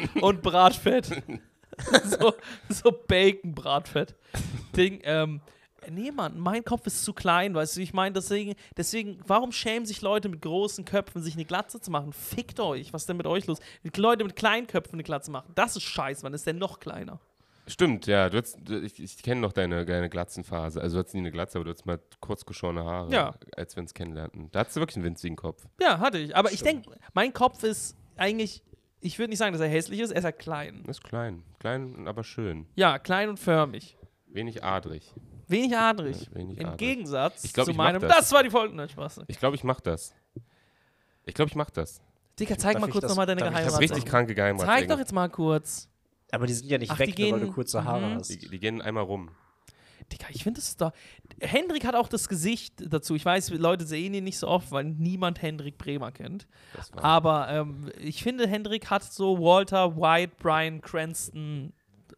[SPEAKER 3] und Bratfett. so so Bacon-Bratfett. Ding, ähm, nee, Mann, mein Kopf ist zu klein, weißt du, ich meine, deswegen, deswegen, warum schämen sich Leute mit großen Köpfen, sich eine Glatze zu machen? Fickt euch, was ist denn mit euch los? Leute mit kleinen Köpfen eine Glatze machen, das ist scheiße, Mann, ist der noch kleiner.
[SPEAKER 1] Stimmt, ja. Du hast, du- ich ich kenne noch deine, deine Glatzenphase. Also, du hattest nie eine Glatze, aber du hattest mal kurz geschorene Haare,
[SPEAKER 3] Ja.
[SPEAKER 1] als wir uns kennenlernten. Da hattest du wirklich einen winzigen Kopf.
[SPEAKER 3] Ja, hatte ich, aber ich denke, mein Kopf ist eigentlich, ich würde nicht sagen, dass er hässlich ist, er ist ja klein.
[SPEAKER 1] Ist klein. Klein, aber schön.
[SPEAKER 3] Ja, klein und förmig.
[SPEAKER 1] Wenig adrig.
[SPEAKER 3] Wenig adrig.
[SPEAKER 1] Ja, wenig
[SPEAKER 3] Im
[SPEAKER 1] adrig.
[SPEAKER 3] Gegensatz
[SPEAKER 1] Ich glaub,
[SPEAKER 3] zu
[SPEAKER 1] ich mach
[SPEAKER 3] meinem.
[SPEAKER 1] das.
[SPEAKER 3] war die Folge. Nein, Spaß.
[SPEAKER 1] Ich glaube, ich mache das. Ich glaube, ich mache das.
[SPEAKER 3] Digga, zeig
[SPEAKER 2] Darf
[SPEAKER 3] mal
[SPEAKER 2] ich
[SPEAKER 3] kurz
[SPEAKER 2] das-
[SPEAKER 3] nochmal deine
[SPEAKER 2] darf ich
[SPEAKER 1] Ich
[SPEAKER 2] das
[SPEAKER 1] habe
[SPEAKER 3] Geheimratsecken.
[SPEAKER 1] richtig kranke Geheimratsecken.
[SPEAKER 3] Zeig doch jetzt mal kurz.
[SPEAKER 2] Aber die sind ja nicht
[SPEAKER 3] Ach,
[SPEAKER 2] weg,
[SPEAKER 3] die
[SPEAKER 2] nur weil du
[SPEAKER 3] gehen-
[SPEAKER 2] kurze Haare
[SPEAKER 3] Mhm.
[SPEAKER 2] hast.
[SPEAKER 1] Die, die gehen einmal rum.
[SPEAKER 3] Digga, ich finde das ist doch. Hendrik hat auch das Gesicht dazu. Ich weiß, Leute sehen ihn nicht so oft, weil niemand Hendrik Bremer kennt.
[SPEAKER 1] Das
[SPEAKER 2] Ah.
[SPEAKER 1] war
[SPEAKER 3] Aber ähm, ich finde, Hendrik hat so Walter White, Brian Cranston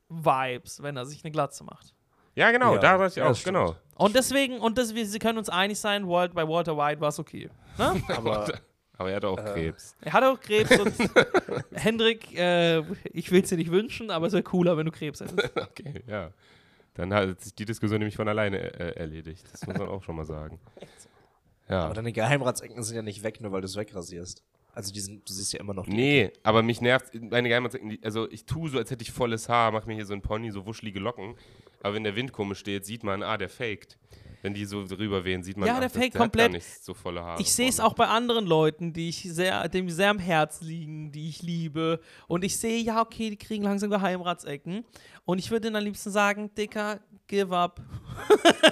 [SPEAKER 3] Vibes, wenn er sich eine Glatze macht.
[SPEAKER 1] Ja, genau,
[SPEAKER 2] Ja,
[SPEAKER 1] da dachte ich
[SPEAKER 2] ja,
[SPEAKER 1] auch,
[SPEAKER 2] das stimmt.
[SPEAKER 1] genau.
[SPEAKER 3] Und deswegen, und das, wir, sie können uns einig sein, Walt, bei Walter White war es okay. Ne?
[SPEAKER 2] Aber
[SPEAKER 1] Aber er hatte auch
[SPEAKER 3] Äh.
[SPEAKER 1] Krebs.
[SPEAKER 3] Er hat auch Krebs und Hendrik, äh, ich will es dir nicht wünschen, aber es wäre cooler, wenn du Krebs hättest.
[SPEAKER 1] Okay, ja. Dann hat sich die Diskussion nämlich von alleine äh, erledigt. Das muss man auch schon mal sagen. Ja.
[SPEAKER 2] Aber deine Geheimratsecken sind ja nicht weg, nur weil du es wegrasierst. Also die sind, du siehst ja immer noch die
[SPEAKER 1] Nee, aber mich nervt, meine Geheimratsecken, also ich tue so, als hätte ich volles Haar, mache mir hier so ein Pony, so wuschelige Locken. Aber wenn der Wind komisch steht, sieht man, ah, der faked. Wenn die so drüber wehen, sieht man,
[SPEAKER 3] Ja,
[SPEAKER 1] ach,
[SPEAKER 3] der
[SPEAKER 1] das-
[SPEAKER 3] faked
[SPEAKER 1] der hat gar
[SPEAKER 3] komplett.
[SPEAKER 1] nicht so volle Haare.
[SPEAKER 3] Ich sehe es
[SPEAKER 1] vorne.
[SPEAKER 3] auch bei anderen Leuten, die ich sehr, dem sehr am Herz liegen, die ich liebe. Und ich sehe, ja, okay, die kriegen langsam Geheimratsecken. Und ich würde denen am liebsten sagen, Dicker, give up.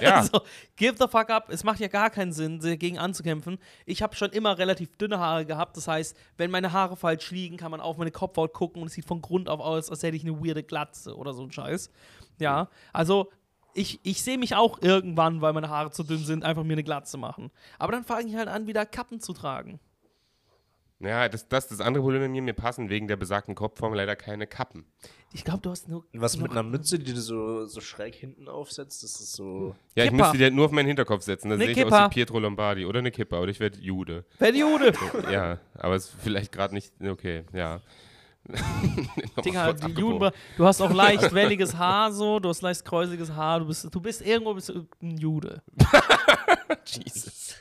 [SPEAKER 1] Ja,
[SPEAKER 3] Also, give the fuck up. Es macht ja gar keinen Sinn, dagegen anzukämpfen. Ich habe schon immer relativ dünne Haare gehabt. Das heißt, wenn meine Haare falsch liegen, kann man auf meine Kopfhaut gucken und es sieht von Grund auf aus, als hätte ich eine weirde Glatze oder so ein Scheiß. Ja, also ich, ich sehe mich auch irgendwann, weil meine Haare zu dünn sind, einfach mir eine Glatze machen. Aber dann fange ich halt an, wieder Kappen zu tragen.
[SPEAKER 1] ja das, das, das andere Problem mit mir, mir passen wegen der besagten Kopfform leider keine Kappen.
[SPEAKER 3] Ich glaube, du hast nur.
[SPEAKER 2] Was
[SPEAKER 3] noch
[SPEAKER 2] mit einer Mütze, die du so, so schräg hinten aufsetzt, das ist so.
[SPEAKER 1] Ja, ich
[SPEAKER 3] Kippa.
[SPEAKER 1] müsste die halt nur auf meinen Hinterkopf setzen, dann
[SPEAKER 3] Ne
[SPEAKER 1] sehe ich aus
[SPEAKER 3] Kippa.
[SPEAKER 1] wie Pietro Lombardi oder eine Kippa oder ich werde Jude.
[SPEAKER 3] Periode!
[SPEAKER 1] Oh, Ja, aber es ist vielleicht gerade nicht, okay, ja. Nochmal
[SPEAKER 3] Digga,
[SPEAKER 1] voll
[SPEAKER 3] die
[SPEAKER 1] abgebogen.
[SPEAKER 3] Juden, du hast auch leicht welliges Haar so, du hast leicht kräusiges Haar, du bist, du bist irgendwo bist du ein Jude.
[SPEAKER 1] Jesus.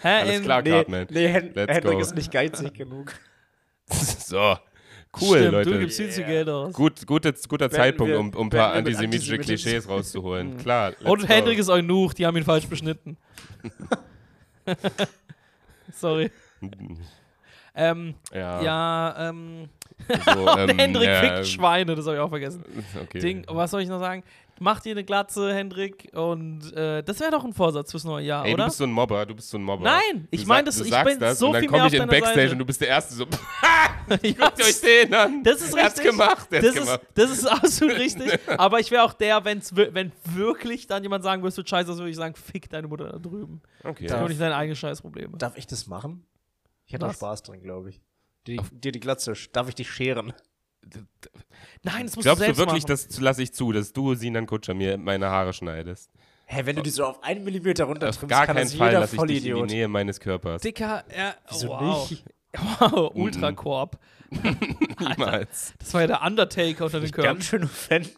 [SPEAKER 3] Hä,
[SPEAKER 1] Alles
[SPEAKER 3] in-
[SPEAKER 1] klar, Cartman.
[SPEAKER 2] Hen
[SPEAKER 1] Let's go.
[SPEAKER 2] nicht geizig genug.
[SPEAKER 1] So, cool,
[SPEAKER 3] Stimmt,
[SPEAKER 1] Leute.
[SPEAKER 3] Du gibst viel zu Geld aus.
[SPEAKER 1] Gut, gute, guter Zeitpunkt,
[SPEAKER 2] wir-
[SPEAKER 1] um, um ein
[SPEAKER 2] werden
[SPEAKER 1] paar
[SPEAKER 2] wir mit
[SPEAKER 1] antisemitische
[SPEAKER 2] antisemitischen-
[SPEAKER 1] Klischees rauszuholen. Klar. let's
[SPEAKER 3] Mhm. Und
[SPEAKER 1] go.
[SPEAKER 3] Hendrik ist Eunuch, die haben ihn falsch beschnitten. Sorry. Ähm,
[SPEAKER 1] Ja.
[SPEAKER 3] ja, ähm,
[SPEAKER 1] So,
[SPEAKER 3] und
[SPEAKER 1] Ah. ähm,
[SPEAKER 3] Hendrik
[SPEAKER 1] ja, ähm,
[SPEAKER 3] fickt Schweine, das habe ich auch vergessen.
[SPEAKER 1] Okay.
[SPEAKER 3] Ding, was soll ich noch sagen? Mach dir eine Glatze, Hendrik, und äh, das wäre doch ein Vorsatz fürs neue Jahr,
[SPEAKER 1] Ey, du
[SPEAKER 3] oder?
[SPEAKER 1] bist so ein Mobber, du bist so ein Mobber.
[SPEAKER 3] Nein, ich
[SPEAKER 1] Du
[SPEAKER 3] mein,
[SPEAKER 1] sag-
[SPEAKER 3] das-
[SPEAKER 1] du
[SPEAKER 3] ich
[SPEAKER 1] sagst
[SPEAKER 3] bin
[SPEAKER 1] das
[SPEAKER 3] so
[SPEAKER 1] und dann
[SPEAKER 3] viel
[SPEAKER 1] komme
[SPEAKER 3] mehr
[SPEAKER 1] ich
[SPEAKER 3] auf
[SPEAKER 1] in
[SPEAKER 3] deiner
[SPEAKER 1] Backstage
[SPEAKER 3] Seite.
[SPEAKER 1] und du bist der Erste so,
[SPEAKER 3] Yes.
[SPEAKER 1] guckt euch den an.
[SPEAKER 3] Das ist
[SPEAKER 1] Er hat's
[SPEAKER 3] richtig.
[SPEAKER 1] gemacht, er hat's
[SPEAKER 3] das, ist,
[SPEAKER 1] gemacht.
[SPEAKER 3] das ist absolut richtig. Aber ich wäre auch der, wenn's, wir- wenn wirklich dann jemand sagen würde, es wird scheiße, würde ich sagen, fick deine Mutter da drüben.
[SPEAKER 1] Okay.
[SPEAKER 3] Ja.
[SPEAKER 2] Ja.
[SPEAKER 3] Nur nicht deine eigenen Scheißprobleme.
[SPEAKER 2] Darf ich das machen? Ich hätte auch
[SPEAKER 3] Was?
[SPEAKER 2] Spaß dran, glaube ich. Die, dir die Glatze, sch- darf ich dich scheren?
[SPEAKER 3] Nein, das musst
[SPEAKER 1] Glaubst
[SPEAKER 3] du
[SPEAKER 1] du
[SPEAKER 3] selbst
[SPEAKER 1] wirklich,
[SPEAKER 3] machen.
[SPEAKER 1] das lasse ich zu, dass du, Sinan Kutscher, mir meine Haare schneidest?
[SPEAKER 2] Hä, wenn du die so auf einen Millimeter
[SPEAKER 1] Auf
[SPEAKER 2] runtertrimmst,
[SPEAKER 1] gar
[SPEAKER 2] kann
[SPEAKER 1] keinen
[SPEAKER 2] das
[SPEAKER 1] Fall
[SPEAKER 2] jeder
[SPEAKER 1] lasse ich dich in
[SPEAKER 2] Vollidiot.
[SPEAKER 1] die Nähe meines Körpers.
[SPEAKER 3] Dicker, äh,
[SPEAKER 2] Wieso
[SPEAKER 3] wow.
[SPEAKER 2] nicht?
[SPEAKER 3] Wow,
[SPEAKER 2] Mhm.
[SPEAKER 3] Ultrakorb.
[SPEAKER 1] Niemals.
[SPEAKER 3] Das war ja der Undertaker unter den Körpern.
[SPEAKER 2] Ganz schön offendend.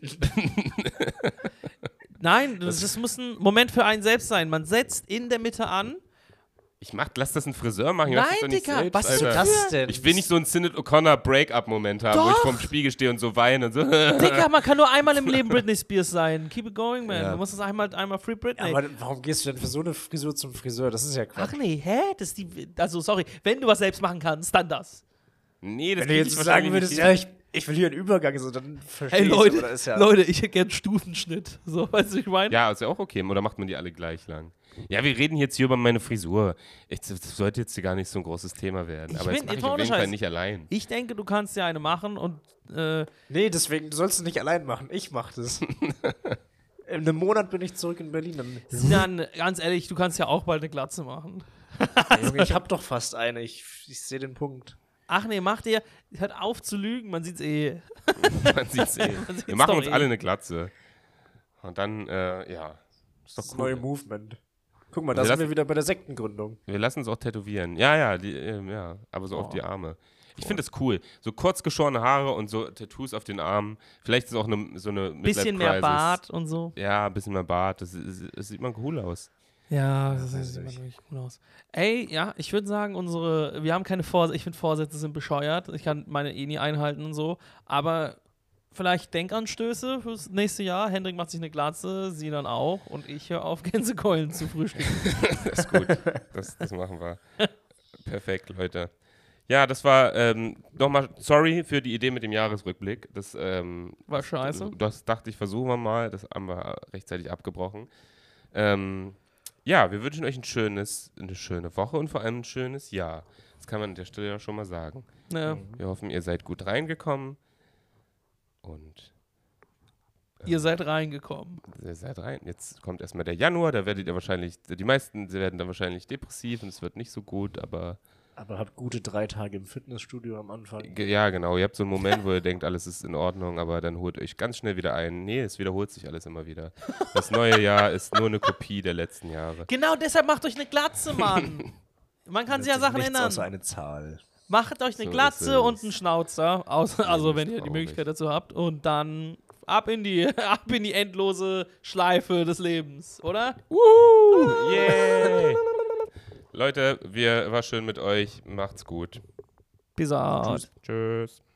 [SPEAKER 3] Nein, das, das muss ein Moment für einen selbst sein. Man setzt in der Mitte an.
[SPEAKER 1] Ich mach, lass das ein Friseur machen. ich mach
[SPEAKER 3] Nein,
[SPEAKER 1] das doch nicht
[SPEAKER 3] Dicker,
[SPEAKER 1] selbst,
[SPEAKER 3] was ist
[SPEAKER 1] Alter.
[SPEAKER 3] das
[SPEAKER 2] denn?
[SPEAKER 1] Ich will nicht so einen Synod O'Connor Break-Up-Moment haben, wo ich
[SPEAKER 3] Doch.
[SPEAKER 1] vorm Spiegel stehe und so weine und so.
[SPEAKER 3] Dicker, man kann nur einmal im Leben Britney Spears sein. Keep it going, man.
[SPEAKER 2] Ja.
[SPEAKER 3] Du musst es einmal, einmal Free Britney.
[SPEAKER 2] Aber warum gehst du denn für so eine Frisur zum Friseur? Das ist ja Quatsch.
[SPEAKER 3] Ach nee, hä? Das ist die. Also, sorry, wenn du was selbst machen kannst, dann das.
[SPEAKER 1] Nee, das
[SPEAKER 2] Wenn du
[SPEAKER 1] krieg
[SPEAKER 2] jetzt
[SPEAKER 1] ich
[SPEAKER 2] sagen
[SPEAKER 1] wahrscheinlich
[SPEAKER 2] würdest,
[SPEAKER 1] nicht
[SPEAKER 2] ja, ich, ich will hier einen Übergang, so dann verstehe
[SPEAKER 3] Hey
[SPEAKER 2] ich's,
[SPEAKER 3] Leute,
[SPEAKER 2] aber das ist ja,
[SPEAKER 3] Leute, ich hätte gern Stufenschnitt. So, weißt du, ich meine?
[SPEAKER 1] Ja, ist ja auch okay. Oder macht man die alle gleich lang? Ja, wir reden jetzt hier über meine Frisur. Ich, das sollte jetzt hier gar nicht so ein großes Thema werden.
[SPEAKER 3] Ich
[SPEAKER 1] Aber jetzt
[SPEAKER 3] bin-
[SPEAKER 1] mache
[SPEAKER 3] jetzt
[SPEAKER 1] ich
[SPEAKER 3] mal
[SPEAKER 1] auf
[SPEAKER 3] ohne
[SPEAKER 1] jeden Fall
[SPEAKER 3] Scheiß.
[SPEAKER 1] nicht allein.
[SPEAKER 3] Ich denke, du kannst dir eine machen und äh,
[SPEAKER 2] Nee, deswegen, du sollst es nicht allein machen. Ich mach das. in einem Monat bin ich zurück in Berlin. Dann,
[SPEAKER 3] dann, ganz ehrlich, du kannst ja auch bald eine Glatze machen.
[SPEAKER 2] Ey, Junge, ich hab doch fast eine. Ich, ich sehe den Punkt.
[SPEAKER 3] Ach nee, mach dir, hört auf zu lügen, man sieht's eh.
[SPEAKER 1] Man sieht's eh.
[SPEAKER 3] sieht's
[SPEAKER 1] wir machen
[SPEAKER 3] doch
[SPEAKER 1] uns
[SPEAKER 3] eh.
[SPEAKER 1] alle eine Glatze. Und dann, äh, ja. Ist doch
[SPEAKER 2] Das
[SPEAKER 1] cool.
[SPEAKER 2] neue Movement. Guck mal, da
[SPEAKER 3] Also
[SPEAKER 1] Wir
[SPEAKER 2] sind
[SPEAKER 1] lassen-
[SPEAKER 2] wir wieder bei der Sektengründung.
[SPEAKER 1] Wir lassen uns auch tätowieren. Ja, ja, die, ähm, ja. Aber so auf
[SPEAKER 3] Oh.
[SPEAKER 1] die Arme. Ich finde das cool. So kurz geschorene Haare und so Tattoos auf den Armen. Vielleicht ist auch ne, so eine
[SPEAKER 3] Bisschen mehr
[SPEAKER 1] Midlife-Crisis.
[SPEAKER 3] Bart und so.
[SPEAKER 1] Ja, ein bisschen mehr Bart. Das, ist- das sieht man cool aus.
[SPEAKER 3] Ja, das
[SPEAKER 2] weiß
[SPEAKER 3] sieht
[SPEAKER 2] ich.
[SPEAKER 3] wirklich cool aus. Ey, ja, ich würde sagen, unsere, wir haben keine Vorsätze, ich finde Vorsätze sind bescheuert. Ich kann meine eh nie einhalten und so, aber vielleicht Denkanstöße fürs nächste Jahr. Hendrik macht sich eine Glatze, sie dann auch und ich höre auf, Gänsekeulen zu frühstücken.
[SPEAKER 1] Das ist gut. Das, das machen wir. Perfekt, Leute. Ja, das war ähm, nochmal sorry für die Idee mit dem Jahresrückblick. Das ähm,
[SPEAKER 3] War scheiße.
[SPEAKER 1] Das dachte ich, versuchen wir mal. Das haben wir rechtzeitig abgebrochen. Ähm, ja, wir wünschen euch ein schönes, eine schöne Woche und vor allem ein schönes Jahr. Das kann man an der Stelle ja schon mal sagen.
[SPEAKER 3] Ja,
[SPEAKER 1] Wir hoffen, ihr seid gut reingekommen und
[SPEAKER 3] ihr seid reingekommen.
[SPEAKER 1] ihr seid rein. Jetzt kommt erstmal der Januar, da werdet ihr wahrscheinlich, die meisten werden dann wahrscheinlich depressiv und es wird nicht so gut, aber
[SPEAKER 2] Aber habt gute drei Tage im Fitnessstudio am Anfang.
[SPEAKER 1] Ge- Ja, genau. Ihr habt so einen Moment, wo ihr denkt, alles ist in Ordnung, aber dann holt euch ganz schnell wieder ein. Nee, es wiederholt sich alles immer wieder. Das neue Jahr ist nur eine Kopie der letzten Jahre.
[SPEAKER 3] Genau deshalb macht euch eine Glatze, Mann. Man kann sich ja Sachen
[SPEAKER 2] Nichts
[SPEAKER 3] ändern.
[SPEAKER 2] Außer eine Zahl.
[SPEAKER 3] Macht euch eine
[SPEAKER 1] So ist es.
[SPEAKER 3] Glatze und einen Schnauzer, aus, also
[SPEAKER 1] ist
[SPEAKER 3] wenn ihr die
[SPEAKER 1] traurig.
[SPEAKER 3] Möglichkeit dazu habt. Und dann ab in die, ab in die endlose Schleife des Lebens, oder?
[SPEAKER 1] Yay! Leute, wir war schön mit euch. Macht's gut.
[SPEAKER 3] Peace out.
[SPEAKER 1] Tschüss.